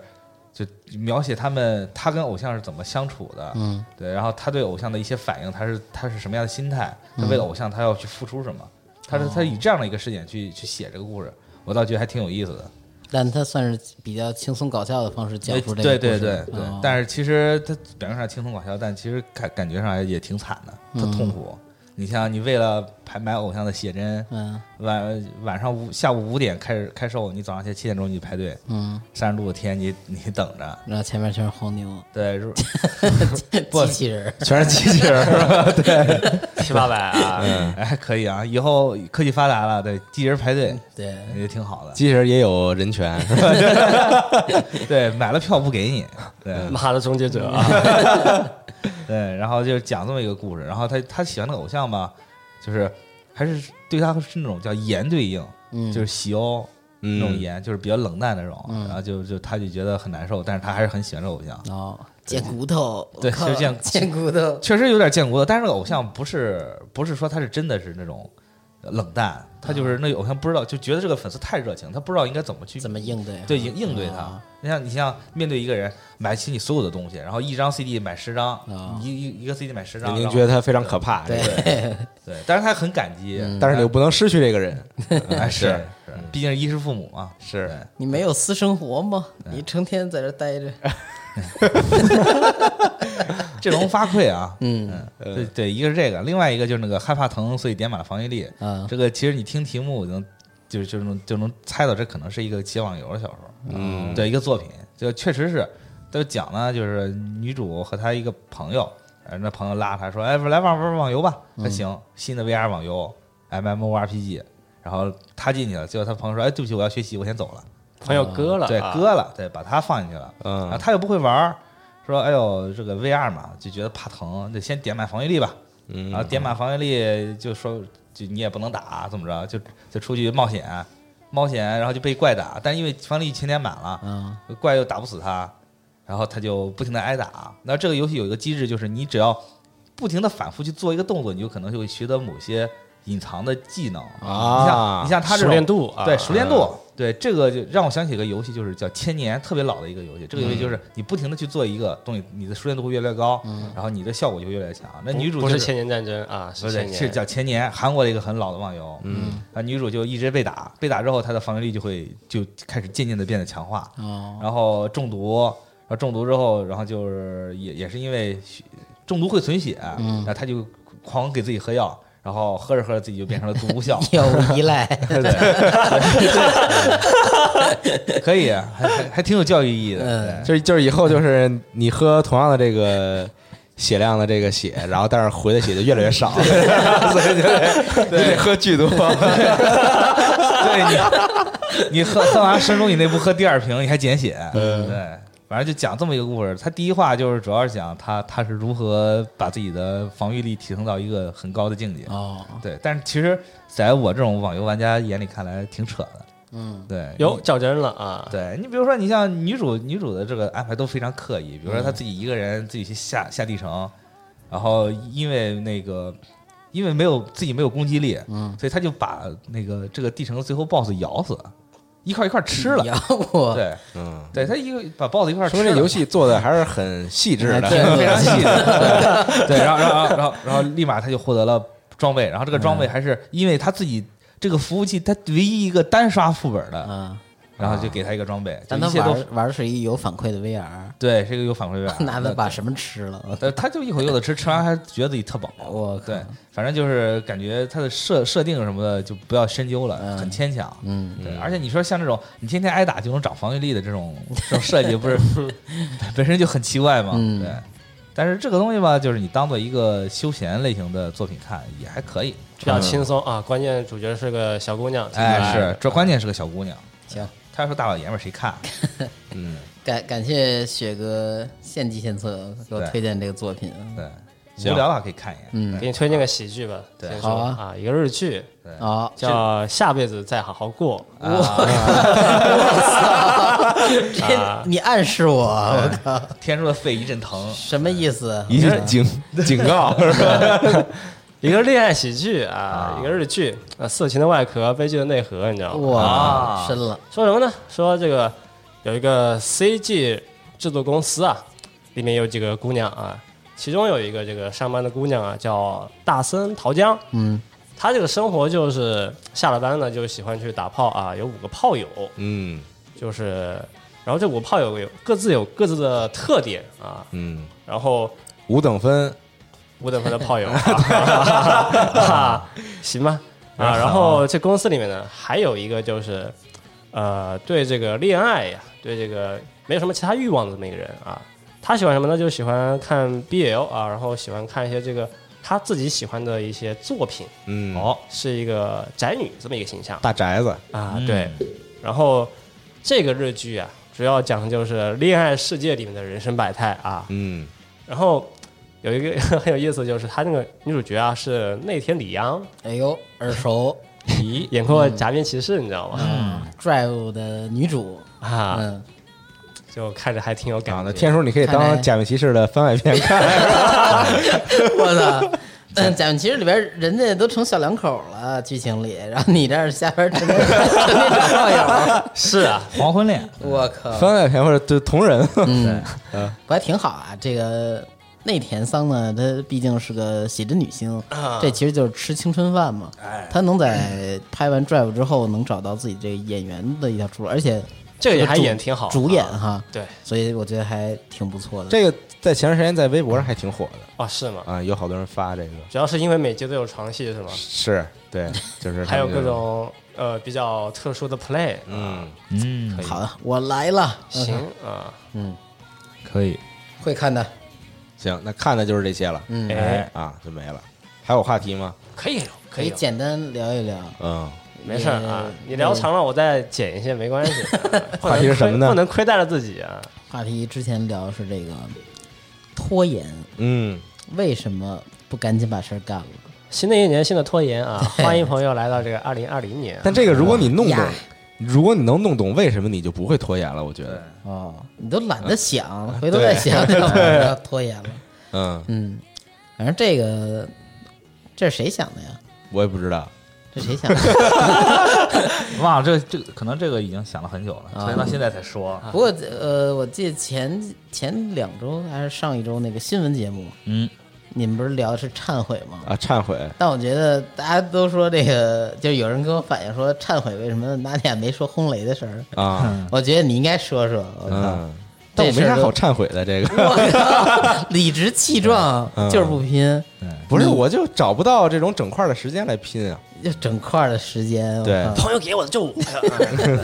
Speaker 6: 就描写他们他跟偶像是怎么相处的，
Speaker 3: 嗯
Speaker 6: 对，然后他对偶像的一些反应，他是他是什么样的心态，他
Speaker 3: 嗯
Speaker 6: 为了偶像他要去付出什么，他
Speaker 3: 哦
Speaker 6: 是他以这样的一个视点去去写这个故事。我倒觉得还挺有意思的，
Speaker 3: 但他算是比较轻松搞笑的方式讲述这个
Speaker 6: 对哎对对
Speaker 3: 故事
Speaker 6: 对
Speaker 3: 哦，
Speaker 6: 但是其实他表面上轻松搞笑，但其实感感觉上也挺惨的，特痛苦。你像你为了排买偶像的写真，
Speaker 3: 嗯
Speaker 6: 晚晚上五下午五点开始开售，你早上起来七点钟你排队，
Speaker 3: 嗯，
Speaker 6: 三十度的天你你等着。
Speaker 3: 然后前面全是黄牛、 [laughs]
Speaker 6: 对，如不
Speaker 3: 机器人，
Speaker 4: 全是机器人
Speaker 6: [laughs]
Speaker 4: 儿，嗯
Speaker 5: 七八百啊，
Speaker 6: 哎可以啊，以后科技发达了，对，机器人排队
Speaker 3: 对，
Speaker 6: 也挺好的。
Speaker 4: 机器人也有人
Speaker 6: [laughs]
Speaker 4: 权，是吧
Speaker 6: 对，买了票不给你，对
Speaker 5: 妈的终结者啊，
Speaker 6: 对，然后就是讲这么一个故事。然后他他喜欢的偶像吧，就是还是对他是那种叫颜对应，
Speaker 3: [laughs] 嗯，
Speaker 6: 就是喜欧那种
Speaker 4: 嗯，
Speaker 6: 颜，就是比较冷淡那种。
Speaker 3: 嗯
Speaker 6: 然后就就他就觉得很难受，但是他还是很喜欢这个偶像。
Speaker 3: 哦，贱骨头，
Speaker 6: 对
Speaker 3: 我靠
Speaker 6: 就这样
Speaker 3: 贱骨头，
Speaker 6: 确实有点见骨头，但是那个偶像不是不是说他是真的是那种冷淡，他
Speaker 3: 啊
Speaker 6: 就是那个偶像不知道就觉得这个粉丝太热情，他不知道应该怎么去
Speaker 3: 怎么应对？
Speaker 6: 对应应对他
Speaker 3: 啊。
Speaker 6: 你像你像面对一个人买起你所有的东西，然后一张 CD 买十张，
Speaker 3: 啊
Speaker 6: 一一一个 CD 买十张，
Speaker 4: 您
Speaker 6: 然后
Speaker 4: 觉得他非常可怕，这个人
Speaker 3: 对，
Speaker 6: 对，但是他很感激，
Speaker 4: 但是嗯你又不能失去这个人，
Speaker 6: 哎是是，毕竟是衣食父母嘛，
Speaker 4: 是
Speaker 6: 对
Speaker 3: 你没有私生活吗？你成天在这待着，
Speaker 6: 这容发溃啊， [laughs]
Speaker 3: 嗯
Speaker 6: 对对，一个是这个，另外一个就是那个害怕疼，所以点满了防御 [laughs] 力。
Speaker 3: 啊
Speaker 6: 这个其实你听题目能就就能就能猜到，这可能是一个写网游的小说，嗯，对，一个作品，就确实是，就讲呢，就是女主和她一个朋友，呃那朋友拉她说，哎，来玩玩网游吧，那行，新的 VR 网游 MMORPG，然后她进去了，结果她朋友说，哎，对不起，我要学习，我先走了。
Speaker 5: 朋友割了，
Speaker 6: 对，
Speaker 5: 啊
Speaker 6: 割了，对，把他放进去了，
Speaker 4: 嗯
Speaker 6: 然后他又不会玩儿，说哎呦这个 VR 嘛，就觉得怕疼，得先点满防御力吧，嗯，然后点满防御力就说就你也不能打，怎么着，就就出去冒险，冒险，然后就被怪打，但因为防御力全点满了，
Speaker 3: 啊
Speaker 6: 怪又打不死他，然后他就不停的挨打。那这个游戏有一个机制，就是你只要不停的反复去做一个动作，你就可能就会学得某些隐藏的技能
Speaker 4: 啊
Speaker 6: 你像你像他这种
Speaker 5: 熟练度啊
Speaker 6: 对熟练度，对这个就让我想起一个游戏，就是叫《千年》，特别老的一个游戏。这个游戏就是你不停的去做一个东西，你的熟练度会越来越高，然后你的效果就会越来越强。那女主
Speaker 5: 嗯不
Speaker 6: 就是
Speaker 5: 千年战争啊，
Speaker 6: 不
Speaker 5: 是千
Speaker 6: 是是
Speaker 5: 年
Speaker 6: 叫前年韩国的一个很老的网游，嗯，啊，女主就一直被打，被打之后她的防御力就会就开始渐渐的变得强化，
Speaker 3: 哦，，
Speaker 6: 然后中毒，然后中毒之后，然后就是也也是因为血中毒会损血，然后她就狂给自己喝药，然后喝着喝着自己就变成了毒枭
Speaker 3: [laughs] 有依
Speaker 6: [laughs]
Speaker 3: 赖，
Speaker 6: 可以，啊还还还挺有教育意义的，
Speaker 3: 嗯
Speaker 4: 就就是以后就是你喝同样的这个血量的这个血，然后但是回的血就越来越 [laughs] 少，所以就得你得喝巨多，
Speaker 6: 对你，你喝喝完十分钟以内不喝第二瓶，你还减血。对，反正就讲这么一个故事。他第一话就是主要是讲他他是如何把自己的防御力提升到一个很高的境界。
Speaker 3: 哦，
Speaker 6: 对，但是其实在我这种网游玩家眼里看来挺扯的。
Speaker 3: 嗯，
Speaker 6: 对，
Speaker 5: 有较真了啊，
Speaker 6: 对你比如说，你像女主女主的这个安排都非常刻意，比如说
Speaker 4: 嗯
Speaker 6: 她自己一个人自己去下下地城，然后因为那个因为没有自己没有攻击力，
Speaker 3: 嗯，
Speaker 6: 所以她就把那个这个地城最后 BOSS 咬死，一块一块吃了。
Speaker 3: 咬我，
Speaker 6: 对，
Speaker 4: 嗯，
Speaker 6: 对她一个把 BOSS 一块吃
Speaker 4: 说
Speaker 6: 了。
Speaker 4: 明这游戏做的还是很细致
Speaker 3: 哎
Speaker 4: 的，
Speaker 3: 对
Speaker 6: 非常细致。 [laughs] 对，然后然后然后然后立马他就获得了装
Speaker 3: 嗯
Speaker 6: 备，然后这个装备还是因为他自己这个服务器，他唯一一个单刷副本的。
Speaker 3: 啊，
Speaker 6: 然后就给他一个装备，就
Speaker 3: 但
Speaker 6: 一
Speaker 3: 他
Speaker 6: 切都啊
Speaker 3: 玩玩的是一有反馈的 [laughs] VR，。
Speaker 6: 对，是一个有反馈感
Speaker 3: [laughs] 那他把什么吃了？
Speaker 6: 呃，他就一口柚子吃，吃完还觉得自己特饱。
Speaker 3: 我靠
Speaker 6: 对，反正就是感觉他的设设定什么的就不要深究了，很牵强。
Speaker 3: 嗯，
Speaker 6: 对，而且你说像这种你天天挨打就能长防御力的这种这种设计，
Speaker 3: [laughs]
Speaker 6: 不是本身就很奇怪嘛？
Speaker 3: 嗯
Speaker 6: 对。但是这个东西吧，就是你当做一个休闲类型的作品看也还可以。
Speaker 5: 比较轻松啊。关键主角是个小姑娘，挺可
Speaker 6: 嗯哎，
Speaker 5: 爱的
Speaker 6: 是，这关
Speaker 3: 嗯
Speaker 6: 键是个小姑娘，
Speaker 3: 行，
Speaker 6: 她要说大老爷们儿谁看？
Speaker 3: 感感谢雪哥献计献策给我
Speaker 6: 对
Speaker 3: 推荐这个作品。
Speaker 6: 对，
Speaker 4: 行
Speaker 6: 无聊的话可以看一眼。
Speaker 3: 嗯
Speaker 5: 给你推荐个喜剧吧，
Speaker 6: 对
Speaker 5: 先
Speaker 3: 好
Speaker 5: 说
Speaker 3: 啊
Speaker 5: 啊，一个日剧
Speaker 3: 好， [laughs]
Speaker 5: 叫《下辈子再好好过》，
Speaker 3: 这你暗示我，我靠，
Speaker 6: 天叔的肺一阵疼，
Speaker 3: 什么意思？
Speaker 4: 一句警警告 [laughs] 是吧？
Speaker 5: [laughs] 一个恋爱喜剧啊，一个日剧啊，色情的外壳，悲剧的内核，你知道吗？
Speaker 3: 哇，
Speaker 6: 啊
Speaker 3: 深了，
Speaker 5: 说什么呢？说这个有一个 CG 制作公司啊，里面有几个姑娘啊，其中有一个这个上班的姑娘啊，叫大森桃江，
Speaker 3: 嗯，
Speaker 5: 她这个生活就是下了班呢就喜欢去打炮啊，有五个炮友，
Speaker 4: 嗯
Speaker 5: 就是，然后这五个炮友有各自有各自的特点啊，
Speaker 4: 嗯，
Speaker 5: 然后
Speaker 4: 五等分，
Speaker 5: 五等分的炮友，啊，行吧啊。然后这公司里面呢，还有一个就是，呃，对这个恋爱呀，对这个没有什么其他欲望的这么一个人啊，他喜欢什么呢？就喜欢看 BL 啊，然后喜欢看一些这个他自己喜欢的一些作品，
Speaker 4: 嗯，
Speaker 5: 哦，是一个宅女这么一个形象
Speaker 4: 大宅子，
Speaker 5: 啊，对。然后这个日剧啊，主要讲的就是恋爱世界里面的人生百态啊，
Speaker 4: 嗯
Speaker 5: 然后有一个 [laughs] 很有意思，就是她那个女主角啊是内田里央，
Speaker 3: 哎呦，耳熟，
Speaker 5: 咦，演过《假面骑士》，你知道吗？
Speaker 3: 嗯，Drive 的女主，
Speaker 5: 啊，
Speaker 3: 嗯， [laughs]
Speaker 5: 就看着还挺有感
Speaker 4: 啊，
Speaker 5: 觉。
Speaker 4: 那天叔你可以
Speaker 3: 看
Speaker 4: 当
Speaker 3: 来
Speaker 4: 假面骑士的番外篇看， [laughs]
Speaker 3: 我操。嗯，假面骑士里边人家都成小两口了，剧情里，然后你这儿下边成成那找炮
Speaker 5: [laughs]
Speaker 3: 友，
Speaker 5: 是啊，
Speaker 6: 黄
Speaker 3: [laughs]
Speaker 6: 昏恋。
Speaker 3: 我靠，
Speaker 4: 番外篇或者就同人，
Speaker 3: 嗯，不还挺好啊。这个内田桑呢，她毕竟是个写真女星，
Speaker 5: 啊
Speaker 3: 这其实就是吃青春饭嘛。
Speaker 5: 哎
Speaker 3: 她能在拍完《Drive》之后，能找到自己这个演员的一条出路，而且
Speaker 5: 这个还
Speaker 3: 主
Speaker 5: 演挺好，
Speaker 3: 主演
Speaker 5: 啊
Speaker 3: 哈，
Speaker 5: 对，
Speaker 3: 所以我觉得还挺不错的。
Speaker 4: 这个在前段时间在微博上还挺火的
Speaker 5: 哦，是吗？
Speaker 4: 啊，有好多人发这个，
Speaker 5: 主要是因为每集都有床戏是吗？
Speaker 4: 是对，就是
Speaker 5: 还有
Speaker 4: 他
Speaker 5: 各
Speaker 4: 们这
Speaker 5: 种呃比较特殊的 play，嗯，
Speaker 4: 啊
Speaker 6: 嗯，
Speaker 3: 好的，我来了，呃
Speaker 5: 行啊，
Speaker 6: 可以。
Speaker 3: 会看的。
Speaker 4: 行，那看的就是这些了，嗯
Speaker 5: 哎，
Speaker 4: 啊就没了，还有话题吗？
Speaker 5: 可以聊，
Speaker 3: 可
Speaker 5: 可
Speaker 3: 以
Speaker 5: 以聊，
Speaker 3: 简单聊一聊，
Speaker 4: 嗯，
Speaker 5: 没事儿啊，你聊长了我再剪一些，没关 [laughs] 系。不
Speaker 4: 话
Speaker 5: 能
Speaker 4: 题是什么呢
Speaker 5: 亏不能亏待了自己啊，
Speaker 3: 话题之前聊是这个拖延，
Speaker 4: 嗯，
Speaker 3: 为什么不赶紧把事儿干了？
Speaker 5: 新的一年新的拖 [laughs] 延啊，欢迎朋友来到这个二零二零年啊。
Speaker 4: 但这个如果你弄懂
Speaker 3: 呀，
Speaker 4: 如果你能弄懂为什么，你就不会拖延了。我觉得，
Speaker 3: 哦，你都懒得想，
Speaker 5: 呃
Speaker 3: 回头再想想，要
Speaker 5: [laughs]
Speaker 3: 拖延了。
Speaker 4: 嗯，
Speaker 3: 嗯，反正这个这是谁想的呀？
Speaker 4: 我也不知道，
Speaker 3: 这谁想
Speaker 4: [laughs]
Speaker 3: 的？
Speaker 6: 哇，这这可能这个已经想了很久了，
Speaker 3: 啊
Speaker 6: 所以到现在才说。
Speaker 3: 不过呃，我记得前前两周还是上一周那个新闻节目，
Speaker 6: 嗯，
Speaker 3: 你们不是聊的是忏悔吗？
Speaker 4: 啊，忏悔，
Speaker 3: 但我觉得大家都说这个，就有人跟我反映说忏悔为什么娜姐没说轰雷的事儿，
Speaker 4: 啊，
Speaker 3: 我觉得你应该说说。我靠，
Speaker 4: 嗯，但我没啥好忏悔的。这个
Speaker 3: 我靠，理直气壮
Speaker 4: 嗯
Speaker 3: 就是不拼，
Speaker 4: [laughs] 不是，我就找不到这种整块的时间来拼啊。
Speaker 3: 就整块儿的时间，我
Speaker 4: 对
Speaker 3: 靠
Speaker 5: 朋友给我的就我呀，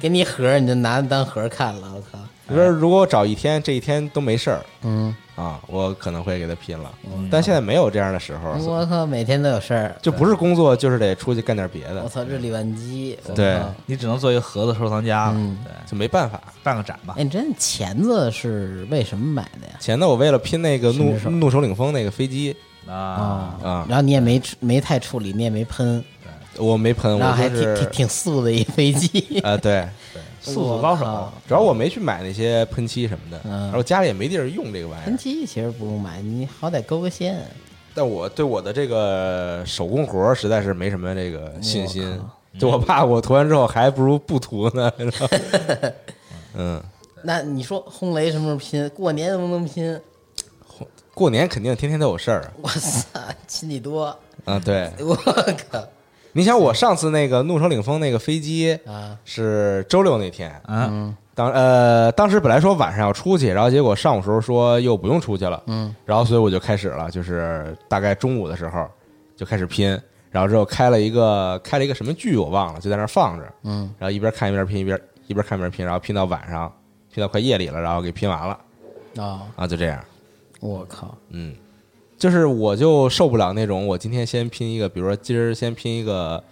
Speaker 3: 给你一盒儿你就拿它当盒儿看了，我靠，
Speaker 4: 你说，如果我找一天，这一天都没事儿
Speaker 3: 嗯，
Speaker 4: 啊，我可能会给他拼了。但现在没有这样的时候，所
Speaker 3: 我靠，每天都有事儿，
Speaker 4: 就不是工作，就是得出去干点别
Speaker 3: 我
Speaker 4: 的，
Speaker 3: 操，日理万机，我
Speaker 4: 对
Speaker 3: 靠
Speaker 6: 你只能做一个盒子收藏家了。
Speaker 3: 嗯
Speaker 6: 对，
Speaker 4: 就没办法。
Speaker 6: 办个展吧
Speaker 3: 哎，。你真的钳子是为什么买的呀？
Speaker 4: 前头我为了拼那个怒
Speaker 3: 神之手
Speaker 4: 怒首领风那个飞机
Speaker 6: 啊，
Speaker 4: 啊，
Speaker 3: 然后你也没处没太处理，你也没喷，
Speaker 4: 我没喷，
Speaker 3: 然后
Speaker 4: 我
Speaker 3: 还
Speaker 4: 就
Speaker 3: 挺挺
Speaker 4: 是，
Speaker 3: 挺素的一飞机
Speaker 4: [laughs] 啊，对，
Speaker 5: 速度高
Speaker 3: 我
Speaker 5: 手
Speaker 3: 靠。
Speaker 4: 主要我没去买那些喷漆什么的，
Speaker 3: 嗯
Speaker 4: 然后家里也没地儿用这个玩意
Speaker 3: [laughs] 喷
Speaker 4: 儿。
Speaker 3: 漆其实不用买，你好歹勾个线。
Speaker 4: 但我对我的这个手工活儿实在是没什么这个信心
Speaker 3: 我，嗯
Speaker 4: 就我怕我涂完之后还不如不涂呢。你知道吗嗯，
Speaker 3: 那你说轰雷什么时候拼？过年能不能拼？
Speaker 4: 过年肯定天天都有事儿
Speaker 3: 我操，亲你多，
Speaker 4: 啊，对，
Speaker 3: 我靠！
Speaker 4: 你想我上次那个怒城领风那个飞机
Speaker 3: 啊，
Speaker 4: 是周六那天，
Speaker 6: 啊，
Speaker 4: 当呃当时本来说晚上要出去，然后结果上午时候说又不用出去了，嗯，然后所以我就开始了，就是大概中午的时候就开始拼，然后之后开了一个开了一个什么剧我忘了，就在那儿放着，嗯，然后一边看一边拼，一边一边看一边拼，然后拼到晚上，拼到快夜里了，然后给拼完了
Speaker 3: 哦，
Speaker 4: 啊，就这样，
Speaker 3: 我靠，
Speaker 4: 嗯，就是我就受不了那种我今天先拼一个，比如说今儿先拼一个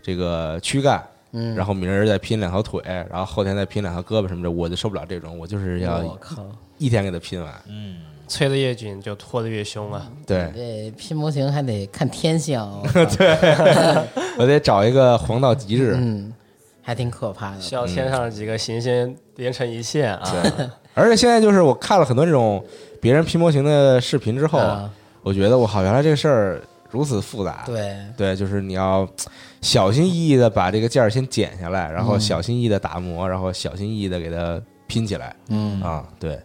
Speaker 4: 这个躯干，嗯，然后明儿再拼两条腿，然后后天再拼两条胳膊什么的，我就受不了这种，我就是
Speaker 3: 我
Speaker 4: 要
Speaker 3: 靠，嗯
Speaker 4: 一天给它拼完。
Speaker 5: [laughs] 催得越紧就拖得越凶啊。
Speaker 4: 对，
Speaker 3: 这拼模型还得看天象，哦
Speaker 4: [laughs]
Speaker 3: 我靠
Speaker 4: 我得找一个黄道吉日，
Speaker 3: 嗯，还挺可怕
Speaker 5: 需
Speaker 3: 的。
Speaker 5: 要天上的几个行星连成一线啊！
Speaker 4: 而且现在就是我看了很多这种别人拼模型的视频之后，
Speaker 3: 啊
Speaker 4: 我觉得我好，原来这个事儿如此复杂。。
Speaker 3: 对，
Speaker 4: 对，就是你要小心翼翼的把这个件儿先剪下来，然
Speaker 3: 嗯
Speaker 4: 后小心翼翼的打磨，然后小心翼翼的给它拼起来。嗯啊，对，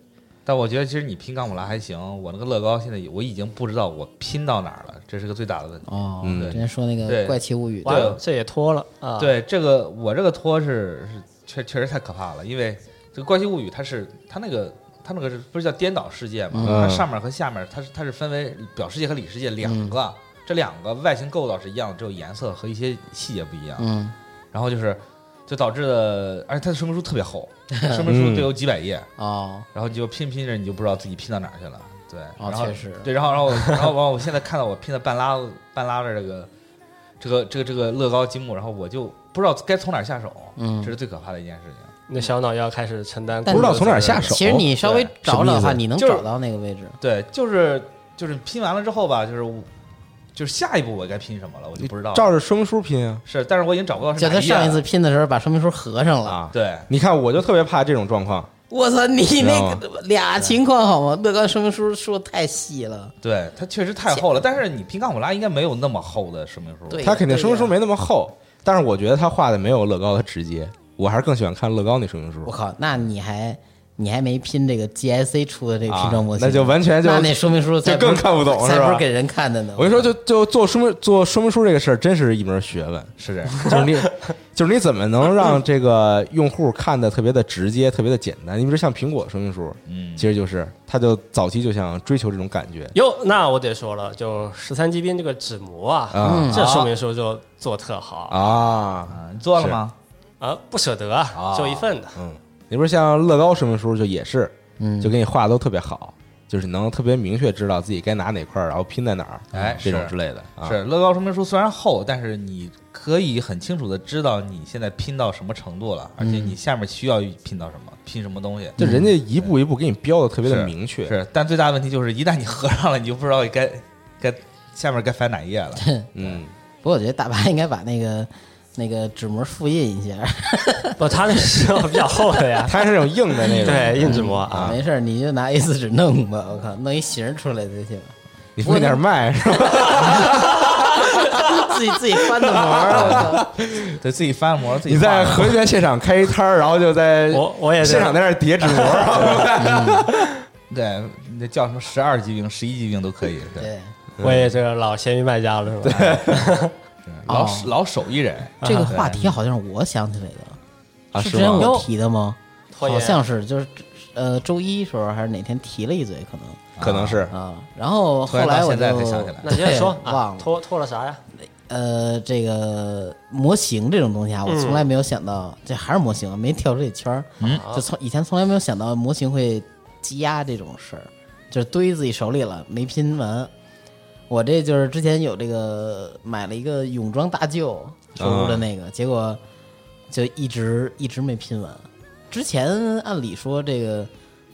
Speaker 6: 但我觉得其实你拼钢普拉还行，我那个乐高现在我已经不知道我拼到哪儿了，这是个最大的问题。
Speaker 3: 哦，
Speaker 4: 嗯
Speaker 3: 之前说那个
Speaker 6: 对
Speaker 3: 《怪奇物语》
Speaker 5: 哇
Speaker 6: 对，
Speaker 5: 这也拖了啊！，
Speaker 6: 对这个，我这个拖是是确确实太可怕了，因为这个《怪奇物语》它是它那个它那个是不是叫颠倒世界嘛？
Speaker 4: 嗯嗯
Speaker 6: 它上面和下面它是它是分为表世界和里世界两个，这两个外形构造是一样的，只有颜色和一些细节不一样。
Speaker 3: 嗯，
Speaker 6: 然后就是就导致了，而且它的说明书特别厚，
Speaker 4: [laughs]
Speaker 6: 说明
Speaker 4: 嗯
Speaker 6: 书得有几百页，
Speaker 3: 哦，
Speaker 6: 然后你就拼拼着你就不知道自己拼到哪儿去了。对，
Speaker 3: 哦
Speaker 6: 然后
Speaker 3: 确实
Speaker 6: 对，然后然后我然后完，我现在看到我拼的半拉半拉着这个这个这个这个乐高积木，然后我就不知道该从哪儿下手，
Speaker 3: 嗯
Speaker 6: 这是最可怕的一件事情。
Speaker 5: 你的小脑要开始承担，
Speaker 3: 但
Speaker 4: 不知道从哪儿下手。
Speaker 3: 其实你稍微
Speaker 6: 对
Speaker 3: 找找
Speaker 4: 什么意
Speaker 3: 的话，
Speaker 4: 思
Speaker 3: 你能
Speaker 6: 就是
Speaker 3: 找到那个位置。
Speaker 6: 对，就是就是拼完了之后吧，就是我就是下一步我该拼什么了，我就不知道了。
Speaker 4: 照着说明书拼啊。
Speaker 6: 是，但是我已经找不到是
Speaker 3: 就
Speaker 6: 哪
Speaker 3: 他
Speaker 6: 页
Speaker 3: 上一
Speaker 6: 了
Speaker 3: 次拼的时候，把说明书合上了。
Speaker 4: 啊，
Speaker 6: 对。
Speaker 4: 你看我就特别怕这种状况。
Speaker 3: 我操，你那
Speaker 4: 知
Speaker 3: 个俩情况好吗？乐高说明书说太细了，
Speaker 6: 对，它确实太厚了，但是你拼钢普拉应该没有那么厚的说明书。
Speaker 3: 对呀
Speaker 4: 他肯定
Speaker 3: 对
Speaker 4: 说明书
Speaker 3: 呀
Speaker 4: 没那么厚，但是我觉得他画的没有乐高的直接，我还是更喜欢看乐高那说明书。
Speaker 3: 我靠，那你还你还没拼这个 GIC 出的这个拼装模型、
Speaker 4: 啊那就完全就
Speaker 3: 那那说明书才
Speaker 4: 就更
Speaker 3: 不是
Speaker 4: 看不懂
Speaker 3: 才
Speaker 4: 是吧
Speaker 3: 不是给人看的呢。
Speaker 4: 我跟你说，就就做说明做说明书这个事儿，真是一门学问。
Speaker 6: 是这样。
Speaker 4: [laughs] 就是你，就是你怎么能让这个用户看的特别的直接、特别的简单？你比如像苹果说明书，
Speaker 6: 嗯
Speaker 4: 其实就是它就早期就想追求这种感觉
Speaker 5: 哟，那我得说了，就十三级兵这个纸模啊，
Speaker 4: 嗯
Speaker 5: 这说明书就做特好
Speaker 4: 啊。
Speaker 6: 啊，你做了吗？
Speaker 5: 啊，不舍得啊，
Speaker 6: 啊
Speaker 5: 就一份的。
Speaker 4: 你不是嗯像乐高说明书就也是，就给你画的都特别好，就是能特别明确知道自己该拿哪块儿，然后拼在哪儿，嗯
Speaker 6: 哎
Speaker 4: 这种
Speaker 6: 是
Speaker 4: 之类的啊。
Speaker 6: 是乐高说明书虽然厚，但是你可以很清楚的知道你现在拼到什么程度了，而且你下面需要拼到什么，拼什么东西。
Speaker 4: 就人家一步一步给你标的特别的
Speaker 6: 是
Speaker 4: 明确，
Speaker 6: 是，但最大的问题就是一旦你合上了，你就不知道该该下面该翻哪一页了。
Speaker 4: 嗯，
Speaker 3: 不过我觉得大巴应该把那个那个纸膜复印一下。
Speaker 4: 啊
Speaker 5: 不，他那是比较厚的呀，
Speaker 4: 它是那种硬的那种。
Speaker 5: [laughs] 对，硬纸模啊。
Speaker 3: 没事儿，你就拿 A 四纸弄吧。我靠，弄一形儿出来就行，
Speaker 4: 你分点卖是吧？
Speaker 6: [laughs]
Speaker 4: [laughs]
Speaker 3: 自己自己翻的膜儿。我靠，
Speaker 6: [laughs] 对自己翻模，自己
Speaker 4: 你在
Speaker 6: 画
Speaker 4: 核聚变现场开一摊儿，然后就在
Speaker 5: 我我也是
Speaker 4: 现场在那儿叠纸模，
Speaker 6: [laughs] 啊对，那叫什么十二级兵、十一级兵都可以。对，
Speaker 3: 对，
Speaker 5: 我也是老咸鱼卖家了，是吧？
Speaker 6: 老
Speaker 3: 哦
Speaker 6: 老手艺人，
Speaker 3: [laughs] 这个话题好像是我想起来的。
Speaker 4: [laughs] 啊
Speaker 3: 是
Speaker 4: 是
Speaker 3: 之前
Speaker 4: 吗？
Speaker 3: 我提的吗？
Speaker 5: 拖
Speaker 3: 好
Speaker 5: 延
Speaker 3: 像是，就是呃周一时候还是哪天提了一嘴，可能
Speaker 4: 可能是
Speaker 3: 啊。然后后来我就
Speaker 6: 突然到现在才想起来
Speaker 5: 那你也
Speaker 3: 对
Speaker 5: 说啊
Speaker 3: 哎忘，了。
Speaker 5: 拖拖了啥呀？
Speaker 3: 呃，这个模型这种东西啊，我从来没有想到，这还是模型，没跳出这圈儿。嗯，就从以前从来没有想到模型会积压这种事儿，就是堆自己手里了没拼完。我这就是之前有这个买了一个泳装大舅出的那个，结果就一直一直没拼完。之前按理说这个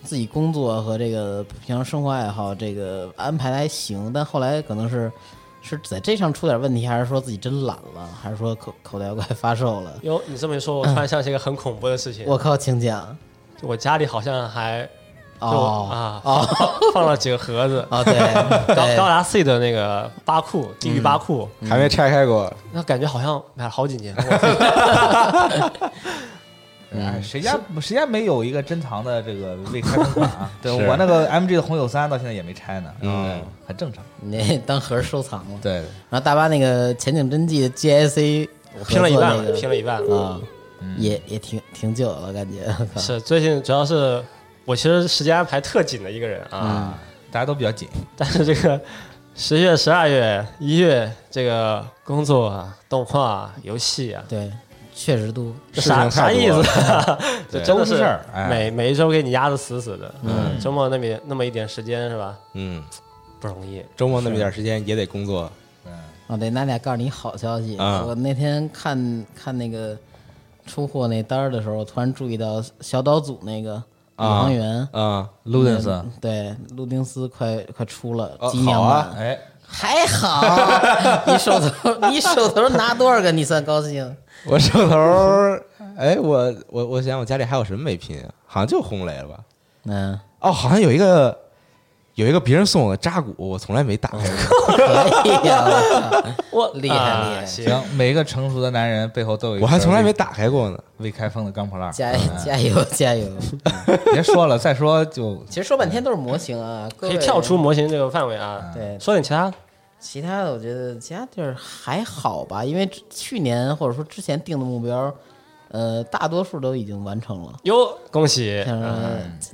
Speaker 3: 自己工作和这个平常生活爱好这个安排的还行，但后来可能是是在这上出点问题，还是说自己真懒了，还是说口口袋妖怪发售了？
Speaker 5: 哟，你这么一说，我突然想起一个很恐怖的事情。
Speaker 3: 嗯我靠，请讲
Speaker 5: 我家里好像还就
Speaker 3: 哦
Speaker 5: 啊
Speaker 3: 哦，
Speaker 5: 放了几个盒子
Speaker 3: 哦，对
Speaker 5: [laughs] 高高
Speaker 3: 对，嗯
Speaker 5: 达 C 的那个巴库地狱巴库，
Speaker 4: 还没拆开过。
Speaker 3: [laughs]
Speaker 5: 那感觉好像买了好几年。
Speaker 6: 对，哎，谁家谁家没有一个珍藏的这个未开封款啊？对我那个 MG 的红友三到现在也没拆呢，嗯，很正常。
Speaker 3: 你那当盒收藏了。
Speaker 6: 对，
Speaker 3: 然后大巴那个《前景真迹》GIC，我
Speaker 5: 拼了一万
Speaker 3: 那个，
Speaker 5: 拼了一万
Speaker 3: 啊，也也挺挺久了，感觉。我靠
Speaker 5: 是最近主要是我其实时间安排特紧的一个人
Speaker 3: 嗯
Speaker 5: 啊，
Speaker 6: 大家都比较紧，
Speaker 5: [laughs] 但是这个十月、十二月、一月这个工作啊、动画啊、游戏啊，
Speaker 3: 对，确实都
Speaker 5: 这啥啥意思啊？ [laughs] 这真的
Speaker 6: 周
Speaker 5: 是
Speaker 6: 事儿哎
Speaker 5: 每每一周给你压得死死的。嗯，周末那么一那么一点时间是吧？
Speaker 4: 嗯，
Speaker 5: 不容易。
Speaker 4: 周末那么点时间也得工作，
Speaker 3: 哦，对，娜俩告诉你好消息，
Speaker 4: 啊
Speaker 3: 我那天看看那个出货那单儿的时候，突然注意到小岛组那个宇
Speaker 4: 啊
Speaker 3: 航员，
Speaker 4: 啊，
Speaker 6: 路顿斯，
Speaker 3: 对，路丁斯快快出了
Speaker 4: 哦
Speaker 3: 纪念
Speaker 4: 好啊
Speaker 3: 版，
Speaker 6: 哎，
Speaker 3: 还好，你手头你手头拿多少个，你算高兴？
Speaker 4: [laughs] 我手头儿，哎，我我我想我家里还有什么没拼啊？好像就轰雷了吧？
Speaker 3: 嗯，
Speaker 4: 哦，好像有一个有一个别人送我的扎古，我从来没打开
Speaker 6: 哦
Speaker 4: 过，
Speaker 3: 可以哎呀， [laughs] 我操
Speaker 5: 我
Speaker 3: 厉害
Speaker 5: 啊
Speaker 3: 厉害
Speaker 5: 行
Speaker 6: 行，每个成熟的男人背后都有一个
Speaker 4: 我还从来没打开过呢。
Speaker 6: 未开封的钢破烂儿。
Speaker 3: 加加油加油！
Speaker 6: 嗯别说了，再说就
Speaker 3: 其实说半天都是模型啊，各
Speaker 5: 可
Speaker 3: 位
Speaker 5: 以跳出模型这个范围啊。
Speaker 3: 对
Speaker 5: 说点其他
Speaker 3: 其他的我觉得其他地儿还好吧，因为之去年或者说之前定的目标，呃，大多数都已经完成了。
Speaker 5: 哟，恭喜！
Speaker 3: 像什么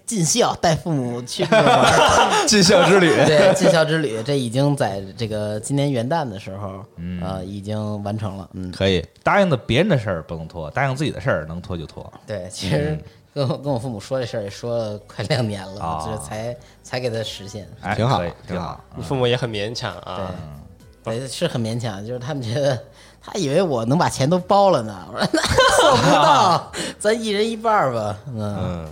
Speaker 3: 尽孝带父母去各地玩儿，
Speaker 4: 尽孝之旅
Speaker 3: 对尽孝之旅，这已经在这个今年元旦的时候，呃，已经完成了。嗯，
Speaker 4: 可以，
Speaker 6: 答应的别人的事儿不能拖，答应自己的事儿能拖就拖。
Speaker 3: 对，其实跟我跟我父母说这事儿也说了快两年了
Speaker 6: 啊，
Speaker 3: 这才才给他实现。
Speaker 6: 哎，
Speaker 4: 挺好
Speaker 6: 可以
Speaker 4: 挺
Speaker 6: 挺
Speaker 4: 好
Speaker 6: 好。
Speaker 5: 你父母也很勉强啊。
Speaker 3: 对，是很勉强，就是他们觉得，他以为我能把钱都包了呢。我说那做不到，咱一人一半儿吧。嗯，
Speaker 4: 嗯，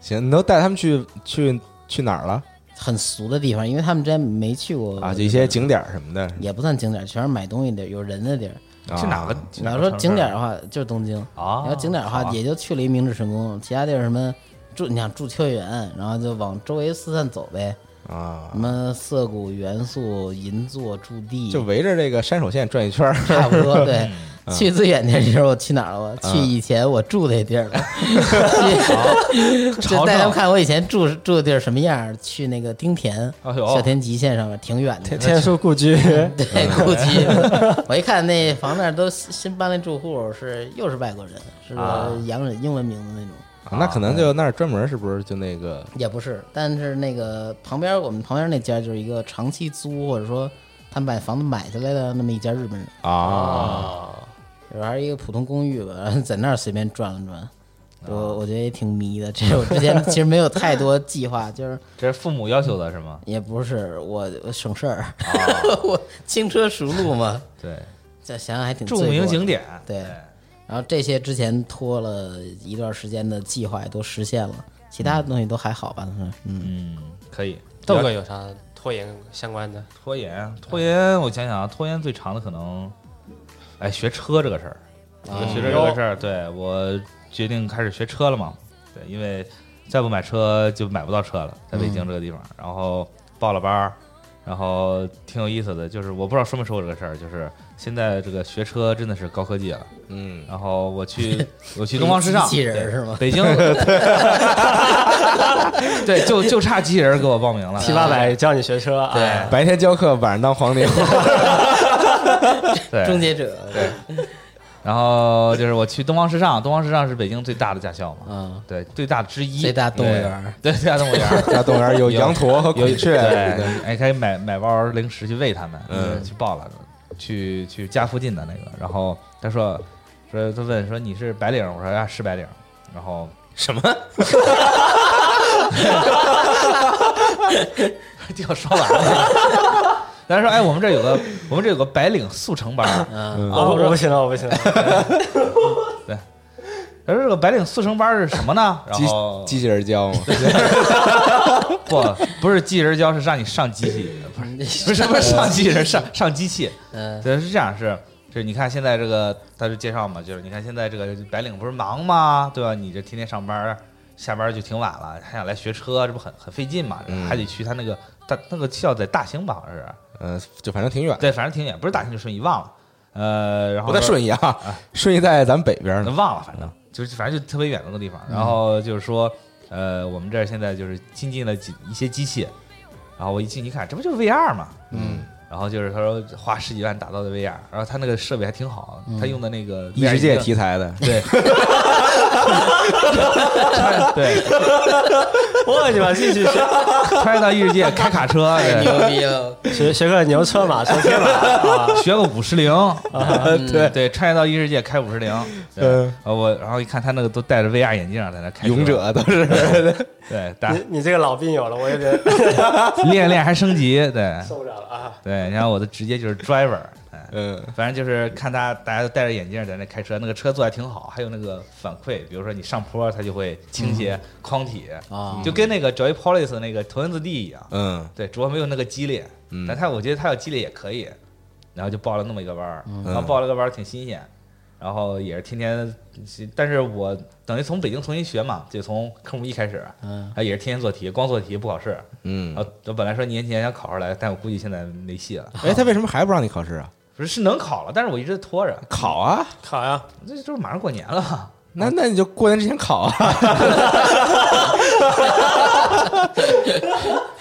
Speaker 4: 行，你都带他们去去去哪儿了
Speaker 3: 很俗的地方，因为他们之前没去过
Speaker 4: 啊？就一些景点儿什么的，
Speaker 3: 也不算景点儿，全是买东西的有人的地儿。
Speaker 4: 啊
Speaker 6: 嗯去哪个？去
Speaker 3: 你
Speaker 6: 哪
Speaker 3: 要
Speaker 6: 个
Speaker 3: 说
Speaker 6: 城市
Speaker 3: 景点儿的话，就是东京。
Speaker 6: 啊
Speaker 3: 你要景点儿的
Speaker 6: 好
Speaker 3: 话，
Speaker 6: 啊
Speaker 3: 也就去了一明治神宫，其他地儿什么住，你想住秋园，然后就往周围四散走呗。
Speaker 4: 啊
Speaker 3: 什？么涩谷、元素、银座、驻地，
Speaker 4: 就围着这个山手线转一圈儿，
Speaker 3: [laughs] 差不多，
Speaker 6: 嗯
Speaker 3: 对。 [laughs] 去最远的地儿，我去哪儿了？我去以前我住那地儿 [laughs] 了。
Speaker 6: [laughs] 朝
Speaker 3: 就
Speaker 6: 圣
Speaker 3: 带他们看我以前住住的地儿什么样儿。去那个丁田，
Speaker 6: 哎呦
Speaker 3: 小田急线上面挺远的。
Speaker 5: 天书故
Speaker 3: [laughs]
Speaker 5: 居，
Speaker 3: 对，
Speaker 6: [laughs]
Speaker 3: 估计我一看那房那儿都新新搬来住户是又是外国人，是
Speaker 6: 啊
Speaker 3: 个洋人，英文名字那种。
Speaker 4: 啊那可能就那儿专门是不是就那个
Speaker 3: 也不是，但是那个旁边我们旁边那家就是一个长期租或者说他们把房子买下来的那么一家日本人，
Speaker 4: 啊？
Speaker 3: 然后还是一个普通公寓吧，然后在那儿随便转了转，我我觉得也挺迷的。这是我之前其实没有太多计划，就是
Speaker 6: 这是父母要求的是吗？
Speaker 3: 也不是我我省事儿， [laughs] 我轻车熟路嘛，
Speaker 6: 对，
Speaker 3: [laughs] 这想想还挺
Speaker 6: 著名景
Speaker 3: 点。对，
Speaker 6: 点。
Speaker 3: 然后这些之前拖了一段时间的计划也都实现了，其他的东西都还好吧？嗯，
Speaker 6: 嗯，可以。
Speaker 5: 豆哥有啥拖延相关的？
Speaker 6: 拖
Speaker 3: 嗯
Speaker 6: 延，拖延，我想想啊，拖延最长的可能，哎，学车这个事儿，
Speaker 3: 啊
Speaker 6: 学车这个事儿，对我决定开始学车了嘛，对，因为再不买车就买不到车了，在北
Speaker 3: 嗯
Speaker 6: 京这个地方，然后报了班儿，然后挺有意思的，就是我不知道说没说过这个事儿，就是现在这个学车真的是高科技了，
Speaker 4: 嗯，
Speaker 6: 然后
Speaker 3: [laughs]
Speaker 6: 我去我去东方时尚，
Speaker 3: 机器人
Speaker 6: 对
Speaker 3: 是吗
Speaker 6: 北
Speaker 3: [laughs]
Speaker 6: 京，对，就就差机器人给我报名
Speaker 3: [laughs]
Speaker 6: 了，
Speaker 5: 七八
Speaker 3: 哎
Speaker 5: 百教你学车啊？
Speaker 6: 对
Speaker 4: 白天教课，晚上当黄牛，
Speaker 6: 对，
Speaker 3: 终结者，对，
Speaker 6: 然后就是我去东方时尚，东方时尚是北京最大的驾校嘛，
Speaker 3: 嗯，
Speaker 6: 对，最大之一，哎
Speaker 3: 最大动物园
Speaker 6: [laughs] 对，对，最大动物园儿
Speaker 4: 大动物园有羊驼和
Speaker 6: 有
Speaker 4: 孔雀，
Speaker 6: 对，哎，可以买买包零食去喂它们，
Speaker 4: 嗯
Speaker 6: 对去报了，去去家附近的那个，然后他说说他问说你是白领，我说啊是白领，然后
Speaker 4: 什么？
Speaker 6: [laughs] 就说完了。他说：“哎，我们这儿有个，我们这儿有个白领速成班
Speaker 4: 嗯
Speaker 6: 儿，
Speaker 5: 我哦不我不行了，我不
Speaker 3: [laughs]
Speaker 5: 行了。
Speaker 6: 他说这个白领速成班儿是什么呢？ [laughs] 然
Speaker 4: 机
Speaker 6: 后
Speaker 4: 机器人教吗？
Speaker 6: 不不是机器人教，是让你上机器，不是不是不是上机器人 [laughs] 上上机器，
Speaker 3: 嗯，
Speaker 6: 对，是这样，是就是你看现在这个，他就介绍嘛，就是你看现在这个白领不是忙吗？对吧？你这天天上班儿，下班儿就挺晚了，还想来学车，这不很很费劲嘛？
Speaker 4: 嗯
Speaker 6: 还得去他那个大那个校在大兴吧，好像是，
Speaker 4: 嗯，就反正挺远，
Speaker 6: 对，反正挺远，不是大兴就顺义，忘了，呃，然
Speaker 4: 不
Speaker 6: 后
Speaker 4: 在
Speaker 6: 说
Speaker 4: [laughs] 顺义啊，顺义在咱们北边
Speaker 6: 那 [laughs]
Speaker 4: 呢。
Speaker 6: 忘了，反正就是反正就特别远的那个地方。然后就是说，呃，我们这儿现在就是新进了几一些机器，然后我一进一看，这不就是 VR 嘛，嗯。然后就是他说花十几万打造的 VR，然后他那个设备还挺好，他用的那个
Speaker 4: 嗯异
Speaker 6: VR
Speaker 4: 世界
Speaker 6: 一个
Speaker 4: 题材的，
Speaker 6: 对，对，
Speaker 5: 我去吧，继续学
Speaker 6: 穿越到异世界开卡车，
Speaker 3: 太
Speaker 6: 对
Speaker 3: 牛逼了！
Speaker 5: [laughs] 学学个牛车马车天马
Speaker 4: [laughs]
Speaker 5: 啊，
Speaker 6: 学个五十铃，对对，穿越到异世界开五十铃，对
Speaker 4: 啊嗯
Speaker 6: 呃我然后一看他那个都戴着 VR 眼镜在那开
Speaker 4: [laughs]
Speaker 6: 车
Speaker 4: 勇，者都是
Speaker 6: [laughs] 对，打
Speaker 5: 你你这个老病友了，我有
Speaker 4: [laughs]
Speaker 5: 点
Speaker 6: 练练还升级，对
Speaker 5: 受不了了啊。
Speaker 6: 对，然后我的职业就是 driver，哎
Speaker 4: 嗯
Speaker 6: 反正就是看他大家都戴着眼镜在那开车，那个车做的挺好，还有那个反馈，比如说你上坡它就会倾斜框体，
Speaker 3: 啊
Speaker 6: 就跟那个 Joypolis 那个头文字 D 一样，
Speaker 4: 嗯
Speaker 6: 对，主要没有那个激烈，
Speaker 4: 嗯
Speaker 6: 但他我觉得他要激烈也可以，然后就报了那么一个班儿，然后报了个班儿挺新鲜，然后也是天天，但是我等于从北京重新学嘛，就从科目一开始，
Speaker 3: 嗯
Speaker 6: [laughs] 啊也是天天做题，光做题不考试，然
Speaker 4: 嗯。
Speaker 6: 后啊我本来说年前想考出来，但我估计现在没戏了，啊
Speaker 4: 哎，他为什么还不让你考试啊？
Speaker 6: 不是是能考了，但是我一直拖着，
Speaker 4: 考啊，
Speaker 5: 考呀，
Speaker 6: 这就是马上过年了，
Speaker 4: 那那你就过年之前考啊。
Speaker 6: [laughs]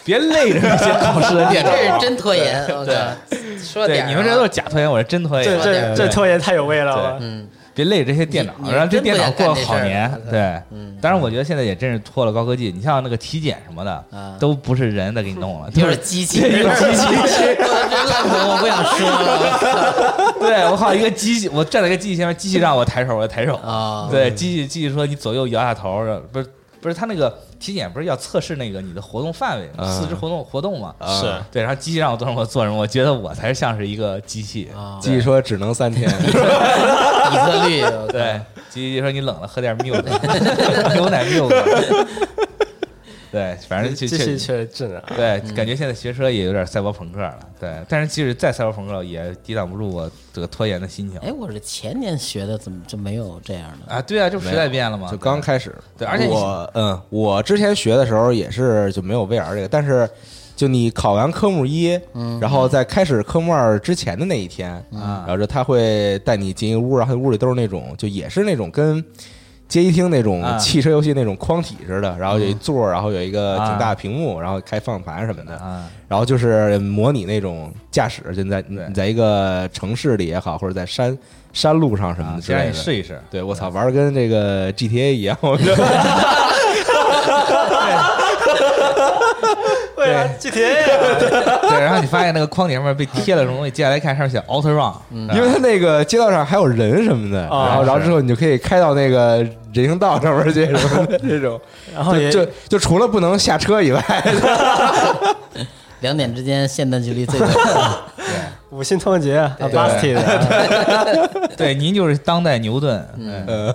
Speaker 6: 别累 [laughs] 着那些考试的电脑，
Speaker 3: 这是真拖延，我靠！说点
Speaker 6: 对，
Speaker 3: 儿啊
Speaker 6: 你们这都是假拖延，我是真拖
Speaker 5: 这
Speaker 6: 延，
Speaker 4: 呃
Speaker 5: 这这拖延太有味了。
Speaker 6: 对
Speaker 3: 嗯，
Speaker 6: 别累着这些电脑
Speaker 3: 你，你
Speaker 6: 让这
Speaker 3: 真
Speaker 6: 电
Speaker 3: 不
Speaker 6: 脑
Speaker 3: 想
Speaker 6: 过
Speaker 3: 干
Speaker 6: 个
Speaker 3: 这
Speaker 6: 好
Speaker 3: 事儿
Speaker 6: 年
Speaker 3: 我。操
Speaker 6: 对，
Speaker 3: 嗯
Speaker 6: 当然我觉得现在也真是脱了高科技，你像那个体检什么的
Speaker 3: 啊，
Speaker 6: 都不是人 [laughs] 在给你弄了，
Speaker 3: 又
Speaker 6: 就是是
Speaker 3: 机器，
Speaker 6: 对一个机器
Speaker 3: [laughs] 我这烂梗我不想说了
Speaker 6: [laughs] 对我靠一个机器，我站在一个机器前面，机器让我抬手，我就抬手。
Speaker 3: 啊！
Speaker 6: [laughs] 对，机器机器说你左右摇下头，然后不是不是，他那个体检不是要测试那个你的活动范围
Speaker 4: 啊
Speaker 6: 吗，四肢活动活动嘛？
Speaker 5: 是
Speaker 6: 对，然后机器让我做什么我做什么，我觉得我才像是一个机器。
Speaker 4: [laughs]
Speaker 3: 啊，
Speaker 4: 记说只能三天，
Speaker 3: 底特律，我靠
Speaker 6: 对，机器说你冷了喝点 milk，牛 [laughs] 奶 milk。对，反正就
Speaker 5: 这
Speaker 6: 确
Speaker 5: 是确实智能啊，
Speaker 6: 对，感觉现在学车也有点赛博朋克了。对，但是即使再赛博朋克，也抵挡不住我这个拖延的心情。
Speaker 3: 哎，我是前年学的，怎么就没有这样的？
Speaker 6: 啊，对啊，这不时代变了吗？
Speaker 4: 就刚开始。
Speaker 6: 对而且你
Speaker 4: 我嗯，我之前学的时候也是就没有 VR 这个，但是就你考完科目一，然后在开始科目二之前的那一天，然
Speaker 6: 啊，
Speaker 4: 后就他会带你进一个屋，然后屋里都是那种就也是那种跟街机厅那种
Speaker 6: 啊嗯
Speaker 4: 汽车游戏那种框体似的，然后有一座儿，然后有一个挺
Speaker 6: 啊
Speaker 4: 大的屏幕，然后开方向盘什么的，
Speaker 6: 啊，
Speaker 4: 然后就是模拟那种驾驶，就在你
Speaker 6: 对
Speaker 4: 在一个城市里也好，或者在山山路上什么
Speaker 6: 啊
Speaker 4: 的之
Speaker 6: 先让
Speaker 4: 类
Speaker 6: 你
Speaker 4: 的。
Speaker 6: 试一试。
Speaker 4: 对，我操，玩的跟这个 GTA 一样，我觉得
Speaker 5: 对啊，GTA 啊
Speaker 6: 对，然后你发现那个框顶上面被贴了什么东西，接下来看上面写 Outer Run，
Speaker 4: [laughs] 因为它那个街道上还有人什么的，
Speaker 5: 啊
Speaker 4: 然后然后
Speaker 6: 是
Speaker 4: 之后你就可以开到那个人行道上面去什么的这种，
Speaker 5: [laughs] 然后也
Speaker 4: 就就就除了不能下车以 [laughs] 外，
Speaker 3: 两点之间线段距离最短，
Speaker 5: 五星通缉啊
Speaker 3: 对
Speaker 5: b u s t 的，
Speaker 6: 对，您就是当代牛顿。嗯，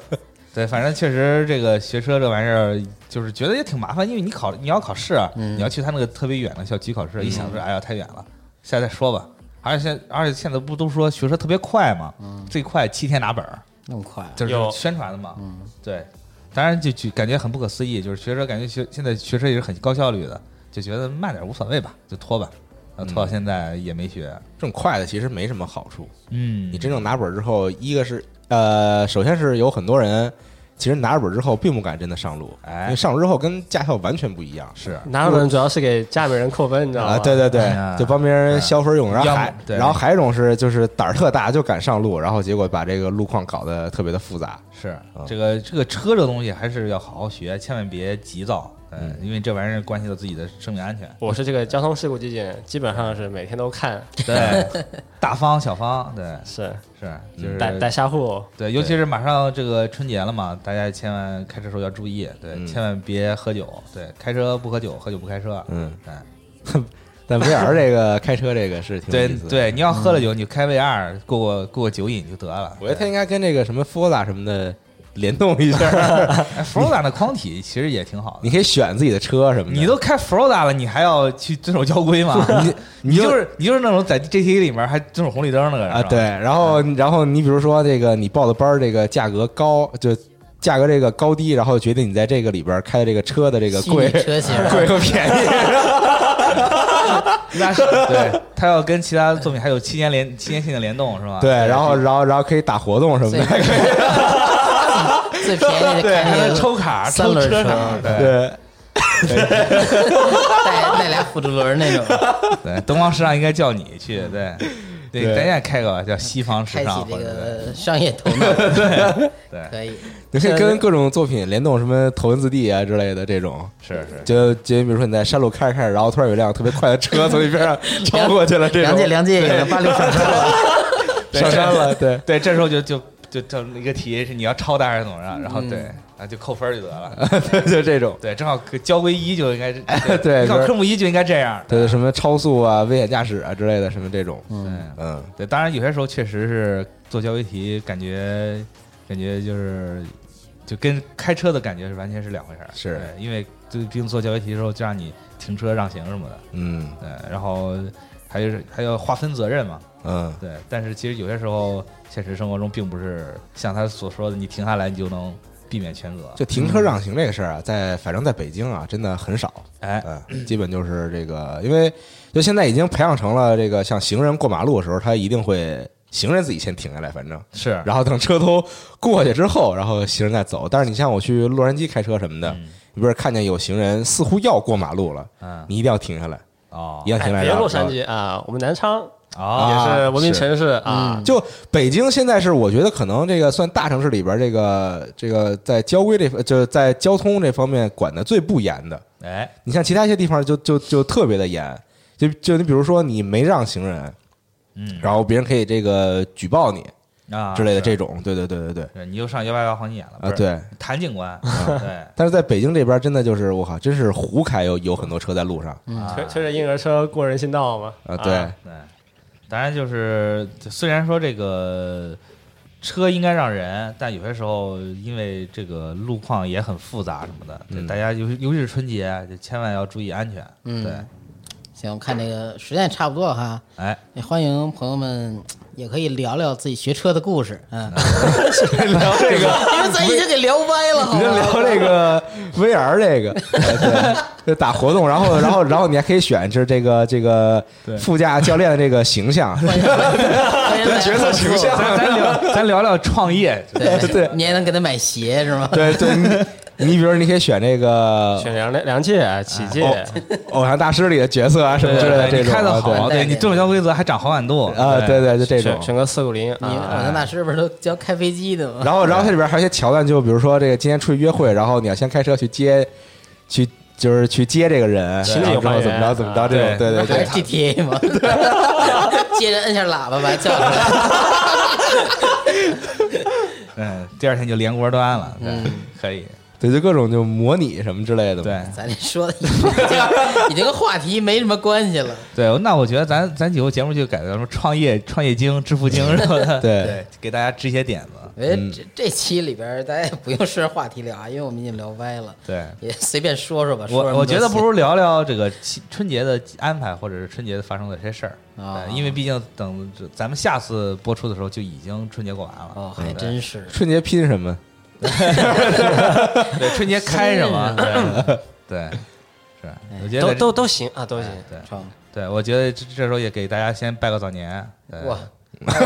Speaker 6: 对，反正确实这个学车这玩意儿，就是觉得也挺麻烦，因为你考你要考试啊，你要去他那个特别远的校区考试，一想说哎呀太远了，下次再说吧。而且现而且现在不都说学车特别快嘛，最快七天拿本儿，
Speaker 3: 那么快啊，
Speaker 6: 就是
Speaker 5: 有
Speaker 6: 宣传的嘛。对，当然就就感觉很不可思议，就是学车感觉学现在学车也是很高效率的，就觉得慢点无所谓吧，就拖吧，然后拖到现在也没学。
Speaker 4: 这种快的其实没什么好处。
Speaker 6: 嗯
Speaker 4: 你真正拿本儿之后，一个是呃，首先是有很多人其实拿着本儿之后并不敢真的上路，
Speaker 6: 哎
Speaker 4: 因为上路之后跟驾校完全不一样。
Speaker 6: 是
Speaker 5: 拿本主要是给家里人扣分，你知道
Speaker 4: 啊，
Speaker 5: 吗？
Speaker 4: 对对对
Speaker 6: 哎呀，
Speaker 4: 就帮别人消分用，然后
Speaker 6: 要么
Speaker 4: 还
Speaker 6: 对
Speaker 4: 然后还有一种是就是胆儿特大就敢上路，然后结果把这个路况搞得特别的复杂。
Speaker 6: 是，这个这个车这东西还是要好好学，千万别急躁，嗯，因为这玩意儿关系到自己的生命安全。
Speaker 5: 我是这个交通事故基金，基本上是每天都看，
Speaker 6: 对， [laughs] 嗯大方小方，对，
Speaker 5: 是
Speaker 6: 是就是
Speaker 5: 带带瞎户，
Speaker 6: 对，尤其是马上这个春节了嘛，大家千万开车时候要注意，对，千万别喝酒，对，开车不喝酒，喝酒不开车，啊
Speaker 4: 嗯
Speaker 6: 对，
Speaker 4: 但 VR 这 [laughs] 个开车这个是挺有
Speaker 6: 对
Speaker 4: 意思的。，
Speaker 6: 对，你要喝了酒，你就开 VR 过过过过酒瘾就得了。
Speaker 4: 我觉得它应该跟这个什么 Forza 什么的联动一下，
Speaker 6: 哎 Froda 那框体其实也挺好
Speaker 4: [laughs] 你
Speaker 6: 的。
Speaker 4: 可以选自己的车什么的。
Speaker 6: 你都开 Froda 了，你还要去遵守交规吗？ [laughs] 你
Speaker 4: [laughs] 你
Speaker 6: 你
Speaker 4: 就
Speaker 6: 就是你就是那种在 GTA 里面还遵守红绿灯那个人
Speaker 4: 啊，
Speaker 6: 是吧
Speaker 4: 对，然后然后你比如说这个你报的班儿这个价格高，就价格这个高低，然后决定你在这个里边儿开的这个车的这个
Speaker 3: 虚拟
Speaker 4: 贵
Speaker 3: 车型
Speaker 4: 贵和便
Speaker 6: [laughs]
Speaker 4: 宜。
Speaker 6: 那是对，他要跟其他作品还有期间联期间性的联动是吧？
Speaker 4: 对，然后然后然后可以打活动什么
Speaker 3: 最
Speaker 4: 的，
Speaker 3: 最最便宜的
Speaker 6: 对，还
Speaker 3: 看
Speaker 6: 能
Speaker 3: 那
Speaker 6: 抽卡、
Speaker 3: 三
Speaker 6: 抽
Speaker 3: 轮
Speaker 6: 车
Speaker 3: 车
Speaker 6: 卡，对
Speaker 4: 对，
Speaker 3: 带带俩辅助轮那种，啊
Speaker 6: 对，东方时尚应该叫你去，对，对，
Speaker 4: 对
Speaker 6: 咱也开个叫西方时
Speaker 3: 开启
Speaker 6: 尚，
Speaker 3: 这
Speaker 6: 或者
Speaker 3: 个 [laughs] 商业头脑，对
Speaker 6: 对
Speaker 3: 可以，
Speaker 4: 你可以跟各种作品联动，什么头文字 D 啊之类的这种。
Speaker 6: 是是，
Speaker 4: 就就比如说你在山路开着开着，然后突然有一辆特别快的车从你边上
Speaker 3: [laughs]
Speaker 4: 超过去了，这
Speaker 3: 梁
Speaker 4: 种
Speaker 3: 界梁界也能八六上车了，
Speaker 4: [laughs]
Speaker 6: 对
Speaker 4: 上山了，
Speaker 3: [laughs]
Speaker 4: 对，
Speaker 6: [laughs] 对，这时候就就就这么一个题是你要超他还是怎么着，然后
Speaker 4: 嗯
Speaker 6: 对啊就扣分儿就得了，
Speaker 4: 就这种，
Speaker 6: 对，正好交规一就
Speaker 4: [laughs]
Speaker 6: 应该是
Speaker 4: 对
Speaker 6: 你考
Speaker 4: 就是
Speaker 6: 科目一就应该这样，
Speaker 4: 对什么超速啊、危险驾驶啊之类的，什么这种，
Speaker 6: 嗯，
Speaker 4: 嗯，
Speaker 6: 对，当然有些时候确实是做交规题，感觉感觉就是就跟开车的感觉是完全是两回事儿，
Speaker 4: 是
Speaker 6: 对因为就毕竟做交规题的时候就让你停车让行什么的，
Speaker 4: 嗯
Speaker 6: 对，然后还有还要划分责任嘛，
Speaker 4: 嗯，
Speaker 6: 对，但是其实有些时候现实生活中并不是像他所说的，你停下来你就能避免全责，
Speaker 4: 就停车让行这个事儿啊，在反正在北京啊，真的很少，
Speaker 6: 哎，
Speaker 4: 嗯，基本就是这个，因为就现在已经培养成了这个，像行人过马路的时候，他一定会行人自己先停下来，反正，
Speaker 6: 是，然
Speaker 4: 然后等车都过去之后，然后行人再走。但是你像我去洛杉矶开车什么的，你不是看见有行人似乎要过马路了，
Speaker 6: 嗯
Speaker 4: 你一定要停下来，
Speaker 6: 哦
Speaker 4: 一定要停下来。
Speaker 5: 哎别
Speaker 4: 然后
Speaker 5: 洛杉，矶啊，我们南昌
Speaker 6: 哦，
Speaker 5: 也是
Speaker 4: 啊
Speaker 5: 文明
Speaker 4: 是
Speaker 5: 城市啊，
Speaker 4: 就北京现在是我觉得可能这个算大城市里边这个这个在交规这就是在交通这方面管的最不严的。
Speaker 6: 哎，
Speaker 4: 你像其他一些地方就就就特别的严，就就你比如说你没让行人，
Speaker 6: 嗯，
Speaker 4: 然后别人可以这个举报你
Speaker 6: 啊
Speaker 4: 之类的
Speaker 6: 是
Speaker 4: 这种，对对对对对。
Speaker 6: 是你又上幺八幺黄金眼了
Speaker 4: 啊，对，嗯
Speaker 6: 谭
Speaker 4: [laughs]
Speaker 6: 警官，对。
Speaker 4: 但是在北京这边真的就是我靠，真是胡开有有很多车在路上
Speaker 6: 啊
Speaker 5: 推推着婴儿车过人行道嘛
Speaker 4: 嗯啊，对，
Speaker 6: 对，当然就是虽然说这个车应该让人，但有些时候因为这个路况也很复杂什么的，对
Speaker 4: 嗯
Speaker 6: 大家尤其尤其是春节，啊就千万要注意安全。
Speaker 3: 嗯
Speaker 6: 对， [laughs]
Speaker 3: 行，我看这个时间也差不多了哈，
Speaker 6: 哎，
Speaker 3: 也欢迎朋友们也可以聊聊自己学车的故事，嗯，
Speaker 4: 聊这个，
Speaker 3: [laughs] 因为咱已经给聊歪了，好
Speaker 4: 你就
Speaker 3: 吗？
Speaker 4: 聊这个 VR 这个，哎对，就打活动，然后然后然后你还可以选是这个这个副驾教练的这个形象， [laughs]
Speaker 3: 欢迎来
Speaker 4: 角色形象
Speaker 6: 咱咱聊咱聊聊创业，
Speaker 3: 对
Speaker 4: 对
Speaker 3: 你还能给他买鞋是吗？
Speaker 4: 对对，你你比如你可以选这个
Speaker 5: 选梁梁界、启
Speaker 4: 啊
Speaker 5: 界，
Speaker 4: 哦偶像大师里的角色啊什么之类的这
Speaker 6: 你
Speaker 4: 种
Speaker 6: 开的
Speaker 4: 啊，
Speaker 6: 好，
Speaker 4: [laughs] 对
Speaker 6: 对你遵守交规则还长好感度
Speaker 4: 啊，对，对，就这种
Speaker 5: 选。选个四五零
Speaker 3: 你
Speaker 4: 哎
Speaker 5: 啊，
Speaker 3: 偶像大师不是都教开飞机
Speaker 6: [laughs]
Speaker 3: 的吗？
Speaker 4: 然后，然后它里边还有一些桥段，就比如说这个今天出去约会，然后你要先开车去接，去就是去接这个人，
Speaker 5: 情景
Speaker 4: 然后之后怎么
Speaker 5: 还
Speaker 4: 着
Speaker 5: 原
Speaker 4: 怎么着这种，对对
Speaker 3: 还
Speaker 4: 对
Speaker 3: 是 GTA 吗？接着摁下喇叭把他叫出来。
Speaker 6: 嗯，第二天就连锅端了，对，可以，
Speaker 4: 对，就各种就模拟什么之类的嘛。
Speaker 6: 对，
Speaker 3: 咱这说的已经已经跟话题没什么关系了。
Speaker 6: 对，那我觉得咱咱以后节目就改叫什么创业创业经、致富经什么的，
Speaker 4: 对
Speaker 6: [laughs] 对，给大家支一些点子，
Speaker 3: 我觉得哎这这期里边大家也不用顺着话题聊啊，因为我们已经聊歪了，
Speaker 6: 对
Speaker 3: 也随便说说吧。说什么
Speaker 6: 嗯我我觉
Speaker 3: 都
Speaker 6: 得
Speaker 3: 行
Speaker 6: 不如聊聊这个期春节的安排，或者是春节发生的这些事儿
Speaker 3: 啊
Speaker 6: 对因为毕竟等咱们下次播出的时候就已经春节过完了。
Speaker 3: 哦，还真是
Speaker 4: 春节拼什么？
Speaker 6: 对，春节开什么？对，对是，
Speaker 3: 哎
Speaker 6: 我觉
Speaker 5: 都
Speaker 6: 得
Speaker 5: 都都行啊，都行。
Speaker 6: 对
Speaker 3: 成
Speaker 6: 对，我觉得这这时候也给大家先拜个早年。对嗯
Speaker 3: 哇，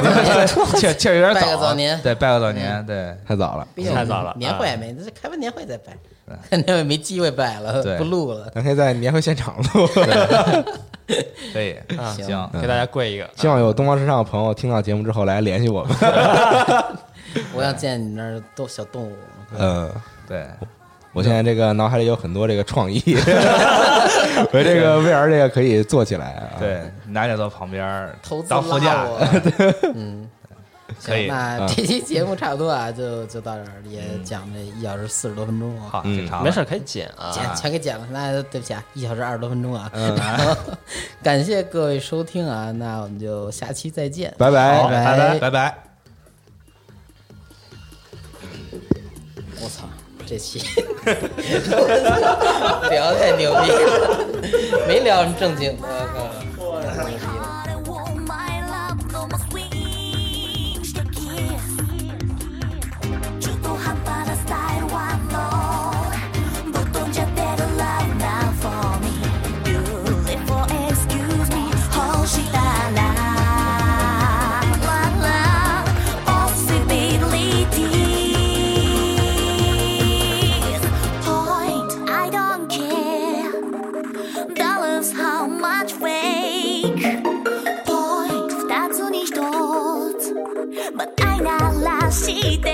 Speaker 6: [laughs] 确确实有点
Speaker 3: 拜
Speaker 6: 早
Speaker 3: 个
Speaker 6: 啊，
Speaker 3: 早年嗯
Speaker 6: 对，拜个早年，对。
Speaker 4: 太早了，
Speaker 3: 毕竟
Speaker 5: 太早了
Speaker 3: 年
Speaker 6: 嗯
Speaker 3: 会也没，这开完年会再拜， [laughs] 那也没机会拜了
Speaker 6: 对，
Speaker 3: 不录了。
Speaker 4: 咱可以在年会现场录。
Speaker 6: 可以，
Speaker 5: 啊
Speaker 6: 行，
Speaker 3: 行
Speaker 5: 给大家跪一个，
Speaker 4: [laughs] 希望有东方时尚的朋友听到节目之后来联系我们。
Speaker 3: 我想见你那儿都小动物，
Speaker 4: [laughs] 嗯，
Speaker 6: 对，
Speaker 4: 我现在这个脑海里有很多这个创
Speaker 6: [laughs]
Speaker 4: 意，我这个 VR 这个可以做起来啊。
Speaker 6: 对，拿点到旁边儿
Speaker 3: 投资
Speaker 6: 当副
Speaker 3: 拉
Speaker 6: 驾，
Speaker 3: 我。
Speaker 6: [laughs]
Speaker 3: 嗯，
Speaker 6: 可以
Speaker 3: 行那这期节目差不多啊，就就到这儿，也
Speaker 6: 嗯
Speaker 3: 讲这一小时四十多分钟啊。
Speaker 6: 好，挺长
Speaker 5: 嗯
Speaker 6: 了，
Speaker 5: 没事儿可以剪啊。
Speaker 3: 剪全给剪了，那对不起啊，一小时二十多分钟啊，感谢各位收听啊，那我们就下期再见，
Speaker 4: 拜拜
Speaker 6: 好，拜
Speaker 3: 拜
Speaker 6: 拜拜。
Speaker 3: 我操，这期 [laughs] 聊得太牛逼了，没聊什么正经的，我靠，太牛逼了。
Speaker 2: I want my love almost wings to kiss 中途半端なスタイルは no ぶっ飛んじゃってる love now for me beautiful excuse me 星だな la la possibility また鳴らして